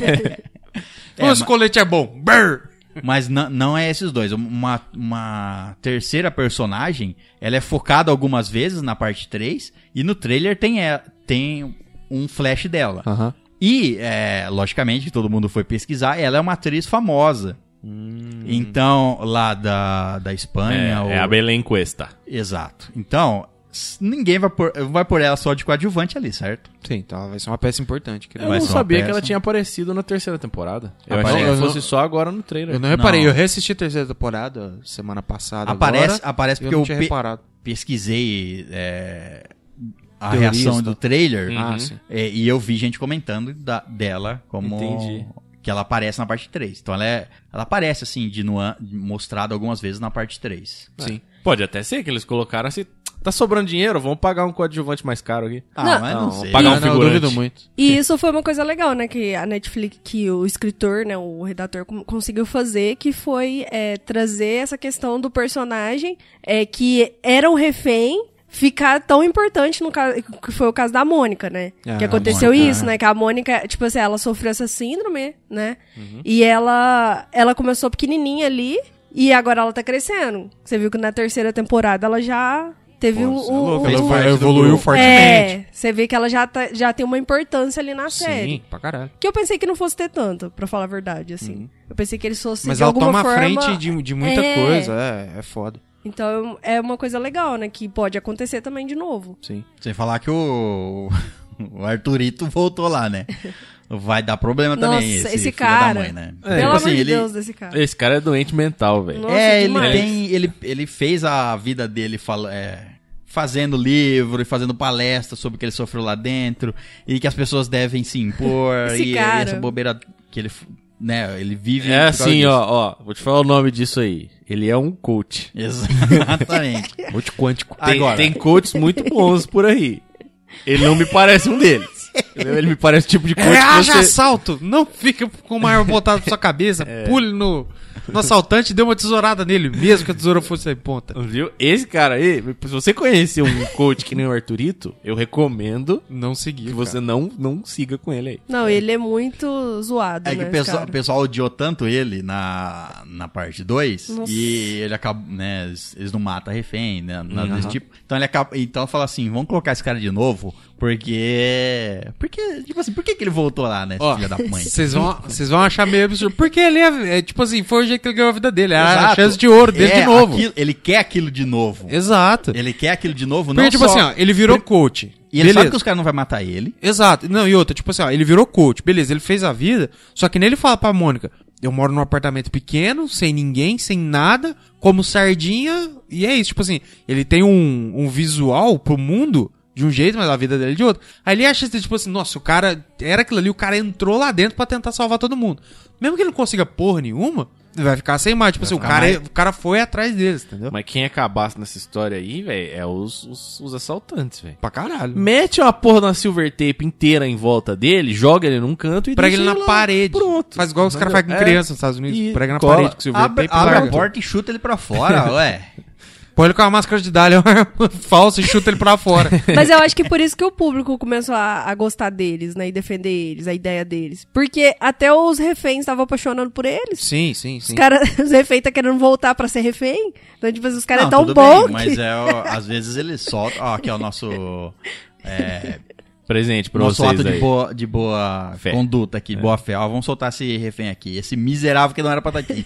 Speaker 1: É,
Speaker 4: Nossa,
Speaker 1: ma-
Speaker 4: o colete é bom. Brr.
Speaker 1: Mas na- não é esses dois. Uma, uma terceira personagem, ela é focada algumas vezes na parte 3. E no trailer tem, e- tem um flash dela.
Speaker 4: Aham.
Speaker 1: E, é, logicamente, que todo mundo foi pesquisar, ela é uma atriz famosa. Então, lá da, da
Speaker 2: Hum. É,
Speaker 1: Espanha. ou-
Speaker 2: é a Belém Cuesta.
Speaker 1: Exato. Então, s- ninguém vai pôr, vai pôr ela só de coadjuvante ali, certo?
Speaker 4: Sim, então ela vai ser uma peça importante.
Speaker 2: Eu
Speaker 4: creio.
Speaker 1: Vai
Speaker 2: não
Speaker 1: ser uma
Speaker 2: sabia que
Speaker 1: peça.
Speaker 2: ela tinha aparecido na terceira temporada. Eu
Speaker 1: Aparece.
Speaker 2: achei que
Speaker 4: Eu não-
Speaker 2: fosse só agora no trailer.
Speaker 4: Eu não reparei,
Speaker 1: Não.
Speaker 4: eu reassisti a terceira temporada semana passada.
Speaker 1: Aparece,
Speaker 4: agora,
Speaker 1: aparece
Speaker 4: eu
Speaker 1: porque
Speaker 4: não
Speaker 1: eu,
Speaker 4: tinha
Speaker 1: pe-
Speaker 4: reparado.
Speaker 1: pesquisei é, a
Speaker 4: Teorias,
Speaker 1: reação do
Speaker 4: tá?
Speaker 1: trailer
Speaker 3: Uhum.
Speaker 4: Ah, sim.
Speaker 1: é, e eu vi gente comentando da- dela como.
Speaker 2: Entendi.
Speaker 1: Que ela aparece na parte 3. Então ela, é, ela aparece, assim, de nuan, mostrado algumas vezes na parte 3.
Speaker 4: Sim.
Speaker 2: Pode até ser que eles colocaram assim. Tá sobrando dinheiro, vamos pagar um coadjuvante mais caro aqui.
Speaker 1: Ah,
Speaker 3: Não.
Speaker 1: mas
Speaker 2: Não,
Speaker 1: não sei.
Speaker 2: pagar um
Speaker 4: Ah, não, eu
Speaker 2: figurante.
Speaker 4: duvido muito.
Speaker 3: E isso foi uma coisa legal, né? Que a Netflix, que o escritor, né, o redator com- conseguiu fazer, que foi é, trazer essa questão do personagem é, que era um refém, ficar tão importante no caso, que foi o caso da Mônica, né?
Speaker 4: Ah,
Speaker 3: que aconteceu
Speaker 1: a Mônica,
Speaker 3: isso,
Speaker 1: é.
Speaker 3: né? Que a Mônica, tipo assim, ela sofreu essa síndrome, né?
Speaker 1: Uhum.
Speaker 3: E ela ela começou pequenininha ali e agora ela tá crescendo. Você viu que na terceira temporada ela já teve um-
Speaker 1: você é
Speaker 3: um,
Speaker 1: louco,
Speaker 3: um-
Speaker 1: fez parte
Speaker 4: Ela
Speaker 1: do
Speaker 4: evoluiu
Speaker 1: grupo.
Speaker 4: fortemente.
Speaker 3: é, você vê que ela já, tá- já tem uma importância ali na série.
Speaker 4: Sim, pra caralho.
Speaker 3: Que eu pensei que não fosse ter tanto, pra falar a verdade, assim. Eu pensei que eles fossem
Speaker 4: Uhum. Mas
Speaker 3: de
Speaker 4: ela
Speaker 3: alguma
Speaker 4: toma a
Speaker 3: forma...
Speaker 4: frente de, de muita
Speaker 3: É.
Speaker 4: coisa. É, é foda.
Speaker 3: Então é uma coisa legal, né? Que pode acontecer também de novo.
Speaker 4: Sim.
Speaker 1: Sem falar que o, o Arthurito voltou lá,
Speaker 3: *laughs*
Speaker 1: né? Vai dar problema também
Speaker 3: Nossa,
Speaker 1: esse,
Speaker 3: esse
Speaker 1: filho
Speaker 3: cara.
Speaker 1: da mãe, né?
Speaker 2: É,
Speaker 3: Pelo
Speaker 2: tipo
Speaker 3: amor de
Speaker 1: ele,
Speaker 3: Deus desse cara.
Speaker 2: Esse cara é doente mental, velho.
Speaker 3: Nossa,
Speaker 1: é, ele
Speaker 3: demais.
Speaker 1: tem, ele, ele fez a vida dele fala, é, fazendo livro e fazendo palestra sobre o que ele sofreu lá dentro e que as pessoas devem se
Speaker 3: *laughs*
Speaker 1: impor
Speaker 3: Esse
Speaker 1: e,
Speaker 3: cara.
Speaker 1: essa bobeira que ele, f- né, ele vive.
Speaker 2: É
Speaker 1: por causa
Speaker 2: assim,
Speaker 1: disso.
Speaker 2: ó, ó. Vou te falar o nome disso aí. Ele é um coach.
Speaker 1: *laughs* Exatamente.
Speaker 3: *laughs*
Speaker 4: Muito quântico.
Speaker 1: Ah,
Speaker 2: Tem,
Speaker 1: Agora.
Speaker 2: tem coaches muito bons por aí. Ele não me parece um deles. Entendeu? Ele me parece o tipo de
Speaker 4: Então,
Speaker 2: coach que
Speaker 4: Reaja
Speaker 2: você...
Speaker 4: É assalto! Não fica com uma arma botada na sua *laughs* cabeça. Pule no, no assaltante e dê uma tesourada nele, mesmo que a tesoura fosse sem ponta.
Speaker 2: Viu? Esse cara aí, se você conhecer um coach que nem o Arthurito, eu recomendo
Speaker 4: Não
Speaker 2: que
Speaker 4: seguiu.
Speaker 2: você não, não siga com ele aí.
Speaker 3: Não, ele é muito zoado,
Speaker 1: É que
Speaker 3: né?
Speaker 1: o
Speaker 3: esse
Speaker 1: pessoal, o
Speaker 3: cara?
Speaker 1: pessoal odiou tanto ele na, na parte 2
Speaker 3: Nossa.
Speaker 1: e ele acaba, né, eles eles não matam refém, né, nada
Speaker 2: Uhum.
Speaker 1: desse tipo. Então ele acaba, então fala assim, vamos colocar esse cara de novo, porque porque tipo assim, por que que ele voltou lá, né,
Speaker 4: Ó,
Speaker 1: filha da
Speaker 2: *laughs*
Speaker 1: mãe?
Speaker 4: Vocês vão, vocês vão achar meio absurdo. Porque ele é, é, tipo assim, foi o jeito que ele ganhou a vida dele. Era a
Speaker 1: Exato.
Speaker 4: É, chance de ouro dele
Speaker 1: É,
Speaker 4: de novo.
Speaker 1: aquilo- ele quer aquilo de novo.
Speaker 4: Exato.
Speaker 1: Ele quer aquilo de novo, não
Speaker 4: Porque, tipo
Speaker 1: só...
Speaker 4: assim, ó, ele virou coach.
Speaker 1: e ele sabe
Speaker 4: Beleza.
Speaker 1: que os caras não vão matar ele.
Speaker 4: Exato. Não, e outra, tipo assim, ó, ele virou coach, beleza, ele fez a vida, só que nem ele fala pra Mônica, eu moro num apartamento pequeno, sem ninguém, sem nada, como sardinha, e é isso, tipo assim, ele tem um, um visual pro mundo de um jeito, mas a vida dele é de outro. Aí ele acha, tipo assim, nossa, o cara, era aquilo ali, o cara entrou lá dentro pra tentar salvar todo mundo. Mesmo que ele não consiga porra nenhuma, ele vai ficar sem mais, tipo assim, o
Speaker 2: ficar
Speaker 4: cara,
Speaker 2: mais-
Speaker 4: o cara foi atrás deles, entendeu?
Speaker 2: Mas quem acabasse nessa história aí, velho, é os, os, os assaltantes, velho.
Speaker 4: Pra caralho.
Speaker 2: Mete uma porra na silver tape inteira em volta dele, joga ele num canto e
Speaker 4: Prega
Speaker 2: deixa
Speaker 4: ele na
Speaker 2: lá.
Speaker 4: parede.
Speaker 2: Pronto.
Speaker 4: Faz igual os caras fazem com
Speaker 2: É.
Speaker 4: criança nos Estados Unidos.
Speaker 2: E
Speaker 4: prega na
Speaker 2: cola.
Speaker 4: parede com silver
Speaker 1: Abre,
Speaker 4: tape e
Speaker 1: abre
Speaker 4: larga
Speaker 1: a porta e chuta ele pra
Speaker 4: *laughs*
Speaker 1: fora, ué.
Speaker 4: é Põe ele com a máscara de Dália *laughs* falsa e chuta ele pra fora.
Speaker 3: Mas eu acho que por isso que o público começou a, a gostar deles, né? E defender eles, a ideia deles. Porque até os reféns estavam apaixonando por eles.
Speaker 4: Sim, sim, sim.
Speaker 3: Os, cara, *laughs* os reféns tá querendo voltar pra ser refém. Então, tipo assim, os caras
Speaker 1: Não,
Speaker 3: é tão
Speaker 1: tudo
Speaker 3: bom
Speaker 1: bem,
Speaker 3: que...
Speaker 1: mas é, ó, às vezes ele solta, ó, aqui é o
Speaker 4: *laughs*
Speaker 1: nosso é,
Speaker 2: Presente pra
Speaker 1: Nosso
Speaker 2: vocês
Speaker 1: ato de
Speaker 2: aí.
Speaker 1: boa, de boa
Speaker 2: Fé.
Speaker 1: conduta
Speaker 4: É.
Speaker 1: aqui, boa fé. Ó, vamos soltar esse refém aqui. Esse miserável que não era pra estar
Speaker 4: *laughs*
Speaker 1: aqui.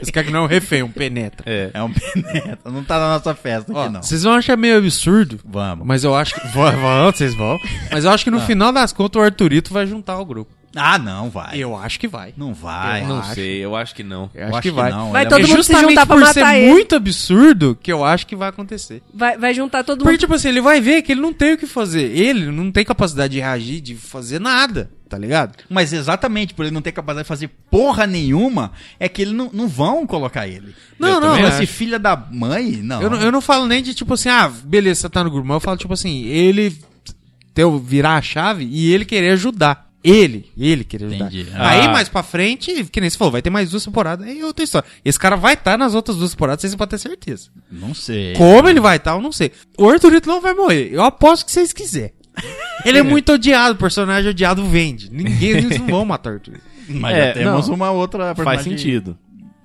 Speaker 4: Esse cara que não é um refém, um penetra.
Speaker 2: É.
Speaker 1: é um peneta. Não tá na nossa festa
Speaker 4: Ó,
Speaker 1: aqui, não.
Speaker 4: vocês vão achar meio absurdo,
Speaker 1: Vamos.
Speaker 4: mas eu acho que... Vão, vão, vocês vão. Mas eu acho que no final das contas o Arthurito vai juntar o grupo.
Speaker 1: Ah, não, vai.
Speaker 4: Eu acho que vai.
Speaker 1: Não vai. Ah,
Speaker 2: não
Speaker 1: Eu
Speaker 2: sei, eu acho que não.
Speaker 4: Eu acho, que, vai.
Speaker 1: não.
Speaker 3: Vai
Speaker 1: Ele é
Speaker 3: todo
Speaker 4: É
Speaker 1: muito-
Speaker 3: mundo se juntar
Speaker 4: justamente
Speaker 3: pra
Speaker 4: por
Speaker 3: matar
Speaker 4: ser
Speaker 3: ele.
Speaker 4: muito absurdo que eu acho que vai acontecer.
Speaker 3: Vai, vai juntar todo
Speaker 4: Porque,
Speaker 3: mundo.
Speaker 4: tipo assim, ele vai ver que ele não tem o que fazer. Ele não tem capacidade de reagir, de fazer nada, tá ligado?
Speaker 1: Mas exatamente, por ele não ter capacidade de fazer porra nenhuma, é que eles não, não vão colocar ele.
Speaker 4: Não, não,
Speaker 1: também
Speaker 4: eu
Speaker 1: Esse
Speaker 4: acho.
Speaker 1: filho da mãe, não.
Speaker 4: Eu, não- eu não falo nem de tipo assim, ah, beleza, você tá no grupo, mas eu falo tipo assim, ele ter, virar a chave e ele querer ajudar. Ele, ele querer ajudar.
Speaker 1: Entendi.
Speaker 4: Aí
Speaker 2: Ah.
Speaker 4: mais pra frente, que nem você falou, vai ter mais duas temporadas, aí é outra história. Esse cara vai estar nas outras duas temporadas, vocês podem ter certeza.
Speaker 1: Não sei.
Speaker 4: Como ele vai estar, eu não sei. O Arthurito não vai morrer, eu aposto que vocês quiserem.
Speaker 2: *laughs*
Speaker 4: Ele é muito odiado, o personagem odiado vende. Ninguém, eles não vão matar o Arthurito.
Speaker 2: *laughs*
Speaker 1: Mas
Speaker 2: É,
Speaker 1: já temos
Speaker 2: não.
Speaker 1: uma outra
Speaker 2: Faz
Speaker 1: personagem
Speaker 2: sentido.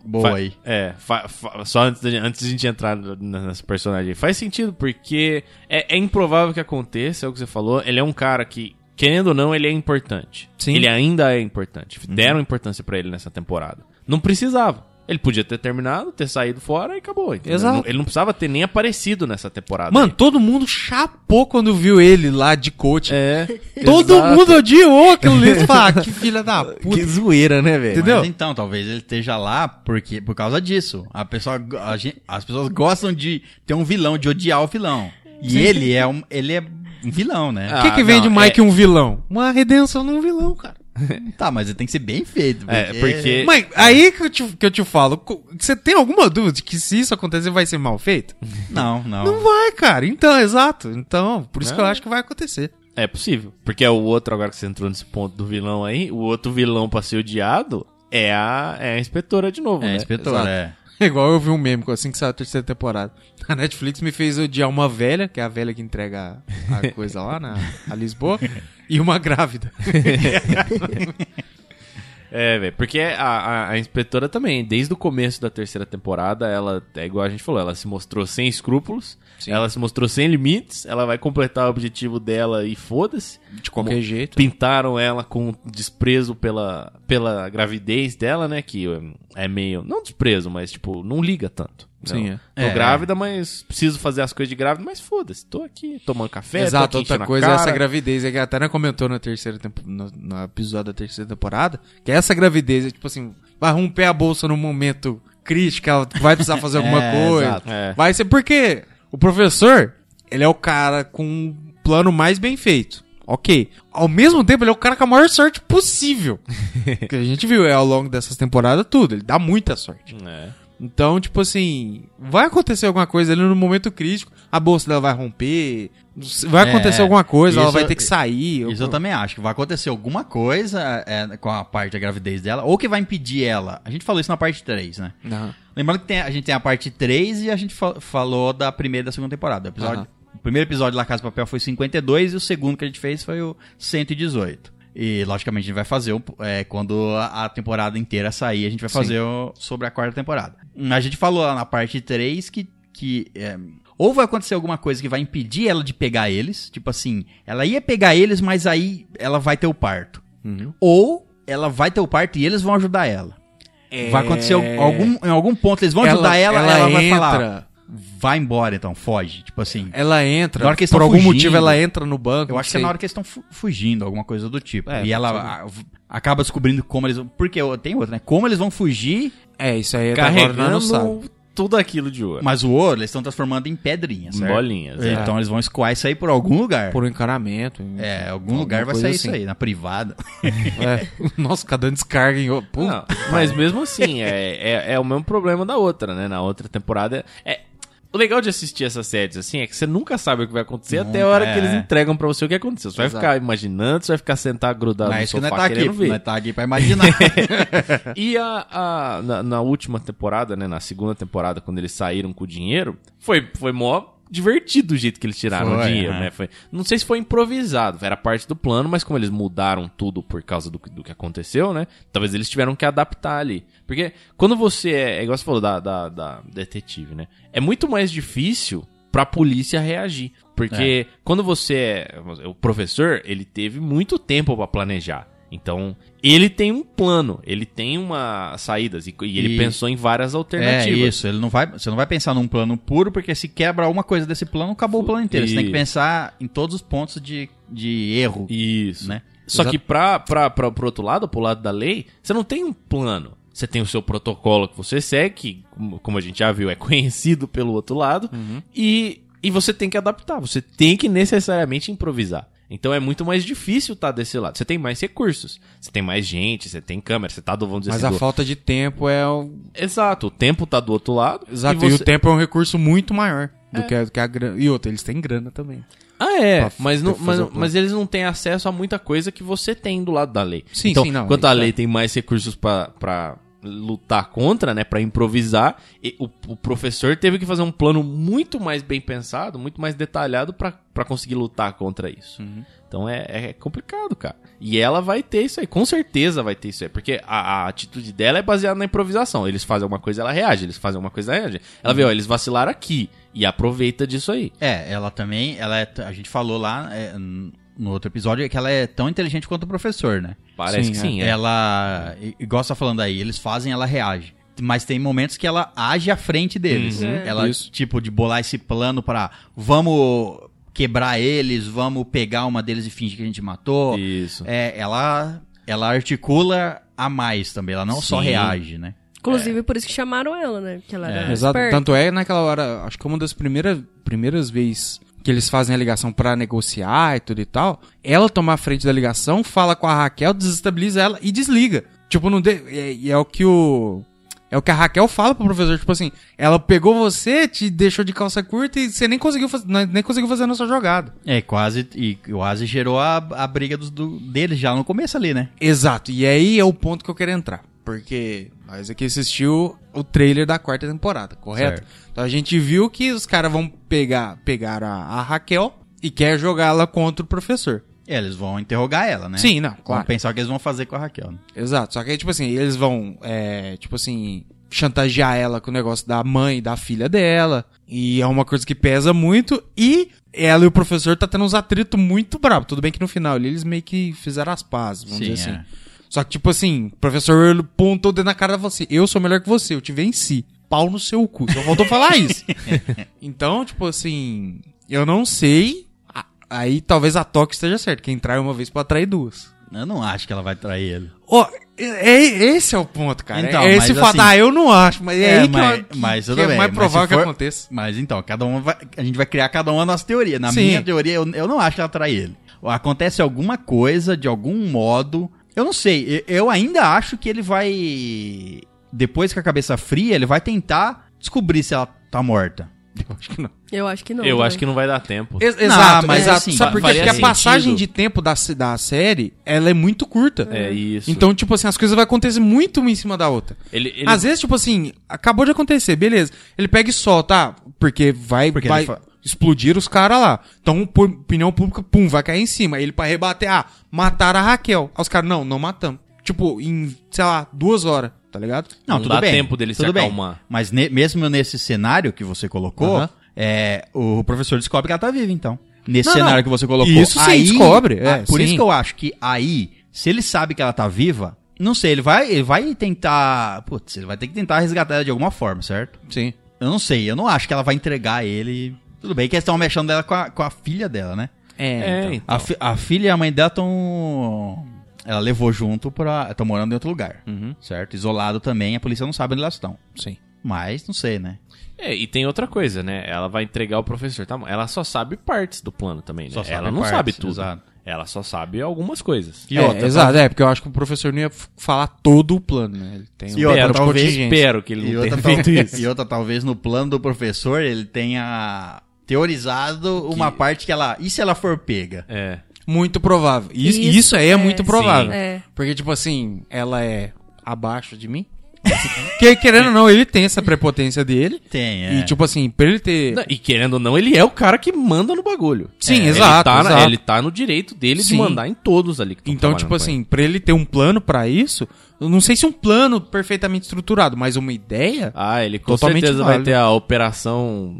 Speaker 1: Boa
Speaker 2: Fa-
Speaker 1: aí.
Speaker 2: É, fa- fa- só antes da, gente- antes de a gente entrar n- nessa personagem. aí. Faz sentido, porque é, é improvável que aconteça, é o que você falou. Ele é um cara que, querendo ou não, ele é importante.
Speaker 4: Sim. Uhum.
Speaker 2: Ele ainda é importante. Deram importância pra ele nessa temporada. Não precisava. Ele podia ter terminado, ter saído fora e acabou. entendeu?
Speaker 4: Exato.
Speaker 2: Não- Ele não precisava ter nem aparecido nessa temporada.
Speaker 4: Mano, todo mundo chapou quando viu ele lá de coach.
Speaker 2: *laughs* é.
Speaker 4: Todo
Speaker 2: exato.
Speaker 4: mundo odiou aquilo ali.
Speaker 2: *laughs*
Speaker 4: Você fala,
Speaker 1: *laughs*
Speaker 4: ah, que filha da puta.
Speaker 2: zoeira, né, velho?
Speaker 4: Entendeu?
Speaker 1: Mas então, talvez ele esteja lá porque, por causa disso. A pessoa, go- a gen- as pessoas gostam de ter um vilão, de odiar o vilão. E ele é um, ele é um vilão, né?
Speaker 4: O
Speaker 2: Ah,
Speaker 4: que, que vende
Speaker 2: não,
Speaker 4: mais
Speaker 2: é-
Speaker 4: que um vilão? Uma redenção num vilão, cara.
Speaker 1: Tá, mas ele tem que ser bem feito.
Speaker 2: É, porque-
Speaker 4: Mas aí que eu te, que eu te falo, co- você tem alguma dúvida de que se isso acontecer vai ser mal feito?
Speaker 1: Não, não.
Speaker 4: Não vai, cara. Então, exato. Então, por isso que eu acho que vai acontecer. *laughs*
Speaker 2: É possível. Porque é o outro, agora que você entrou nesse ponto do vilão aí, o outro vilão pra ser odiado é a, é a inspetora de novo,
Speaker 1: É,
Speaker 2: né?
Speaker 1: inspetor,
Speaker 4: Exato.
Speaker 1: é.
Speaker 4: Igual eu vi um meme assim que saiu a terceira temporada. A Netflix me fez odiar uma velha, que é a velha que entrega a, a coisa lá na a Lisboa, e uma grávida.
Speaker 2: É, velho, porque a, a, a inspetora também, desde o começo da terceira temporada, ela, é igual a gente falou, ela se mostrou sem escrúpulos, ela se mostrou sem limites, ela vai completar o objetivo dela e foda-se.
Speaker 4: De qualquer
Speaker 2: Mo-
Speaker 4: jeito.
Speaker 2: Pintaram ela com desprezo pela, pela gravidez dela, né, que hum, é meio, não desprezo, mas tipo, não liga tanto. Não.
Speaker 4: Sim, é.
Speaker 2: Tô
Speaker 1: É.
Speaker 2: grávida, mas preciso fazer as coisas de grávida, mas foda-se, tô aqui tomando café, tô aqui
Speaker 4: Exato, outra
Speaker 2: enchendo a
Speaker 4: coisa é
Speaker 2: cara.
Speaker 4: essa gravidez, é que a Tana comentou na terceira tempo, no, no episódio da terceira temporada, que essa gravidez é tipo assim, vai romper a bolsa num momento crítico, ela vai precisar
Speaker 2: *laughs*
Speaker 4: fazer alguma
Speaker 1: É,
Speaker 4: coisa.
Speaker 1: exato.
Speaker 2: É.
Speaker 4: Vai ser porque o professor, ele é o cara com um plano mais bem feito. Ok. Ao mesmo tempo, ele é o cara com a maior sorte
Speaker 2: *laughs*
Speaker 4: possível. que a gente viu é, ao longo dessas temporadas tudo. Ele dá muita sorte.
Speaker 2: É.
Speaker 4: Então, tipo assim, vai acontecer alguma coisa ali no momento crítico, a bolsa dela vai romper, vai
Speaker 1: É,
Speaker 4: acontecer alguma coisa, ela
Speaker 1: isso
Speaker 4: vai
Speaker 1: eu-
Speaker 4: ter que sair.
Speaker 1: Isso eu também acho, que vai acontecer alguma coisa é, com a parte da gravidez dela, ou que vai impedir ela. A gente falou isso na parte 3, né?
Speaker 4: Não.
Speaker 1: Lembrando que tem- a gente tem a parte 3 e a gente fa- falou da primeira e da segunda temporada. O, episódio-
Speaker 4: Aham.
Speaker 1: o primeiro episódio da Casa de Papel foi 52 e o segundo que a gente fez foi o 118. E, logicamente, a gente vai fazer o- é, quando a a temporada inteira sair, a gente vai fazer o- sobre a quarta temporada. Hum, A gente falou lá na parte 3 que. que é, ou vai acontecer alguma coisa que vai impedir ela de pegar eles. Tipo assim, ela ia pegar eles, mas aí ela vai ter o parto. Ou ela vai ter o parto e eles vão ajudar ela.
Speaker 4: É,
Speaker 1: Vai acontecer al- algum, em algum ponto, eles vão ajudar ela, ela, vai falar. Vai embora então, foge. Tipo assim.
Speaker 4: Ela entra,
Speaker 1: Na hora que eles
Speaker 4: por
Speaker 1: tão
Speaker 4: algum
Speaker 1: fugindo.
Speaker 4: motivo ela entra no banco.
Speaker 1: eu acho que é
Speaker 4: não
Speaker 1: na
Speaker 4: É, sei.
Speaker 1: hora que eles estão fu- fugindo, alguma coisa do tipo.
Speaker 4: É,
Speaker 1: e ela
Speaker 4: pode ser.
Speaker 1: a- v- acaba descobrindo como eles vão. Porque eu- tem outro, né? Como eles vão fugir,
Speaker 4: É, isso aí até agora nós não sabe.
Speaker 2: Carregando tudo aquilo de ouro.
Speaker 1: mas o ouro eles estão transformando em pedrinhas, certo?
Speaker 2: Bolinhas, é.
Speaker 1: Então eles vão escoar isso aí por algum lugar.
Speaker 4: Por um encanamento. enfim.
Speaker 1: É, algum
Speaker 4: Alguma
Speaker 1: lugar vai
Speaker 4: coisa
Speaker 1: sair
Speaker 4: assim.
Speaker 1: isso aí, na privada.
Speaker 2: Tá,
Speaker 4: É. *laughs* Nossa, cada um descarga em. Pô,
Speaker 2: Não, mas mesmo assim, é, é, é o mesmo problema da outra, né? Na outra temporada. É, o legal de assistir essas séries, assim, é que você nunca sabe o que vai acontecer até a hora
Speaker 1: é.
Speaker 2: que eles entregam pra você o que aconteceu. Você vai
Speaker 4: Exato.
Speaker 2: ficar imaginando, você vai ficar sentado grudado
Speaker 1: Não é
Speaker 2: no
Speaker 1: isso que
Speaker 2: sofá
Speaker 1: nós tá aqui.
Speaker 2: querendo ver.
Speaker 1: Nós tá aqui pra
Speaker 2: *laughs*
Speaker 1: imaginar.
Speaker 2: E a, a- na, na última temporada, né? Na segunda temporada, quando eles saíram com o dinheiro, foi, foi mó divertido o jeito que eles tiraram
Speaker 1: Foi,
Speaker 2: o dinheiro,
Speaker 1: aham.
Speaker 2: né? Foi, não sei se foi improvisado, era parte do plano, mas como eles mudaram tudo por causa do, que- do que aconteceu, né? Talvez eles tiveram que adaptar ali. Porque quando você é, é igual você falou da, da, da detetive, né? É muito mais difícil pra polícia reagir. Porque quando você é. O professor, ele teve muito tempo pra planejar. Então, ele tem um plano, ele tem uma saídas e, e ele
Speaker 1: E-
Speaker 2: pensou em várias
Speaker 1: É
Speaker 2: alternativas.
Speaker 1: isso, ele não vai, você não vai pensar num plano puro, porque se quebra uma coisa desse plano, acabou o plano inteiro. Você tem que
Speaker 2: E-
Speaker 1: pensar em todos os pontos de, de erro,
Speaker 2: Isso.
Speaker 1: né?
Speaker 2: Só
Speaker 1: Exa-
Speaker 2: que pra, pra, pra, pro outro lado, pro lado da lei, você não tem um plano. Você tem o seu protocolo que você segue, que, como- como a gente já viu, é *laughs* conhecido pelo outro lado, e, e você tem que adaptar, você tem que necessariamente improvisar. Então é muito mais difícil estar desse lado. Você tem mais recursos, você tem mais gente, você tem câmera, você tá do, vamos dizer
Speaker 4: mas
Speaker 2: assim,
Speaker 4: a
Speaker 2: do-
Speaker 4: falta de tempo é. o-
Speaker 2: Exato, o tempo tá do outro lado.
Speaker 4: Exato. E,
Speaker 2: você-
Speaker 4: o tempo é um recurso muito maior
Speaker 1: É.
Speaker 4: do que a, do que a grana. E outra, eles têm grana também.
Speaker 2: Ah, é.
Speaker 4: Pra
Speaker 2: mas, não,
Speaker 4: fazer
Speaker 2: mas,
Speaker 4: o plano.
Speaker 2: mas eles não têm acesso a muita coisa que você tem do lado da lei.
Speaker 4: Sim,
Speaker 2: então,
Speaker 4: sim, não,
Speaker 2: Enquanto
Speaker 4: isso
Speaker 2: a
Speaker 4: é.
Speaker 2: lei tem mais recursos pra- pra lutar contra, né, Pra improvisar, e o, o professor teve que fazer um plano muito mais bem pensado, muito mais detalhado pra pra conseguir lutar contra isso.
Speaker 4: Uhum.
Speaker 2: Então é, é complicado, cara. E ela vai ter isso aí, com certeza vai ter isso aí, porque a, a atitude dela é baseada na improvisação. Eles fazem alguma coisa, ela reage. Eles fazem alguma coisa, ela reage. Ela
Speaker 4: Uhum.
Speaker 2: vê, ó, eles vacilaram aqui e aproveita disso aí.
Speaker 1: É, ela também, ela é, t- a gente falou lá é, n- no outro episódio que ela é tão inteligente quanto o professor, né?
Speaker 2: Parece
Speaker 4: Sim,
Speaker 2: que
Speaker 4: é.
Speaker 2: sim. é.
Speaker 1: Ela, i- igual você tá falando aí, eles fazem, ela reage. Mas tem momentos que ela age à frente deles. Ela,
Speaker 4: Uhum. Isso.
Speaker 1: tipo, de bolar esse plano pra vamos quebrar eles, vamos pegar uma deles e fingir que a gente matou.
Speaker 2: Isso.
Speaker 1: É, ela, ela articula a mais também, ela não só
Speaker 2: Sim.
Speaker 1: reage, né?
Speaker 3: Inclusive, por isso que chamaram ela, né? Porque ela era
Speaker 4: Exato.
Speaker 3: esperta.
Speaker 4: Tanto é naquela hora, acho que uma das primeiras, primeiras vezes que eles fazem a ligação pra negociar e tudo e tal, ela toma a frente da ligação, fala com a Raquel, desestabiliza ela e desliga. Tipo, não de... e, e é o que o é o que a Raquel fala pro professor, tipo assim, ela pegou você, te deixou de calça curta e você nem conseguiu fazer, nem conseguiu fazer a nossa jogada.
Speaker 1: É, quase, e quase gerou a, a briga dos, do, deles já no começo ali, né?
Speaker 4: Exato. E aí é o ponto que eu quero entrar. Porque nós aqui assistiu o trailer da quarta temporada, correto? Então a gente viu que os caras vão pegar pegaram a, a Raquel e quer jogá-la contra o professor.
Speaker 1: É, eles vão interrogar ela, né?
Speaker 4: Sim, não,
Speaker 1: Vão
Speaker 4: claro.
Speaker 1: pensar o que eles vão fazer com a Raquel. né?
Speaker 4: Exato. Só que aí, tipo assim, eles vão, é, tipo assim, chantagear ela com o negócio da mãe e da filha dela. E é uma coisa que pesa muito. E ela e o professor tá tendo uns atritos muito bravos. Tudo bem que no final ali eles meio que fizeram as pazes, vamos
Speaker 1: Sim,
Speaker 4: dizer assim.
Speaker 1: é.
Speaker 4: Só que, tipo assim, o professor apontou o dedo na cara de você. Eu sou melhor que você, eu te venci. Pau no seu cu. Só faltou falar
Speaker 1: *laughs*
Speaker 4: isso. então, tipo assim, eu não sei. A- Aí talvez a toque esteja certa. Quem trai uma vez pode atrair duas.
Speaker 1: Eu não acho que ela vai trair ele.
Speaker 4: Ó, é, é- esse é o ponto, cara.
Speaker 1: Então,
Speaker 4: é esse
Speaker 1: mas
Speaker 4: fato.
Speaker 1: assim-
Speaker 4: ah, eu não acho, mas é,
Speaker 1: É,
Speaker 4: aí que,
Speaker 1: mas-
Speaker 4: eu, que,
Speaker 1: mas
Speaker 4: que
Speaker 1: tudo
Speaker 4: é
Speaker 1: bem,
Speaker 4: mais
Speaker 1: mas
Speaker 4: provável
Speaker 1: se
Speaker 4: que
Speaker 1: for-
Speaker 4: aconteça.
Speaker 1: Mas então, cada um vai, a gente vai criar cada uma a nossa teoria. Na
Speaker 4: Sim.
Speaker 1: minha teoria, eu, eu não acho que ela trai ele. Acontece alguma coisa, de algum modo. Eu não sei. Eu, eu ainda acho que ele vai. Depois com a cabeça fria, ele vai tentar descobrir se ela tá morta.
Speaker 4: Eu acho que não.
Speaker 3: Eu acho que não.
Speaker 2: Eu
Speaker 3: né?
Speaker 2: acho que não vai dar tempo.
Speaker 4: Ex- exato,
Speaker 1: mas
Speaker 4: mas exato.
Speaker 1: assim,
Speaker 4: Sabe por quê?
Speaker 2: faria
Speaker 4: Porque a
Speaker 2: sentido.
Speaker 4: passagem de tempo da, se- da série, ela é muito curta.
Speaker 2: É isso.
Speaker 4: Então, tipo assim, as coisas vão acontecer muito uma em cima da outra.
Speaker 2: ele, ele-
Speaker 4: Às vezes, tipo assim, acabou de acontecer, beleza. Ele pega e solta, ah, porque vai,
Speaker 1: Porque
Speaker 4: vai
Speaker 1: ele fa-
Speaker 4: explodir os caras lá. Então, por opinião pública, pum, vai cair em cima. Ele pra rebater, ah, mataram a Raquel. Aí os caras, não, não matamos. Tipo, em, sei lá, duas horas, tá ligado?
Speaker 1: Não,
Speaker 2: Não
Speaker 1: tudo
Speaker 2: dá
Speaker 1: bem.
Speaker 2: tempo dele se
Speaker 1: tudo bem.
Speaker 2: acalmar.
Speaker 1: Mas ne- mesmo nesse cenário que você colocou,
Speaker 4: Aham.
Speaker 1: é, o professor descobre que ela tá viva, então. Nesse
Speaker 4: Não, não.
Speaker 1: cenário que você colocou.
Speaker 4: Isso sim, descobre, é,
Speaker 1: Ah, por
Speaker 4: sim.
Speaker 1: isso que eu acho que aí, se ele sabe que ela tá viva, não sei, ele vai, ele vai tentar. Putz, ele vai ter que tentar resgatar ela de alguma forma, certo?
Speaker 4: Sim.
Speaker 1: Eu não sei, eu não acho que ela vai entregar ele. Tudo bem que eles estão mexendo dela com a, com a filha dela, né?
Speaker 2: É, então.
Speaker 1: A, fi- a filha e a mãe dela estão. Ela levou junto pra. Estão morando em outro lugar,
Speaker 4: Uhum.
Speaker 1: certo? Isolado também, a polícia não sabe onde elas estão.
Speaker 4: Ah, Sim.
Speaker 1: Mas não sei, né?
Speaker 2: É, e tem outra coisa, né? Ela vai entregar o professor, tá? Ela só sabe partes do plano também, né?
Speaker 1: Só sabe
Speaker 2: ela não
Speaker 1: partes,
Speaker 2: sabe tudo.
Speaker 1: exato.
Speaker 2: Ela só sabe algumas coisas.
Speaker 1: E
Speaker 4: é,
Speaker 1: outra, tá-
Speaker 4: exato, é, porque eu acho que o professor não ia f- falar todo o plano, né? Ele tem
Speaker 1: E outra,
Speaker 4: plano
Speaker 2: espero,
Speaker 1: talvez,
Speaker 4: contingente. tá
Speaker 2: espero que ele
Speaker 1: E
Speaker 2: não
Speaker 1: outra,
Speaker 2: tenha
Speaker 1: tal-
Speaker 2: feito
Speaker 1: *laughs*
Speaker 2: isso.
Speaker 1: e outra, talvez no plano do professor ele tenha teorizado uma parte que ela. E se ela for pega?
Speaker 2: É.
Speaker 4: Muito provável. E Isso,
Speaker 3: Isso,
Speaker 4: isso aí é,
Speaker 3: é.
Speaker 4: muito provável.
Speaker 2: Sim.
Speaker 3: É.
Speaker 4: Porque, tipo assim, ela é abaixo de mim. *laughs* Porque, querendo ou não, ele tem essa prepotência dele.
Speaker 1: Tem, é.
Speaker 4: E, tipo assim, pra ele ter.
Speaker 2: Não, e querendo ou não, ele é o cara que manda no bagulho.
Speaker 4: Sim,
Speaker 2: É, ele
Speaker 4: exato,
Speaker 2: tá na-
Speaker 4: exato.
Speaker 2: Ele tá no direito dele
Speaker 4: Sim.
Speaker 2: de mandar em todos ali. que tão
Speaker 4: então,
Speaker 2: trabalhando
Speaker 4: tipo
Speaker 2: com
Speaker 4: assim, pra ele ter um plano pra isso, eu não sei se um plano perfeitamente estruturado, mas uma ideia,
Speaker 2: Ah, ele com
Speaker 4: Totalmente
Speaker 2: certeza vai
Speaker 4: válido.
Speaker 2: ter a Operação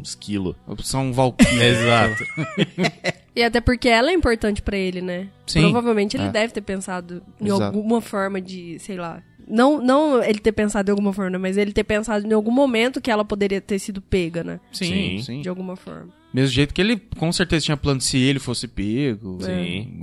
Speaker 4: *laughs*
Speaker 2: Esquilo.
Speaker 3: *laughs*
Speaker 4: opção Valkyrie.
Speaker 2: Exato.
Speaker 3: E até porque ela é importante pra ele, né?
Speaker 4: Sim.
Speaker 3: Provavelmente ele
Speaker 4: É.
Speaker 3: deve ter pensado em
Speaker 4: Exato.
Speaker 3: alguma forma de, sei lá. Não, não ele ter pensado em alguma forma, né? mas ele ter pensado em algum momento que ela poderia ter sido pega, né?
Speaker 4: Sim,
Speaker 2: Sim.
Speaker 4: sim.
Speaker 3: De alguma forma.
Speaker 4: Mesmo jeito que ele com certeza tinha plano se ele fosse pego.
Speaker 2: Sim.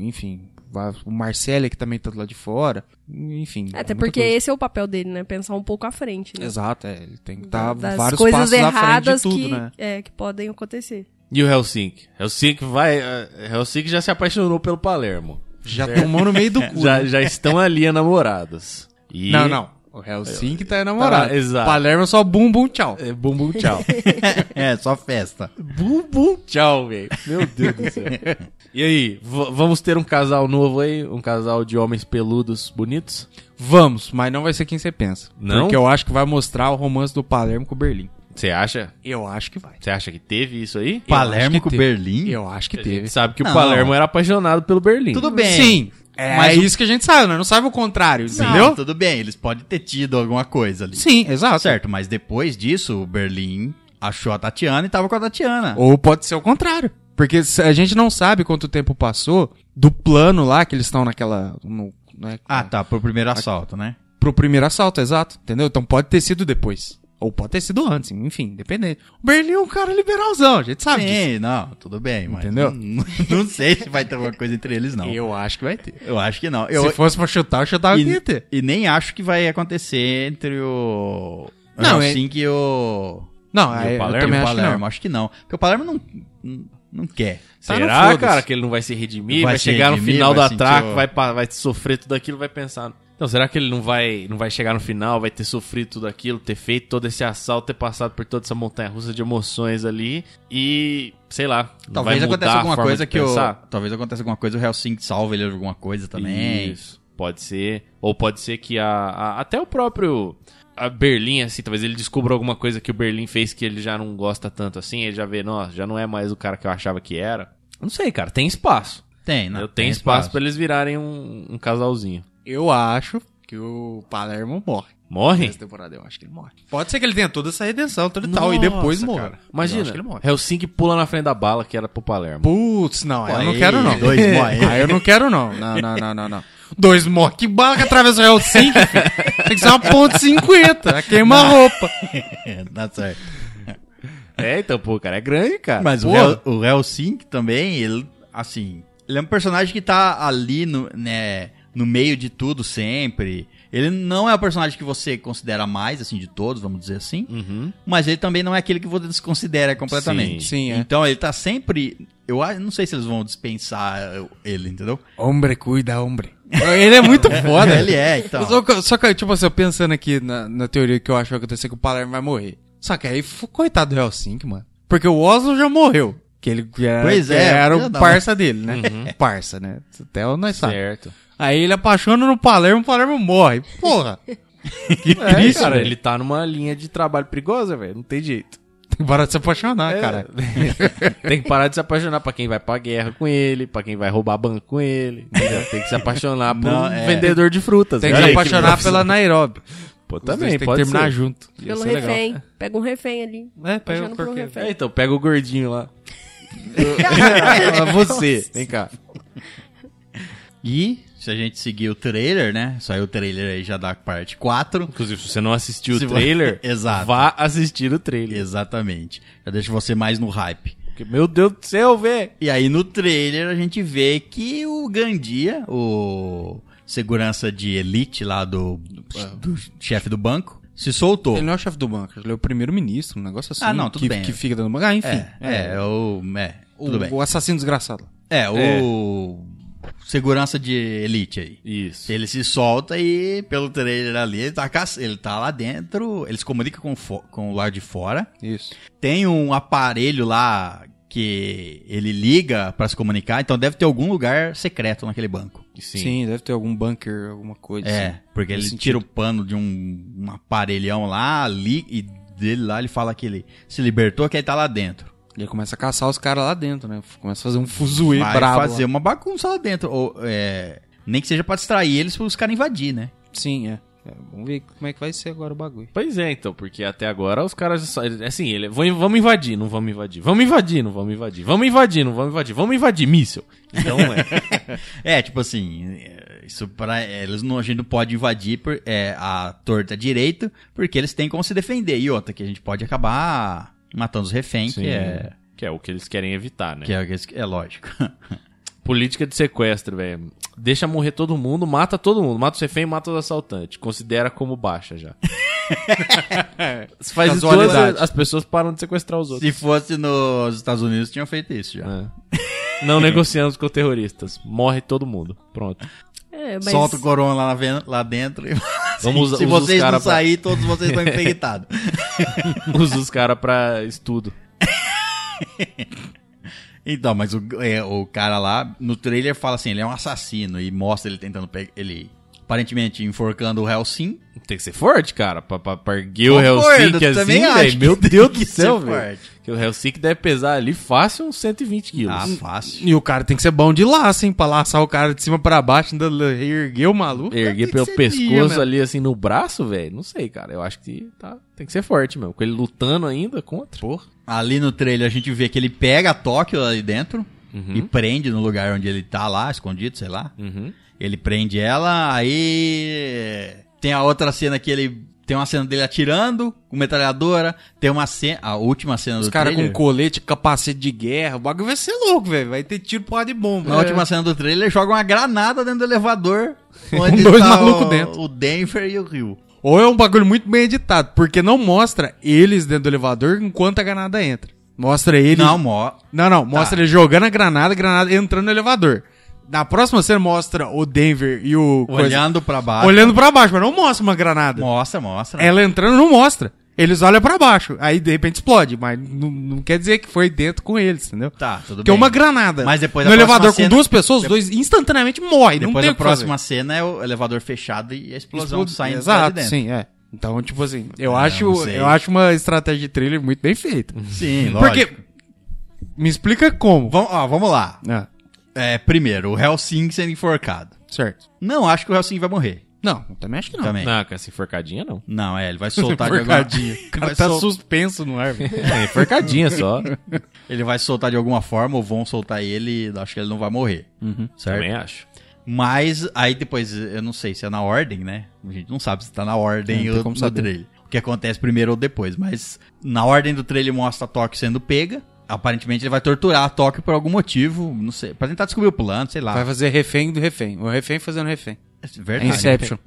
Speaker 4: é, Enfim. va- O Marcelo que também tá do lado de fora. Enfim.
Speaker 3: Até
Speaker 4: muita
Speaker 3: porque
Speaker 4: coisa.
Speaker 3: esse é o papel dele, né? Pensar um pouco à frente, né?
Speaker 4: Exato, é, ele tem que estar
Speaker 3: Das
Speaker 4: vários
Speaker 3: coisas
Speaker 4: passos
Speaker 3: erradas
Speaker 4: na frente de
Speaker 3: que,
Speaker 4: tudo, né?
Speaker 3: é, que podem acontecer.
Speaker 2: e o Helsinki? Helsinki vai. eh, Helsinki já se apaixonou pelo Palermo.
Speaker 4: *laughs* Já tomou no *laughs* meio do cu.
Speaker 2: Já,
Speaker 4: né?
Speaker 2: já estão ali namorados. E...
Speaker 4: Não, não. O Helsinki tá namorado.
Speaker 2: Tá, exato.
Speaker 4: Palermo é só bum bum tchau.
Speaker 2: É, bum bum
Speaker 1: *laughs*
Speaker 2: tchau.
Speaker 1: *laughs* é, só festa.
Speaker 2: bum bum tchau, velho. Meu Deus do céu. E aí, v- vamos ter um casal novo aí? Um casal de homens peludos bonitos?
Speaker 4: Vamos, mas não vai ser quem você pensa.
Speaker 2: Não?
Speaker 4: Porque eu acho que vai mostrar o romance do Palermo com o Berlim.
Speaker 2: Você acha?
Speaker 4: Eu acho que vai.
Speaker 2: Você acha que teve isso aí?
Speaker 1: Palermo
Speaker 4: acho que
Speaker 1: com
Speaker 4: tem.
Speaker 1: Berlim?
Speaker 4: Eu acho que
Speaker 2: A gente
Speaker 4: teve.
Speaker 2: sabe que
Speaker 1: Não.
Speaker 2: o Palermo era apaixonado pelo Berlim.
Speaker 1: Tudo bem.
Speaker 4: Sim. É
Speaker 1: Mas o-
Speaker 4: isso que a gente sabe, nós não sabe o contrário,
Speaker 1: Não,
Speaker 4: entendeu?
Speaker 1: tudo bem, eles podem ter tido alguma coisa ali.
Speaker 4: Sim,
Speaker 1: Tá
Speaker 4: exato.
Speaker 1: certo, mas depois disso, o Berlim achou a Tatiana e tava com a Tatiana.
Speaker 4: Ou pode ser o contrário. Porque se- a gente não sabe quanto tempo passou do plano lá que eles estão naquela. no- né,
Speaker 1: Ah, tá, pro primeiro assalto, né?
Speaker 4: Pro primeiro assalto, exato. Entendeu? Então pode ter sido depois. Ou pode ter sido antes, enfim, dependendo. O Berlim é um cara liberalzão, a gente sabe disso.
Speaker 1: Sim, não, tudo bem, mas.
Speaker 4: Entendeu?
Speaker 1: Não, *laughs* não sei se vai ter alguma coisa entre eles, não. Eu,
Speaker 4: Eu acho que vai ter.
Speaker 1: acho que não. Eu,
Speaker 4: Se fosse pra chutar, eu chutava que ia ter.
Speaker 1: E, e nem acho que vai acontecer entre o.
Speaker 4: Não,
Speaker 1: Não,
Speaker 4: é-
Speaker 1: Helsinki e o.
Speaker 4: Não,
Speaker 2: E o
Speaker 4: aí, eu
Speaker 2: Palermo?
Speaker 1: e
Speaker 4: também
Speaker 1: o
Speaker 4: acho que não.
Speaker 1: Palermo. Acho que não. Porque o Palermo não, não, não quer.
Speaker 4: Tá no
Speaker 2: Será,
Speaker 4: foda-se.
Speaker 2: cara, que ele não vai se redimir?
Speaker 1: Vai
Speaker 2: Vai,
Speaker 1: se
Speaker 2: chegar no
Speaker 1: redimir,
Speaker 2: final
Speaker 1: vai
Speaker 2: do
Speaker 1: sentir
Speaker 2: atraco,
Speaker 1: o-
Speaker 2: vai, pa- vai sofrer tudo aquilo, vai pensar. Então, será que ele não vai, não vai chegar no final, vai ter sofrido tudo aquilo, ter feito todo esse assalto, ter passado por toda essa montanha russa de emoções ali e, sei lá, não
Speaker 1: Talvez
Speaker 2: vai mudar
Speaker 1: aconteça
Speaker 2: a
Speaker 1: alguma
Speaker 2: forma
Speaker 1: coisa
Speaker 2: de
Speaker 1: que o.
Speaker 2: pensar?
Speaker 1: Talvez aconteça alguma coisa, o Helsinki salve ele de alguma coisa também.
Speaker 2: Isso. Pode ser. Ou pode ser que a, a- até o próprio a Berlim, assim, talvez ele descubra alguma coisa que o Berlim fez que ele já não gosta tanto assim. Ele já vê, nossa, já não é mais o cara que eu achava que era. Não sei, cara. Tem espaço.
Speaker 1: Tem, né?
Speaker 2: Eu tenho espaço pra eles virarem um, um casalzinho.
Speaker 4: Eu acho que o Palermo morre.
Speaker 2: Morrem?
Speaker 4: Nessa temporada eu acho que ele morre. Pode ser que ele tenha toda essa redenção, tudo e tal, e
Speaker 2: Nossa,
Speaker 4: depois
Speaker 2: cara.
Speaker 4: morra. Eu acho
Speaker 2: Imagina,
Speaker 4: que ele morre.
Speaker 2: Helsinki pula na frente da bala que era pro Palermo.
Speaker 4: Putz, não, aí eu não
Speaker 1: Aí,
Speaker 4: quero não.
Speaker 1: dois
Speaker 4: *laughs*
Speaker 1: morre.
Speaker 4: Aí eu não quero não. Não, não, não, não, não. Dois morre. Que bala que atravessou o Helsinki, filho? Tem que ser uma ponte é 50. vai Queima a roupa.
Speaker 1: *laughs* tá certo.
Speaker 2: É, então, pô, cara, é grande, cara.
Speaker 1: Mas o,
Speaker 4: Porra.
Speaker 1: Hel o Helsing também, ele, assim, ele é um personagem que tá ali no, né, no meio de tudo sempre. Ele não é o personagem que você considera mais, assim, de todos, vamos dizer assim.
Speaker 2: Uhum.
Speaker 1: Mas ele também não é aquele que você desconsidera completamente.
Speaker 4: Sim, sim, é.
Speaker 1: Então ele tá sempre. Eu a- não sei se eles vão dispensar eu- ele, entendeu?
Speaker 4: Hombre, cuida, hombre. Ele é muito foda.
Speaker 1: ele é, então.
Speaker 4: Só que, só que, tipo assim, eu pensando aqui na, na teoria que eu acho que vai acontecer que o Palermo vai morrer. Só que aí, fu- coitado do Helsinki, mano. Porque o Oslo já morreu. Que ele que era,
Speaker 1: Pois
Speaker 4: que
Speaker 1: é,
Speaker 4: era o
Speaker 1: filha da
Speaker 4: parça dele, né?
Speaker 2: Uhum.
Speaker 4: *laughs* Parça, né? Até o nós sabe.
Speaker 2: Certo.
Speaker 4: Aí ele apaixona no Palermo, o Palermo morre.
Speaker 2: *laughs*
Speaker 4: Porra! que
Speaker 2: É,
Speaker 4: triste,
Speaker 2: cara,
Speaker 4: velho.
Speaker 2: ele tá numa linha de trabalho perigosa, velho. Não tem jeito.
Speaker 4: Tem que parar de se apaixonar,
Speaker 2: É.
Speaker 4: cara.
Speaker 2: tem que parar de se apaixonar pra quem vai pra guerra com ele, pra quem vai roubar banco com ele. entendeu? Tem que se apaixonar por
Speaker 1: Não,
Speaker 2: um
Speaker 1: é.
Speaker 2: vendedor de frutas.
Speaker 4: Tem que
Speaker 2: velho.
Speaker 4: se
Speaker 2: Olha aí
Speaker 4: apaixonar
Speaker 2: profissão.
Speaker 4: pela Nairobi.
Speaker 2: Pô,
Speaker 4: Os dois
Speaker 2: também,
Speaker 4: tem
Speaker 2: pode
Speaker 4: que terminar
Speaker 2: ser.
Speaker 4: junto. Ia
Speaker 3: Pelo
Speaker 4: ser é legal.
Speaker 3: refém. Pega um refém ali.
Speaker 4: É, pega
Speaker 3: Puxando
Speaker 4: o
Speaker 3: por um
Speaker 4: corqueiro.
Speaker 2: É,
Speaker 3: refém.
Speaker 2: então, pega o gordinho *laughs* lá. Fala, É, Você, vem cá.
Speaker 1: E se a gente seguir o trailer, né? Saiu o trailer aí já da parte 4.
Speaker 2: Inclusive, se você não assistiu
Speaker 1: Se
Speaker 2: o
Speaker 1: vo-
Speaker 2: *laughs* trailer,
Speaker 1: Exato.
Speaker 2: vá assistir o trailer.
Speaker 1: Exatamente. Já deixa você mais no hype.
Speaker 2: Porque, meu Deus do céu, velho.
Speaker 1: E aí no trailer a gente vê que o Gandia, o segurança de elite lá do, do chefe do banco, se soltou.
Speaker 4: É. Ele não é o chefe do banco, ele é o primeiro-ministro, um negócio assim.
Speaker 1: Ah, não, tudo
Speaker 4: que,
Speaker 1: bem.
Speaker 4: Que fica dando banco. Ah, enfim.
Speaker 1: É, é, é o. É,
Speaker 4: O,
Speaker 1: tudo bem.
Speaker 4: o assassino desgraçado.
Speaker 1: É, o.
Speaker 4: É.
Speaker 1: Segurança de elite aí.
Speaker 2: Isso.
Speaker 1: Ele se solta e, pelo trailer ali, ele tá, caça- ele tá lá dentro, ele se comunica com, o fo- com o lado de fora.
Speaker 4: Isso.
Speaker 1: Tem um aparelho lá que ele liga pra se comunicar, então deve ter algum lugar secreto naquele banco.
Speaker 4: Sim. deve ter algum bunker, alguma coisa. assim.
Speaker 1: É, porque ele
Speaker 4: Nesse
Speaker 1: tira o pano de um, um aparelhão lá, ali, e dele lá ele fala que ele se libertou, que ele tá lá dentro.
Speaker 4: E Ele começa a caçar os caras lá dentro, né? Começa a fazer um fuzuê
Speaker 1: Vai
Speaker 4: brabo.
Speaker 1: fazer
Speaker 4: lá.
Speaker 1: uma bagunça lá dentro. Ou, é, nem que seja pra distrair eles pros caras invadir, né?
Speaker 4: Sim, é. É, Vamos ver como é que vai ser agora o bagulho.
Speaker 2: Pois é, então, porque até agora os caras só. ele- Assim, ele. vão- Vamos invadir, não vamos invadir. Vamos invadir, não vamos invadir. Vamos invadir, não vamos invadir. Vamos invadir, míssel. Então *laughs* é.
Speaker 1: É, tipo assim, é, isso para eles não, a gente não pode invadir por, é, a torta direito, porque eles têm como se defender. E outra, que a gente pode acabar matando os reféns,
Speaker 2: Sim.
Speaker 1: que é,
Speaker 2: Que é o que eles querem evitar, né?
Speaker 1: que é, que é *laughs* lógico.
Speaker 2: Política de sequestro, velho. Deixa morrer todo mundo, mata todo mundo. Mata os reféns, mata os assaltantes. Considera como baixa já. Se faz isso duas
Speaker 4: Casualidade.
Speaker 2: vezes, as pessoas param de sequestrar os outros.
Speaker 1: Tá se fosse nos Estados Unidos, tinham feito isso já.
Speaker 2: É. *laughs* Não negociamos com terroristas. Morre todo mundo. Pronto. *laughs*
Speaker 3: É, mas
Speaker 1: Solta o corona lá, na ven- lá *laughs* dentro e
Speaker 2: Vamos
Speaker 1: se
Speaker 2: usa os
Speaker 1: vocês não
Speaker 2: caras pra,
Speaker 1: saírem, todos vocês *laughs* estão infectados.
Speaker 2: usa os cara pra estudo.
Speaker 1: Então, mas o, é, o cara lá, no trailer, fala assim, ele é um assassino e mostra ele tentando pegar. Ele aparentemente enforcando o Hellsing.
Speaker 2: Tem que ser forte, cara, pra, pra, pra erguer o
Speaker 1: Concordo,
Speaker 2: Helsinki assim,
Speaker 1: também acho
Speaker 2: velho.
Speaker 1: que
Speaker 2: Meu
Speaker 1: tem
Speaker 2: Deus
Speaker 1: que
Speaker 2: do
Speaker 1: ser
Speaker 2: céu, velho.
Speaker 1: forte.
Speaker 2: Que o Helsinki deve pesar ali fácil uns 120 quilos.
Speaker 1: Ah, fácil.
Speaker 4: E o cara tem que ser bom de laço, hein? Pra laçar o cara de cima pra baixo, ainda ergueu o maluco.
Speaker 2: Erguer
Speaker 4: Tem que
Speaker 2: pelo
Speaker 4: ser
Speaker 2: pescoço
Speaker 4: dia, né?
Speaker 2: ali, assim, no braço, velho. Não sei, cara. Eu acho que tá, tem que ser forte mesmo. Com ele lutando ainda contra. Porra.
Speaker 1: Ali no trailer a gente vê que ele pega a Tóquio ali dentro
Speaker 4: Uhum.
Speaker 1: e prende no lugar onde ele tá lá, escondido, sei lá.
Speaker 2: Uhum.
Speaker 1: Ele prende ela, aí tem a outra cena que ele. Tem uma cena dele atirando com metralhadora. Tem uma cena. A última cena
Speaker 4: Os
Speaker 1: do
Speaker 4: caras com
Speaker 1: trailer.
Speaker 4: colete, capacete de guerra. O bagulho vai ser louco, velho. Vai ter tiro porra de bomba.
Speaker 1: Na última cena do trailer, ele joga uma granada dentro do elevador.
Speaker 4: *laughs*
Speaker 1: Onde
Speaker 4: dois
Speaker 1: tá
Speaker 4: malucos
Speaker 1: o,
Speaker 4: dentro.
Speaker 1: O Denver e o Rio.
Speaker 4: Ou é um bagulho muito bem editado, porque não mostra eles dentro do elevador enquanto a granada entra. Mostra eles.
Speaker 1: Não, tá. mó.
Speaker 4: Não, não. Mostra ele jogando a granada, a granada entrando no elevador. Na próxima cena mostra o Denver e o. coisa-
Speaker 1: Olhando pra baixo.
Speaker 4: olhando pra baixo, mas não mostra uma granada.
Speaker 1: Mostra, mostra.
Speaker 4: Ela entrando não mostra. eles olham pra baixo. Aí de repente explode, mas não, não quer dizer que foi dentro com eles, entendeu?
Speaker 1: Tá, tudo
Speaker 4: Que é
Speaker 1: bem.
Speaker 4: uma granada.
Speaker 1: Mas depois
Speaker 4: No
Speaker 1: da próxima
Speaker 4: elevador
Speaker 1: cena-
Speaker 4: com duas pessoas, os dois instantaneamente morrem. não
Speaker 1: Depois
Speaker 4: tem
Speaker 1: a
Speaker 4: o que fazer.
Speaker 1: próxima cena é o elevador fechado e a explosão
Speaker 4: Explode-
Speaker 1: saindo lá de
Speaker 4: Exato,
Speaker 1: dentro.
Speaker 4: sim, é. Então, tipo assim, eu, acho,
Speaker 1: não sei.
Speaker 4: eu acho uma estratégia de trailer muito bem feita.
Speaker 1: Sim, lógico.
Speaker 4: Porque. Me explica como.
Speaker 1: Vam- ó, vamos lá.
Speaker 4: Ah,
Speaker 1: É, primeiro, o Helsing
Speaker 4: é
Speaker 1: sendo enforcado.
Speaker 4: certo.
Speaker 1: Não acho que o Helsing vai morrer.
Speaker 4: Não, eu também acho que não.
Speaker 1: *laughs* Também.
Speaker 2: Não, com essa enforcadinha não.
Speaker 1: Não, é, ele
Speaker 4: *laughs*
Speaker 1: vai soltar de alguma... *laughs*
Speaker 4: Forcadinha. O
Speaker 1: Vai
Speaker 4: cara tá
Speaker 1: sol-
Speaker 4: suspenso no
Speaker 1: *laughs*
Speaker 4: ar. velho.
Speaker 2: É, enforcadinha só.
Speaker 1: Ele vai soltar de alguma forma, ou vão soltar ele, acho que ele não vai morrer.
Speaker 4: Uhum.
Speaker 1: Certo?
Speaker 2: Também acho.
Speaker 1: Mas aí depois, eu não sei se é na ordem, né? A gente não sabe se tá na
Speaker 4: É, não
Speaker 1: ordem
Speaker 4: tem
Speaker 1: ou
Speaker 4: como
Speaker 1: no
Speaker 4: saber.
Speaker 1: trailer. O que acontece primeiro ou depois. Mas na ordem do trailer mostra a Tóquio sendo pega. Aparentemente ele vai torturar a Tóquio por algum motivo, não sei, pra tentar descobrir o plano, sei lá.
Speaker 4: Vai fazer refém do refém. O refém fazendo refém.
Speaker 1: É
Speaker 4: É
Speaker 1: Verdade.
Speaker 4: Inception.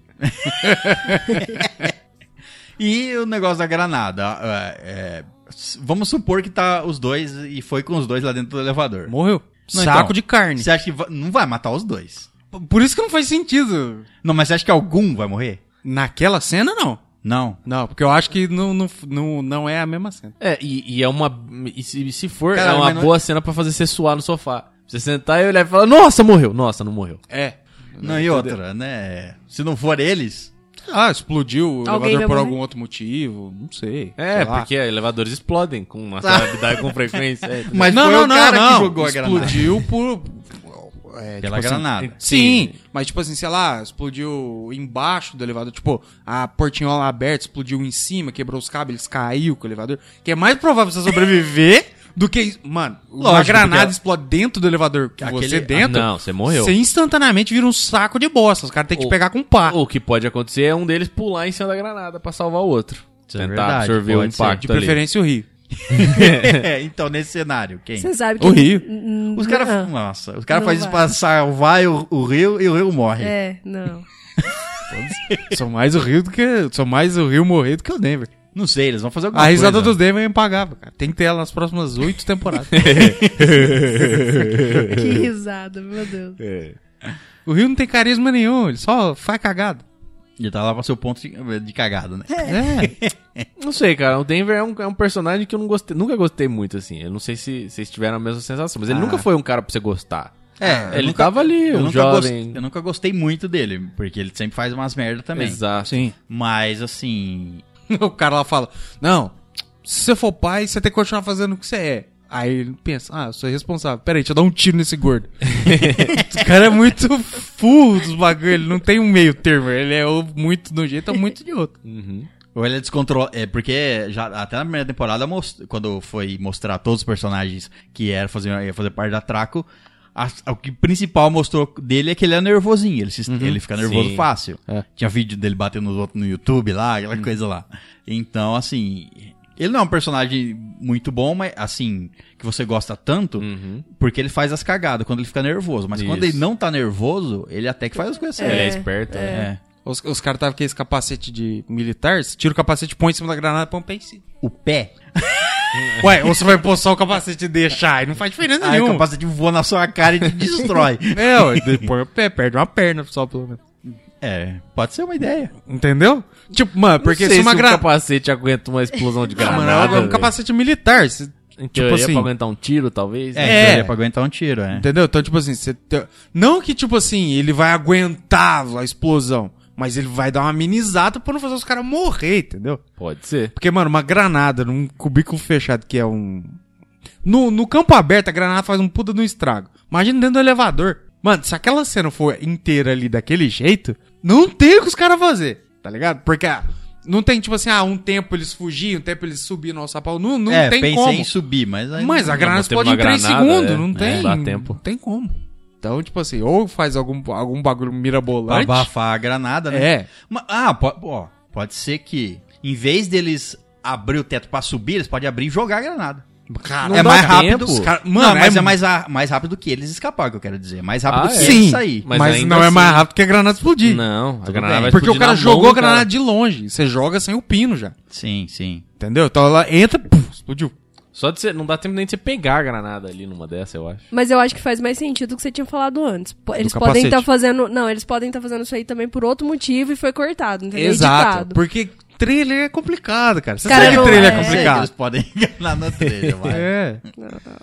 Speaker 1: E o negócio da granada. é, é, s- vamos supor que tá os dois e foi com os dois lá dentro do elevador.
Speaker 4: Morreu.
Speaker 1: Não,
Speaker 4: Saco
Speaker 1: então,
Speaker 4: de carne.
Speaker 1: Você acha que va- não vai matar os dois?
Speaker 4: P- Por isso que não faz sentido.
Speaker 1: Não, mas você acha que algum vai morrer?
Speaker 4: Naquela cena, não.
Speaker 1: Não.
Speaker 4: Não, porque eu acho que não, não, não, não é a mesma cena.
Speaker 2: É, e, e é uma. E se, se for,
Speaker 1: Caralho,
Speaker 2: é uma
Speaker 1: mas não-
Speaker 2: boa cena pra fazer você suar no sofá. Pra Você sentar e olhar e falar, nossa, morreu. Nossa, não morreu.
Speaker 4: É.
Speaker 1: Não, e outra, né? Se não for eles,
Speaker 4: Ah, explodiu o
Speaker 3: Alguém
Speaker 4: elevador
Speaker 3: vai
Speaker 4: por
Speaker 3: morrer?
Speaker 4: algum outro motivo. Não sei.
Speaker 2: É,
Speaker 4: sei lá.
Speaker 2: porque elevadores explodem com uma
Speaker 1: Ah.
Speaker 2: habilidade
Speaker 1: *laughs*
Speaker 2: com frequência. é, entendeu?
Speaker 1: Mas
Speaker 4: não,
Speaker 1: foi
Speaker 4: não,
Speaker 1: o
Speaker 4: não,
Speaker 1: cara que
Speaker 4: não.
Speaker 1: jogou a granada.
Speaker 4: Explodiu por. é,
Speaker 1: pela
Speaker 4: tipo assim,
Speaker 1: granada.
Speaker 4: Sim, mas tipo assim, sei lá, explodiu embaixo do elevador, tipo, a portinhola aberta explodiu em cima, quebrou os cabos, eles caiu com o elevador. Que é mais provável você sobreviver do que. Mano, uma
Speaker 1: Lógico,
Speaker 4: granada
Speaker 1: porque-
Speaker 4: explode dentro do elevador com
Speaker 1: Aquele-
Speaker 4: você dentro.
Speaker 2: Não, você morreu.
Speaker 4: Você instantaneamente vira um saco de bosta. Os caras têm que te
Speaker 2: O-
Speaker 4: pegar com pá.
Speaker 2: O que pode acontecer é um deles pular em cima da granada pra salvar o outro.
Speaker 1: Isso é
Speaker 2: Tentar
Speaker 1: verdade,
Speaker 2: absorver o
Speaker 1: pode ser.
Speaker 2: impacto
Speaker 4: de
Speaker 2: tá ali.
Speaker 4: preferência o Rio.
Speaker 1: É, *laughs* então, nesse cenário, quem?
Speaker 3: Você sabe que.
Speaker 4: O Rio.
Speaker 3: N-
Speaker 1: Os caras.
Speaker 3: não. ah.
Speaker 1: Nossa, os caras
Speaker 3: Não
Speaker 1: fazem isso
Speaker 3: vai.
Speaker 1: pra salvar o, o rio e o rio morre.
Speaker 3: É,
Speaker 4: *laughs*
Speaker 3: não.
Speaker 4: Sou mais o Rio do que. Sou mais o Rio morrer do que o Denver.
Speaker 1: Não sei, eles vão fazer alguma
Speaker 4: A risada do
Speaker 1: coisa.
Speaker 4: Denver é impagável, cara. Tem que ter ela nas próximas oito temporadas.
Speaker 3: que risada, meu Deus.
Speaker 4: É. o Rio não tem carisma nenhum, ele só faz cagada.
Speaker 1: Ele tá lá pra ser o ponto de, de cagada, né?
Speaker 4: É. *laughs*
Speaker 2: Não sei, cara. O Denver é um, é um personagem que eu não gostei, nunca gostei muito, assim. Eu não sei se vocês tiveram a mesma sensação, mas ele
Speaker 4: Ah.
Speaker 2: nunca foi um cara pra você gostar.
Speaker 1: É, eu
Speaker 2: ele
Speaker 1: nunca-
Speaker 2: tava ali,
Speaker 1: eu
Speaker 2: um
Speaker 1: nunca
Speaker 2: jovem.
Speaker 1: gost- eu nunca gostei muito dele, porque ele sempre faz umas merda também.
Speaker 2: Exato.
Speaker 4: Sim.
Speaker 1: Mas, assim.
Speaker 4: O cara lá fala: Não, se você for pai, você tem que continuar fazendo o que você é. Aí ele pensa, ah, eu sou responsável. Peraí, deixa eu dar um tiro nesse
Speaker 1: *laughs*
Speaker 4: gordo. *laughs* o cara é muito full dos bagulho, ele não tem um meio termo. Ele é ou muito de um jeito ou muito de outro.
Speaker 1: Ou ele é descontrolado. É, porque já, até na primeira temporada, most- quando foi mostrar todos os personagens que era fazer, ia fazer parte da Traco, a- o que principal mostrou dele é que ele é nervosinho. Ele, se- ele fica nervoso
Speaker 2: Uhum. Sim.
Speaker 1: fácil.
Speaker 4: É.
Speaker 1: Tinha vídeo dele batendo nos outros no YouTube lá, aquela
Speaker 2: Uhum.
Speaker 1: coisa lá. Então, assim. Ele não é um personagem muito bom, mas assim, que você gosta tanto,
Speaker 2: Uhum.
Speaker 1: porque ele faz as cagadas quando ele fica nervoso. Mas quando
Speaker 2: Isso.
Speaker 1: ele não tá nervoso, ele até que faz as coisas
Speaker 2: Ele é
Speaker 1: certas.
Speaker 2: esperto,
Speaker 1: É.
Speaker 2: né?
Speaker 4: Os, os caras estavam com esse capacete de militar, você tira o capacete, põe em cima da granada, põe um pé em cima.
Speaker 1: O pé.
Speaker 4: Ué, ou você vai pôr só o capacete e deixar, aí não faz diferença
Speaker 1: Aí o
Speaker 4: nenhuma.
Speaker 1: capacete voa na sua cara e te
Speaker 4: *laughs*
Speaker 1: destrói.
Speaker 4: É, ué, depois o pé, perde uma perna só, pelo menos.
Speaker 1: É, pode ser uma ideia.
Speaker 4: Entendeu? Tipo, mano, porque
Speaker 2: não sei
Speaker 4: se uma
Speaker 2: se um
Speaker 4: granada.
Speaker 2: capacete aguenta uma explosão *laughs* de
Speaker 4: Ah,
Speaker 2: granada.
Speaker 4: mano, é um
Speaker 2: velho.
Speaker 4: capacete militar. cê-
Speaker 2: Em
Speaker 4: tipo
Speaker 2: teoria,
Speaker 4: assim.
Speaker 2: pra aguentar um tiro, talvez.
Speaker 1: É,
Speaker 2: né?
Speaker 1: então ele é pra aguentar um tiro, é.
Speaker 4: Entendeu? Então, tipo assim, cê te- não que, tipo assim, ele vai aguentar a explosão, mas ele vai dar uma amenizada pra não fazer os caras morrer, entendeu?
Speaker 2: Pode ser.
Speaker 4: Porque, mano, uma granada num cubículo fechado que é um. No, no campo aberto, a granada faz um puta de um estrago. Imagina dentro do elevador. Mano, se aquela cena for inteira ali daquele jeito, não tem o que os caras fazer, tá ligado? Porque ah, não tem, tipo assim, ah, um tempo eles fugir, um tempo eles subir no alçapão. Não, não
Speaker 1: é,
Speaker 4: tem
Speaker 1: pensei
Speaker 4: como.
Speaker 1: em subir, mas aí.
Speaker 4: Mas a granada
Speaker 2: mas tem
Speaker 4: explode em
Speaker 2: uma
Speaker 4: 3
Speaker 2: granada,
Speaker 4: segundos,
Speaker 2: é.
Speaker 4: não
Speaker 2: É,
Speaker 1: né,
Speaker 4: tem.
Speaker 2: dá tempo.
Speaker 4: Não tem como. Então, tipo assim, ou faz algum, algum bagulho mirabolante.
Speaker 1: Pra abafar a granada, né?
Speaker 4: É.
Speaker 1: Ma- Ah, po- ó, pode ser que em vez deles abrir o teto pra subir, eles podem abrir e jogar a granada.
Speaker 4: Cara,
Speaker 1: é
Speaker 2: dá
Speaker 1: mais
Speaker 2: tempo.
Speaker 1: rápido.
Speaker 4: os cara-
Speaker 1: Não,
Speaker 4: mano,
Speaker 1: mas é,
Speaker 4: é
Speaker 1: mais, a- mais rápido que eles escapar, é que eu quero dizer. Mais rápido
Speaker 2: Ah,
Speaker 1: que
Speaker 2: é?
Speaker 1: eles
Speaker 4: Sim,
Speaker 1: sair.
Speaker 2: mas
Speaker 4: Mas,
Speaker 2: ainda
Speaker 4: não é
Speaker 2: assim-
Speaker 4: mais rápido que a granada explodir.
Speaker 2: Não, a granada
Speaker 1: bem.
Speaker 2: vai
Speaker 4: Porque o
Speaker 2: explodir
Speaker 4: cara
Speaker 2: na
Speaker 4: jogou
Speaker 2: mão
Speaker 4: a
Speaker 2: do cara.
Speaker 4: granada de longe. Você joga sem o pino já.
Speaker 1: Sim, sim.
Speaker 4: Entendeu? Então ela entra, puf, explodiu.
Speaker 2: Só de você, não dá tempo nem de você pegar a granada ali numa dessa, eu acho.
Speaker 3: Mas eu acho que faz mais sentido o que você tinha falado antes. Po- Eles
Speaker 4: Do
Speaker 3: podem tá
Speaker 4: capacete.
Speaker 3: estar fazendo. Não, eles podem estar fazendo isso aí também por outro motivo e foi cortado, entendeu? Editado.
Speaker 4: Porque trailer é complicado, cara. Você
Speaker 3: Cara,
Speaker 4: sabe que
Speaker 3: não
Speaker 4: trailer é,
Speaker 3: é.
Speaker 1: Eu sei que Eles
Speaker 4: complicado.
Speaker 1: podem *laughs* enganar no trailer, vai.
Speaker 4: É.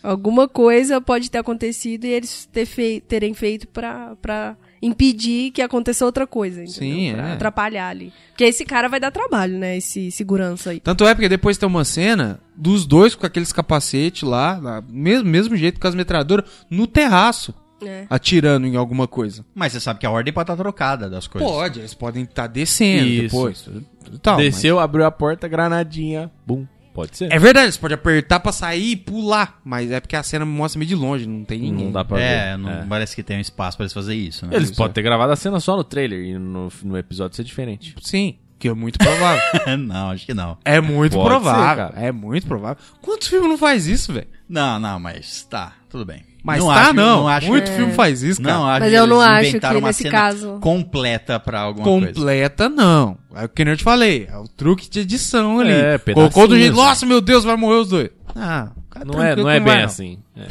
Speaker 3: Alguma coisa pode ter acontecido e eles ter fei- terem feito pra, pra impedir que aconteça outra coisa, entendeu?
Speaker 4: Sim,
Speaker 3: Pra
Speaker 4: é.
Speaker 3: atrapalhar ali. Porque esse cara vai dar trabalho, né? Esse segurança aí.
Speaker 4: Tanto é porque depois tem uma cena dos dois com aqueles capacete lá, lá, mesmo, mesmo jeito com as metralhadoras, no terraço,
Speaker 3: É.
Speaker 4: atirando em alguma coisa.
Speaker 1: Mas você sabe que a ordem pode estar trocada das coisas.
Speaker 4: Pode, eles podem estar descendo depois. Tal, mas-
Speaker 2: Desceu, abriu a porta, granadinha. Bum. Pode ser.
Speaker 4: *laughs* É verdade, você pode apertar pra sair e pular, mas é porque a cena mostra meio de longe, não tem ninguém.
Speaker 2: Não dá pra
Speaker 1: é,
Speaker 2: ver.
Speaker 1: não
Speaker 2: É.
Speaker 1: parece que tem um espaço pra eles fazerem isso,
Speaker 4: É,
Speaker 1: né?
Speaker 2: Eles podem ter gravado a cena só no trailer e no, no episódio ser diferente.
Speaker 4: Sim, que é muito provável. *laughs*
Speaker 1: *laughs* não, acho que não.
Speaker 4: é muito
Speaker 2: Pode
Speaker 4: provável,
Speaker 2: ser,
Speaker 4: é muito provável. Quantos filmes não faz isso, velho?
Speaker 1: Não, não, mas tá, tudo bem.
Speaker 4: Mas tá
Speaker 1: acho-
Speaker 4: não,
Speaker 1: acho
Speaker 4: muito
Speaker 1: que- é.
Speaker 4: filme faz isso, cara.
Speaker 1: Não, acho
Speaker 3: Mas
Speaker 1: que
Speaker 3: eu não
Speaker 1: eles
Speaker 3: acho que
Speaker 1: inventaram uma
Speaker 3: nesse
Speaker 1: cena
Speaker 3: caso-
Speaker 1: completa pra alguma coisa.
Speaker 4: Completa não. É o que nem eu te falei, é o truque de edição ali.
Speaker 2: É,
Speaker 4: Colocou do
Speaker 2: pedacinhos.
Speaker 4: jeito, nossa, meu Deus, vai morrer os dois. Ah, cara,
Speaker 2: Não é,
Speaker 4: tranquilo
Speaker 2: não
Speaker 4: que
Speaker 2: é bem
Speaker 4: vai, não.
Speaker 2: assim. É.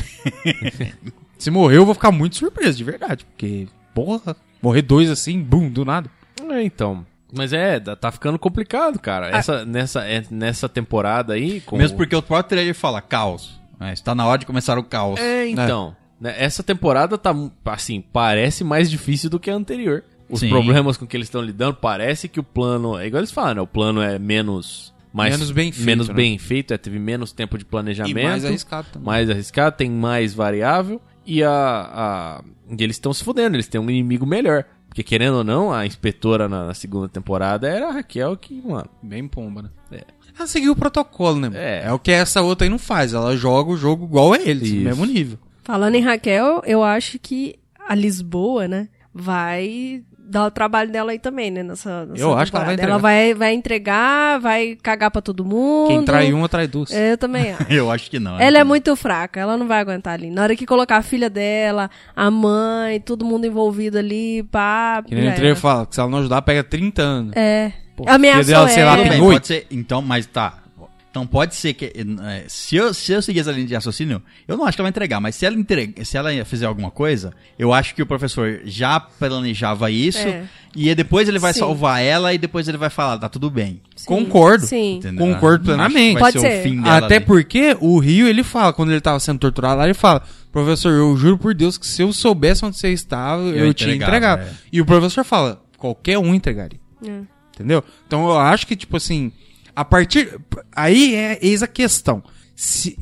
Speaker 4: Se morrer, eu vou ficar muito surpreso, de verdade, porque, porra, morrer dois assim, bum, do nada.
Speaker 2: É, então. Mas é, dá- tá ficando complicado, cara.
Speaker 4: Ah.
Speaker 2: Essa, nessa, é- nessa temporada aí. com-
Speaker 1: Mesmo porque o próprio trailer fala caos. É, está na hora de começar o caos.
Speaker 2: É, então. né, Essa temporada tá, assim, parece mais difícil do que a anterior. Os
Speaker 1: Sim.
Speaker 2: problemas com que eles estão lidando, parece que o plano. É igual eles falam, né? O plano é menos. Mais,
Speaker 4: Menos bem feito,
Speaker 2: Menos
Speaker 4: né?
Speaker 2: bem feito, é, teve menos tempo de planejamento.
Speaker 4: E mais arriscado também.
Speaker 2: Tá mais arriscado, tem mais variável e a, a- e eles estão se fudendo, eles têm um inimigo melhor. Porque querendo ou não, a inspetora na, na segunda temporada era a Raquel que, mano,
Speaker 4: Bem pomba, né?
Speaker 2: É.
Speaker 4: Ela seguiu o protocolo, né? mano?
Speaker 2: É.
Speaker 4: É o que essa outra aí não faz. Ela joga o jogo igual a eles,
Speaker 2: Isso.
Speaker 4: no mesmo nível.
Speaker 3: Falando em Raquel, eu acho que a Lisboa, né, vai dar o trabalho dela aí também, né, nessa, nessa
Speaker 4: Eu acho que ela vai
Speaker 3: temporada. Ela vai, vai entregar, vai cagar pra todo mundo.
Speaker 4: Quem trai um. uma, trai duas.
Speaker 3: É, Eu também acho.
Speaker 1: *laughs* Eu acho que não. né?
Speaker 3: Ela é muito fraca, ela não vai aguentar ali. Na hora que colocar a filha dela, a mãe, todo mundo envolvido ali, pá.
Speaker 4: Que nem
Speaker 3: já
Speaker 4: o trailer
Speaker 3: era.
Speaker 4: fala, que se ela não ajudar, pega 30 anos.
Speaker 3: É.
Speaker 4: Pô,
Speaker 3: Ameaçou
Speaker 4: filha dela, sei lá,
Speaker 3: ela.
Speaker 1: Tudo bem,
Speaker 4: Tem oito.
Speaker 1: pode ser. Então, mas tá. Então pode ser que. eh, Se eu, se eu seguir essa linha de raciocínio, eu não acho que ela vai entregar, mas se ela, entrega, se ela fizer alguma coisa, eu acho que o professor já planejava isso
Speaker 3: É.
Speaker 1: e depois ele vai
Speaker 3: Sim.
Speaker 1: salvar ela e depois ele vai falar, tá tudo bem.
Speaker 3: Sim,
Speaker 4: Concordo.
Speaker 3: Sim.
Speaker 1: Entendeu?
Speaker 4: Concordo
Speaker 1: Não acho que
Speaker 4: plenamente.
Speaker 1: vai
Speaker 3: Pode
Speaker 1: ser o
Speaker 3: ser.
Speaker 1: fim dela
Speaker 4: Até
Speaker 1: ali.
Speaker 4: porque o Rio, ele fala, quando ele tava sendo torturado lá, ele fala, professor, eu juro por Deus que se eu soubesse onde você estava, eu, tinha
Speaker 1: entregava,
Speaker 4: entregado. E o professor fala, qualquer um entregaria.
Speaker 3: É.
Speaker 4: Entendeu? Então eu acho que, tipo assim, a partir. Aí é eis a questão. Se.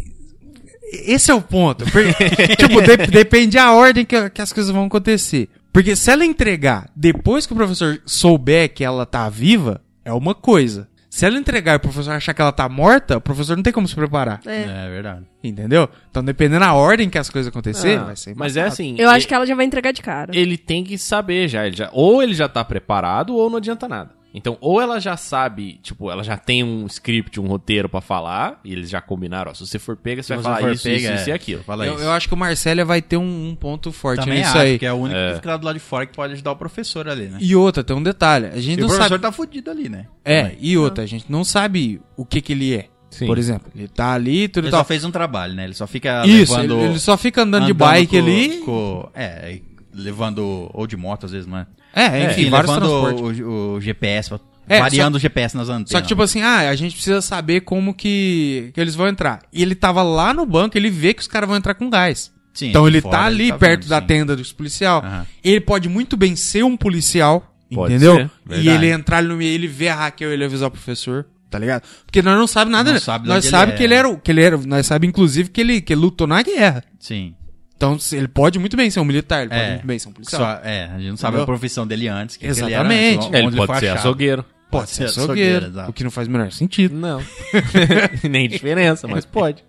Speaker 4: Esse é o ponto. Porque, tipo, de- depende a ordem que, que as coisas vão acontecer. Porque se ela entregar depois que o professor souber que ela tá viva, é uma coisa. Se ela entregar e o professor achar que ela tá morta, o professor não tem como se preparar.
Speaker 1: É verdade.
Speaker 4: Entendeu? Então, dependendo da ordem que as coisas acontecer,
Speaker 2: ah,
Speaker 4: vai ser.
Speaker 2: mas é assim.
Speaker 3: Eu acho
Speaker 2: e-
Speaker 3: que ela já vai entregar de cara.
Speaker 2: ele tem que saber já, ele já- ou ele já tá preparado ou não adianta nada. Então, ou ela já sabe, tipo, ela já tem um script, um roteiro pra falar, e eles já combinaram, ó, se você for pega, você vai
Speaker 1: Se
Speaker 2: falar
Speaker 1: for
Speaker 2: isso,
Speaker 1: pega,
Speaker 2: isso, isso
Speaker 1: é,
Speaker 2: e aquilo.
Speaker 1: Fala
Speaker 4: Eu,
Speaker 1: isso.
Speaker 4: eu acho que o Marcelo vai ter um, um ponto forte
Speaker 1: Também
Speaker 4: nisso
Speaker 1: acho
Speaker 4: aí.
Speaker 1: que é o único que fica do lado de fora que pode ajudar o professor ali, né?
Speaker 4: E outra, tem um detalhe. A gente
Speaker 1: E o
Speaker 4: não
Speaker 1: professor
Speaker 4: sabe.
Speaker 1: tá fudido ali, né?
Speaker 4: É,
Speaker 1: Também.
Speaker 4: e outra, a gente não sabe o que que ele é.
Speaker 2: Sim.
Speaker 4: Por exemplo, ele tá ali, tudo
Speaker 1: Ele
Speaker 4: e
Speaker 1: só
Speaker 4: tal.
Speaker 1: fez um trabalho, né? Ele só fica
Speaker 4: Isso, ele,
Speaker 1: levando...
Speaker 4: ele só fica andando, de
Speaker 1: andando
Speaker 4: bike
Speaker 1: com-
Speaker 4: ali.
Speaker 1: com- é, levando. Ou de moto, às vezes, não é?
Speaker 4: É, enfim, vários
Speaker 1: levando
Speaker 4: transportes.
Speaker 1: o, o GPS,
Speaker 4: É,
Speaker 1: variando o GPS nas antenas.
Speaker 4: Só que, tipo assim, ah, a gente precisa saber como que, que eles vão entrar. E ele tava lá no banco, ele vê que os caras vão entrar com gás.
Speaker 1: Sim,
Speaker 4: então ele
Speaker 1: fora,
Speaker 4: tá
Speaker 1: ele
Speaker 4: ali
Speaker 1: tá
Speaker 4: perto
Speaker 1: vendo,
Speaker 4: da
Speaker 1: sim.
Speaker 4: tenda dos policial.
Speaker 1: Aham.
Speaker 4: Ele pode muito bem ser um policial,
Speaker 2: Pode
Speaker 4: entendeu?
Speaker 2: ser,
Speaker 4: e
Speaker 1: verdade.
Speaker 4: ele entrar ali no meio, ele vê a Raquel, ele avisar o professor, tá ligado? Porque nós não sabemos nada,
Speaker 1: Não
Speaker 4: né?
Speaker 1: sabe de
Speaker 4: nós
Speaker 1: onde
Speaker 4: sabe
Speaker 1: ele
Speaker 4: que
Speaker 1: é.
Speaker 4: ele era, o- que ele era, nós sabe inclusive que ele que ele lutou na guerra.
Speaker 1: Sim.
Speaker 4: Então se- ele pode muito bem ser um militar, ele pode
Speaker 1: É.
Speaker 4: muito bem ser um policial.
Speaker 1: Só, é, a gente não sabe
Speaker 4: Entendeu?
Speaker 1: a profissão dele antes. Que Que ele, era,
Speaker 4: Exatamente.
Speaker 1: antes,
Speaker 2: É, ele
Speaker 1: onde
Speaker 2: pode
Speaker 1: foi
Speaker 2: ser
Speaker 1: achado.
Speaker 2: açougueiro.
Speaker 4: Pode ser
Speaker 1: açougueiro,
Speaker 4: açougueiro,
Speaker 1: exato.
Speaker 4: o que não faz o menor
Speaker 1: *laughs*
Speaker 4: sentido.
Speaker 2: Não. *laughs* Nem diferença, mas pode.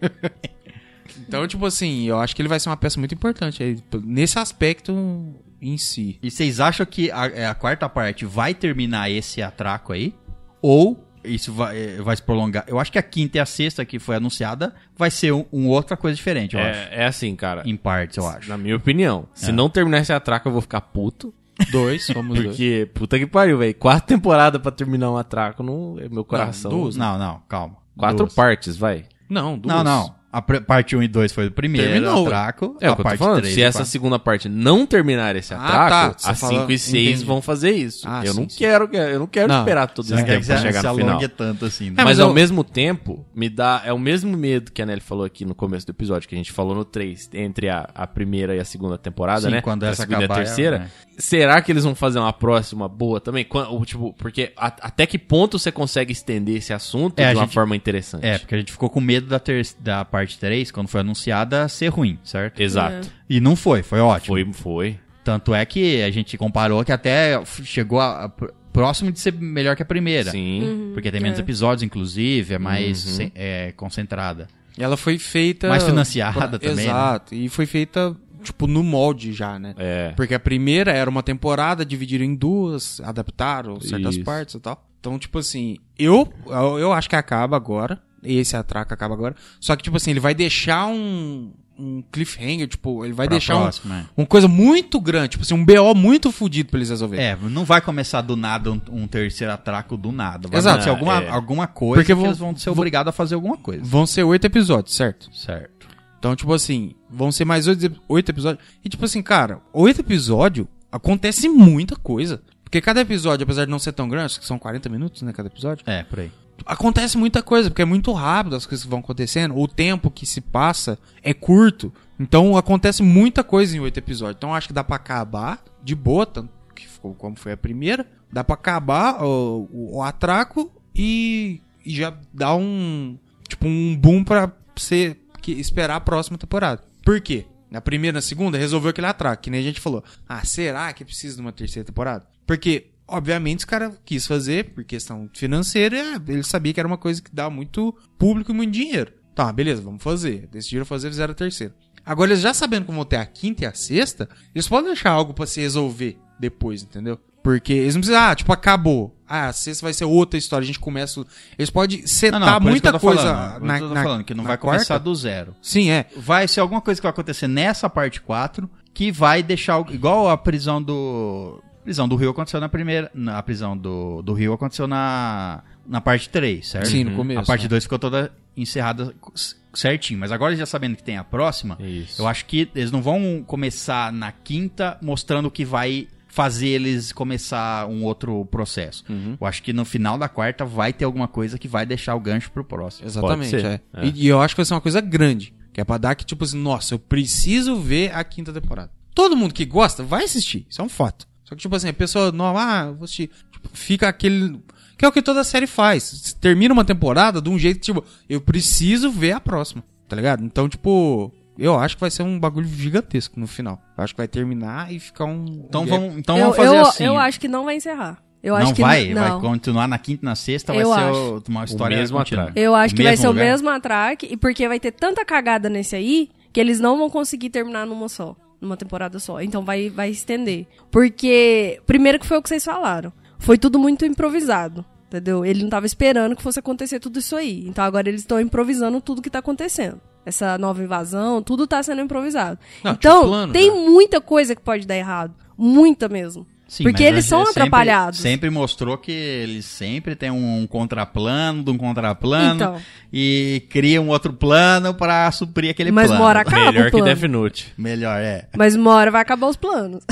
Speaker 4: Então, tipo assim, eu acho que ele vai ser uma peça muito importante aí, p- nesse aspecto em si.
Speaker 1: E vocês acham que a, é, a quarta parte vai terminar esse atraco aí? Ou isso vai, é, vai se prolongar? Eu acho que a quinta e a sexta que foi anunciada vai ser um, um outra coisa diferente, eu acho.
Speaker 2: É, é assim, cara.
Speaker 1: Em partes, eu acho.
Speaker 2: Na minha opinião. Se não terminar esse atraco, eu vou ficar puto.
Speaker 4: Dois, somos dois.
Speaker 2: Porque, puta que pariu, velho. Quatro temporadas pra terminar um atraco, não, é meu coração.
Speaker 4: duas,
Speaker 1: Não, não, calma.
Speaker 2: Quatro
Speaker 1: Duas.
Speaker 2: partes, vai.
Speaker 4: Não, duas.
Speaker 1: Não, não. A pre- parte 1 e 2 foi o primeiro
Speaker 4: Terminou, ué.
Speaker 1: atraco.
Speaker 2: É o
Speaker 1: a
Speaker 2: que eu tô
Speaker 1: parte
Speaker 2: falando.
Speaker 1: 3
Speaker 2: Se
Speaker 1: e
Speaker 2: essa
Speaker 1: quatro.
Speaker 2: segunda parte não terminar esse
Speaker 4: Ah,
Speaker 2: atraco,
Speaker 4: tá.
Speaker 2: as
Speaker 4: Você
Speaker 2: 5
Speaker 4: falou-
Speaker 2: e 6
Speaker 4: entendi.
Speaker 2: vão fazer isso.
Speaker 4: Ah,
Speaker 2: eu,
Speaker 4: sim,
Speaker 2: não
Speaker 4: sim.
Speaker 2: Quero, eu não quero
Speaker 4: Não.
Speaker 2: esperar todo
Speaker 1: Você
Speaker 2: esse
Speaker 1: não quer
Speaker 2: tempo
Speaker 1: que
Speaker 2: pra
Speaker 1: se,
Speaker 2: chegar
Speaker 1: se
Speaker 2: no final. É,
Speaker 1: alongue tanto assim. né?
Speaker 2: mas,
Speaker 4: mas
Speaker 2: ao
Speaker 4: eu-
Speaker 2: mesmo tempo, me dá. É o mesmo medo que a Nelly falou aqui no começo do episódio, que a gente falou no 3, entre a, a primeira e a segunda temporada,
Speaker 1: Sim,
Speaker 2: né?
Speaker 1: quando
Speaker 2: a
Speaker 1: essa
Speaker 2: segunda
Speaker 1: acabar,
Speaker 2: e a terceira.
Speaker 1: é, né?
Speaker 2: Será que eles vão fazer uma próxima boa também? Quan- ou, tipo, porque a- até que ponto você consegue estender esse assunto
Speaker 1: É, a
Speaker 2: de uma
Speaker 1: gente-
Speaker 2: forma interessante?
Speaker 1: É, porque a gente ficou com medo da, ter- da parte 3, quando foi anunciada, ser ruim, certo?
Speaker 2: Exato.
Speaker 3: É.
Speaker 1: E não foi, foi ótimo.
Speaker 2: Foi, foi.
Speaker 1: Tanto é que a gente comparou que até f- chegou a- a pr- próximo de ser melhor que a primeira.
Speaker 2: Sim. Uhum.
Speaker 1: Porque tem menos episódios, inclusive, é mais cen- é, concentrada.
Speaker 4: Ela foi feita.
Speaker 1: Mais financiada também, né?
Speaker 4: Exato. E foi feita, tipo, no molde já, né?
Speaker 2: É.
Speaker 4: Porque a primeira era uma temporada, dividiram em duas, adaptaram certas
Speaker 2: Isso.
Speaker 4: partes e tal. Então, tipo assim, eu, eu eu acho que acaba agora. Esse atraco acaba agora. Só que, tipo assim, ele vai deixar um, um cliffhanger, tipo, ele vai
Speaker 1: Pra
Speaker 4: deixar um,
Speaker 1: próxima, é.
Speaker 4: uma coisa muito grande, tipo assim, um BO muito fodido pra eles resolverem.
Speaker 1: É, não vai começar do nada um, um terceiro atraco do nada. Vai
Speaker 4: Exato.
Speaker 1: acontecer alguma,
Speaker 2: É.
Speaker 1: alguma coisa
Speaker 4: Porque
Speaker 1: que
Speaker 4: vão-
Speaker 1: eles vão ser obrigados a fazer alguma coisa.
Speaker 4: Vão ser oito episódios, certo?
Speaker 1: Certo.
Speaker 4: Então, tipo assim, vão ser mais oito, oito episódios. E, tipo assim, cara, oito episódios acontece muita coisa. Porque cada episódio, apesar de não ser tão grande, acho que são 40 minutos, né, cada episódio,
Speaker 1: É, por aí.
Speaker 4: acontece muita coisa, porque é muito rápido as coisas que vão acontecendo, o tempo que se passa é curto. Então, acontece muita coisa em oito episódios. Então, acho que dá pra acabar de boa, tanto que ficou como foi a primeira. Dá pra acabar o, o- o atraco e, e já dá um, tipo, um boom pra você que- esperar a próxima temporada. Por quê? Na primeira, na segunda, resolveu aquele atraco, que nem a gente falou. Ah, será que precisa de uma terceira temporada? Porque, obviamente, os caras quis fazer, por questão financeira, e eles sabiam que era uma coisa que dá muito público e muito dinheiro. Tá, beleza, vamos fazer. Decidiram fazer, fizeram a terceira. Agora, eles já sabendo como vão ter a quinta e a sexta, eles podem deixar algo pra se resolver depois, entendeu? Porque eles não precisam, ah, tipo, acabou. Ah, a sexta vai ser outra história, a gente começa. o- Eles podem setar
Speaker 1: por isso que eu
Speaker 4: tá muita
Speaker 1: tô
Speaker 4: coisa
Speaker 1: falando, por
Speaker 4: na,
Speaker 1: isso que eu tô
Speaker 4: na-
Speaker 1: falando, que não
Speaker 4: na
Speaker 1: vai
Speaker 4: quarta.
Speaker 1: começar do zero.
Speaker 4: Sim, é.
Speaker 1: Vai ser alguma coisa que vai acontecer nessa parte 4 que vai deixar. o- Igual a prisão do. Prisão do Rio aconteceu na primeira. na- A prisão do, do Rio aconteceu na. Na parte 3, certo?
Speaker 4: Sim, no começo,
Speaker 1: A parte
Speaker 4: né?
Speaker 1: 2 ficou toda encerrada c- certinho. Mas agora, já sabendo que tem a próxima,
Speaker 2: Isso.
Speaker 1: eu acho que eles não vão começar na quinta mostrando o que vai fazer eles começar um outro processo. Eu acho que no final da quarta vai ter alguma coisa que vai deixar o gancho pro próximo.
Speaker 4: Exatamente,
Speaker 2: Pode ser,
Speaker 4: é.
Speaker 2: é.
Speaker 4: E, e eu acho que vai ser uma coisa grande. Que é pra dar que, tipo assim, nossa, eu preciso ver a quinta temporada. Todo mundo que gosta vai assistir, isso é um fato. Só que, tipo assim, a pessoa nova, ah, eu vou assistir. Tipo, fica aquele. Que é o que toda série faz. Termina uma temporada de um jeito, tipo, eu preciso ver a próxima, tá ligado? Então, tipo, eu acho que vai ser um bagulho gigantesco no final. Eu acho que vai terminar e ficar um.
Speaker 1: Então
Speaker 4: um
Speaker 1: vamos, então
Speaker 3: eu,
Speaker 1: vamos fazer
Speaker 3: eu,
Speaker 1: assim.
Speaker 3: eu acho que não vai encerrar. Eu
Speaker 1: não
Speaker 3: acho que
Speaker 1: vai,
Speaker 3: não.
Speaker 1: vai continuar na quinta e na sexta, vai
Speaker 3: Eu
Speaker 1: ser
Speaker 3: acho.
Speaker 1: o- uma história
Speaker 2: mesmo
Speaker 1: contínua.
Speaker 2: atraco.
Speaker 3: Eu acho
Speaker 1: O
Speaker 3: que vai
Speaker 1: mesmo
Speaker 3: ser
Speaker 1: lugar?
Speaker 3: o mesmo atraque, e porque vai ter tanta cagada nesse aí, que eles não vão conseguir terminar numa só, numa temporada só. Então vai, vai estender. Porque, primeiro que foi o que vocês falaram, foi tudo muito improvisado, entendeu? Ele não tava esperando que fosse acontecer tudo isso aí. Então agora eles estão improvisando tudo que tá acontecendo. Essa nova invasão, tudo tá sendo improvisado.
Speaker 4: Não,
Speaker 3: então,
Speaker 4: tinha um plano,
Speaker 3: tem
Speaker 4: né?
Speaker 3: muita coisa que pode dar errado. Muita mesmo.
Speaker 1: Sim,
Speaker 3: porque
Speaker 1: mas
Speaker 3: eles
Speaker 1: é-
Speaker 3: são
Speaker 1: sempre-
Speaker 3: atrapalhados.
Speaker 1: Sempre mostrou que eles sempre têm um contraplano de um contraplano
Speaker 3: Então.
Speaker 1: e cria um outro plano pra suprir aquele
Speaker 3: Mas
Speaker 1: plano.
Speaker 3: mora acaba
Speaker 2: Melhor
Speaker 3: o
Speaker 2: que
Speaker 3: plano.
Speaker 2: Death Note.
Speaker 1: Melhor, é.
Speaker 3: Mas uma hora vai acabar os planos.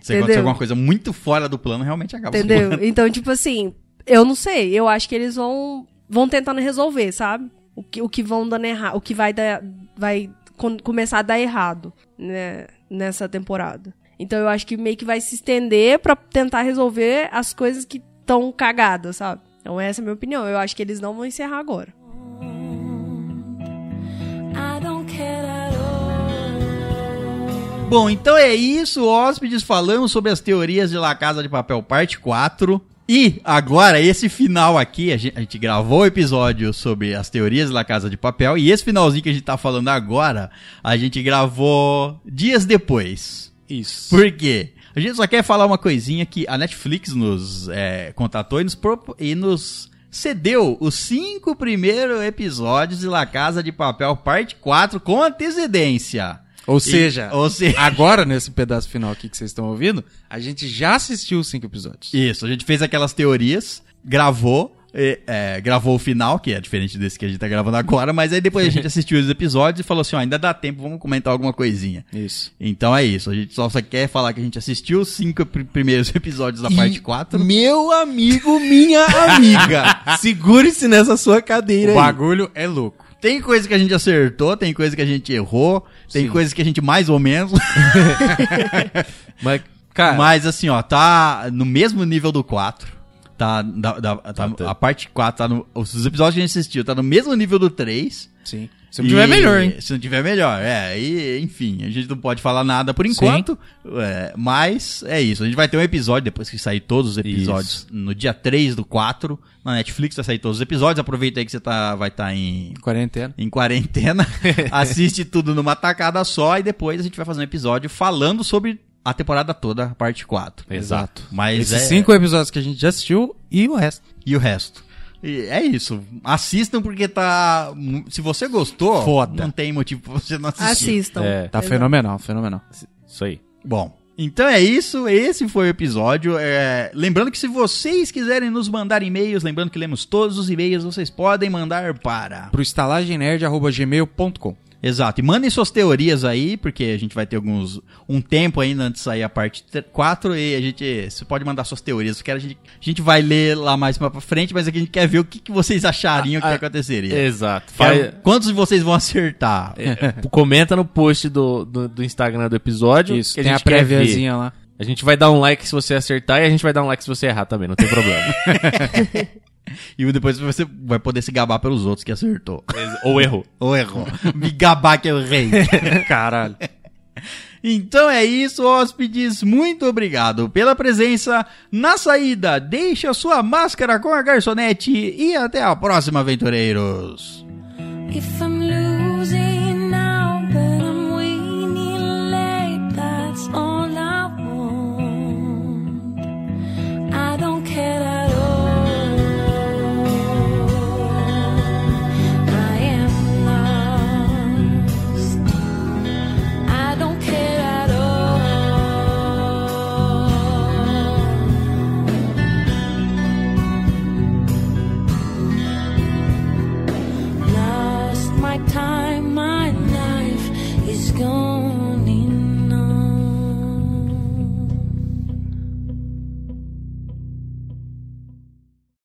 Speaker 1: Se acontecer alguma coisa muito fora do plano, realmente acaba o plano.
Speaker 3: Entendeu? Então, tipo assim, eu não sei. Eu acho que eles vão vão tentando resolver, sabe? O que, o que vão dando errado, o que vai dar, vai con- começar a dar errado, né, nessa temporada. Então eu acho que meio que vai se estender pra tentar resolver as coisas que estão cagadas, sabe? Então essa é a minha opinião. Eu acho que eles não vão encerrar agora.
Speaker 6: I don't care at all.
Speaker 1: Bom, então é isso, hóspedes. Falamos sobre as teorias de La Casa de Papel, parte 4. E agora, esse final aqui, a gen- a gente, gravou o episódio sobre as teorias de La Casa de Papel. E esse finalzinho que a gente tá falando agora, a gente gravou dias depois.
Speaker 4: Isso.
Speaker 1: Por quê? A gente só quer falar uma coisinha que a Netflix nos é, contatou e nos, propo- e nos cedeu os cinco primeiros episódios de La Casa de Papel, parte 4, com antecedência.
Speaker 4: Ou seja,
Speaker 1: E- ou seja,
Speaker 4: agora, nesse pedaço final aqui que vocês estão ouvindo, a gente já assistiu os cinco episódios.
Speaker 1: Isso, a gente fez aquelas teorias, gravou, e, é, gravou o final, que é diferente desse que a gente tá gravando agora, mas aí depois a gente assistiu os episódios e falou assim, ó, ainda dá tempo, vamos comentar alguma coisinha.
Speaker 4: Isso.
Speaker 1: Então é isso, a gente só só quer falar que a gente assistiu os cinco pr- primeiros *laughs* episódios da parte 4.
Speaker 7: Meu amigo,
Speaker 4: *laughs*
Speaker 7: minha
Speaker 1: *laughs*
Speaker 7: amiga, segure-se nessa sua cadeira
Speaker 4: O
Speaker 7: aí.
Speaker 4: bagulho é louco.
Speaker 1: Tem coisa que a gente acertou, tem coisa que a gente errou, tem
Speaker 2: Sim.
Speaker 1: coisa que a gente mais ou menos.
Speaker 2: Mas,
Speaker 1: *laughs*
Speaker 2: cara,
Speaker 1: Mas assim, ó, tá no mesmo nível do 4. Tá, da- da- tá-
Speaker 2: tá.
Speaker 1: a parte 4, tá no, os episódios que a gente assistiu, tá no mesmo nível do 3.
Speaker 4: Sim. Se não tiver é melhor, hein?
Speaker 1: Se não tiver melhor, é. E, enfim, a gente não pode falar nada por
Speaker 2: Sim.
Speaker 1: enquanto. é, mas é isso. A gente vai ter um episódio, depois que sair todos os episódios, no dia 3 do 4, na Netflix vai sair todos os episódios. Aproveita aí que você tá, vai estar em
Speaker 4: Quarentena.
Speaker 1: em
Speaker 4: *laughs*
Speaker 1: quarentena, assiste tudo numa tacada só e depois a gente vai fazer um episódio falando sobre a temporada toda, a parte 4.
Speaker 2: Exato.
Speaker 1: Mas
Speaker 4: É. Esses
Speaker 1: é-
Speaker 4: cinco episódios que a gente já assistiu e o resto.
Speaker 1: e o resto. E é isso. Assistam porque tá. Se você gostou,
Speaker 4: Foda.
Speaker 1: não tem motivo pra você não assistir.
Speaker 3: Assistam.
Speaker 2: É.
Speaker 4: Tá fenomenal, fenomenal.
Speaker 2: isso aí.
Speaker 1: Bom, então é isso. Esse foi o episódio. É, Lembrando que se vocês quiserem nos mandar e-mails, lembrando que lemos todos os e-mails, vocês podem mandar para.
Speaker 4: Pro estalagemnerd.gmail.com.
Speaker 1: Exato. E mandem suas teorias aí, porque a gente vai ter alguns um tempo ainda antes de sair a parte 4 e a gente você pode mandar suas teorias, porque a gente, a gente vai ler lá mais pra frente, mas aqui a gente quer ver o que, que vocês achariam que
Speaker 2: Ah, ah,
Speaker 1: aconteceria.
Speaker 2: Exato.
Speaker 1: Quero-
Speaker 2: Faz-
Speaker 1: Quantos de vocês vão acertar?
Speaker 2: é, *laughs* comenta no post do, do, do Instagram do episódio.
Speaker 4: Isso,
Speaker 2: que
Speaker 4: tem a
Speaker 2: gente quer ver.
Speaker 4: préviazinha lá.
Speaker 2: A gente vai dar um like se você acertar e a gente vai dar um like se você errar também, não tem problema.
Speaker 1: E depois você vai poder se gabar pelos outros que acertou.
Speaker 2: Ex- *laughs* Ou errou.
Speaker 1: Ou errou. *laughs* Me gabar que eu errei.
Speaker 4: *laughs* Caralho.
Speaker 1: Então é isso, hóspedes. Muito obrigado pela presença. Na saída, deixe a sua máscara com a garçonete e até a próxima, aventureiros.
Speaker 6: If I'm losing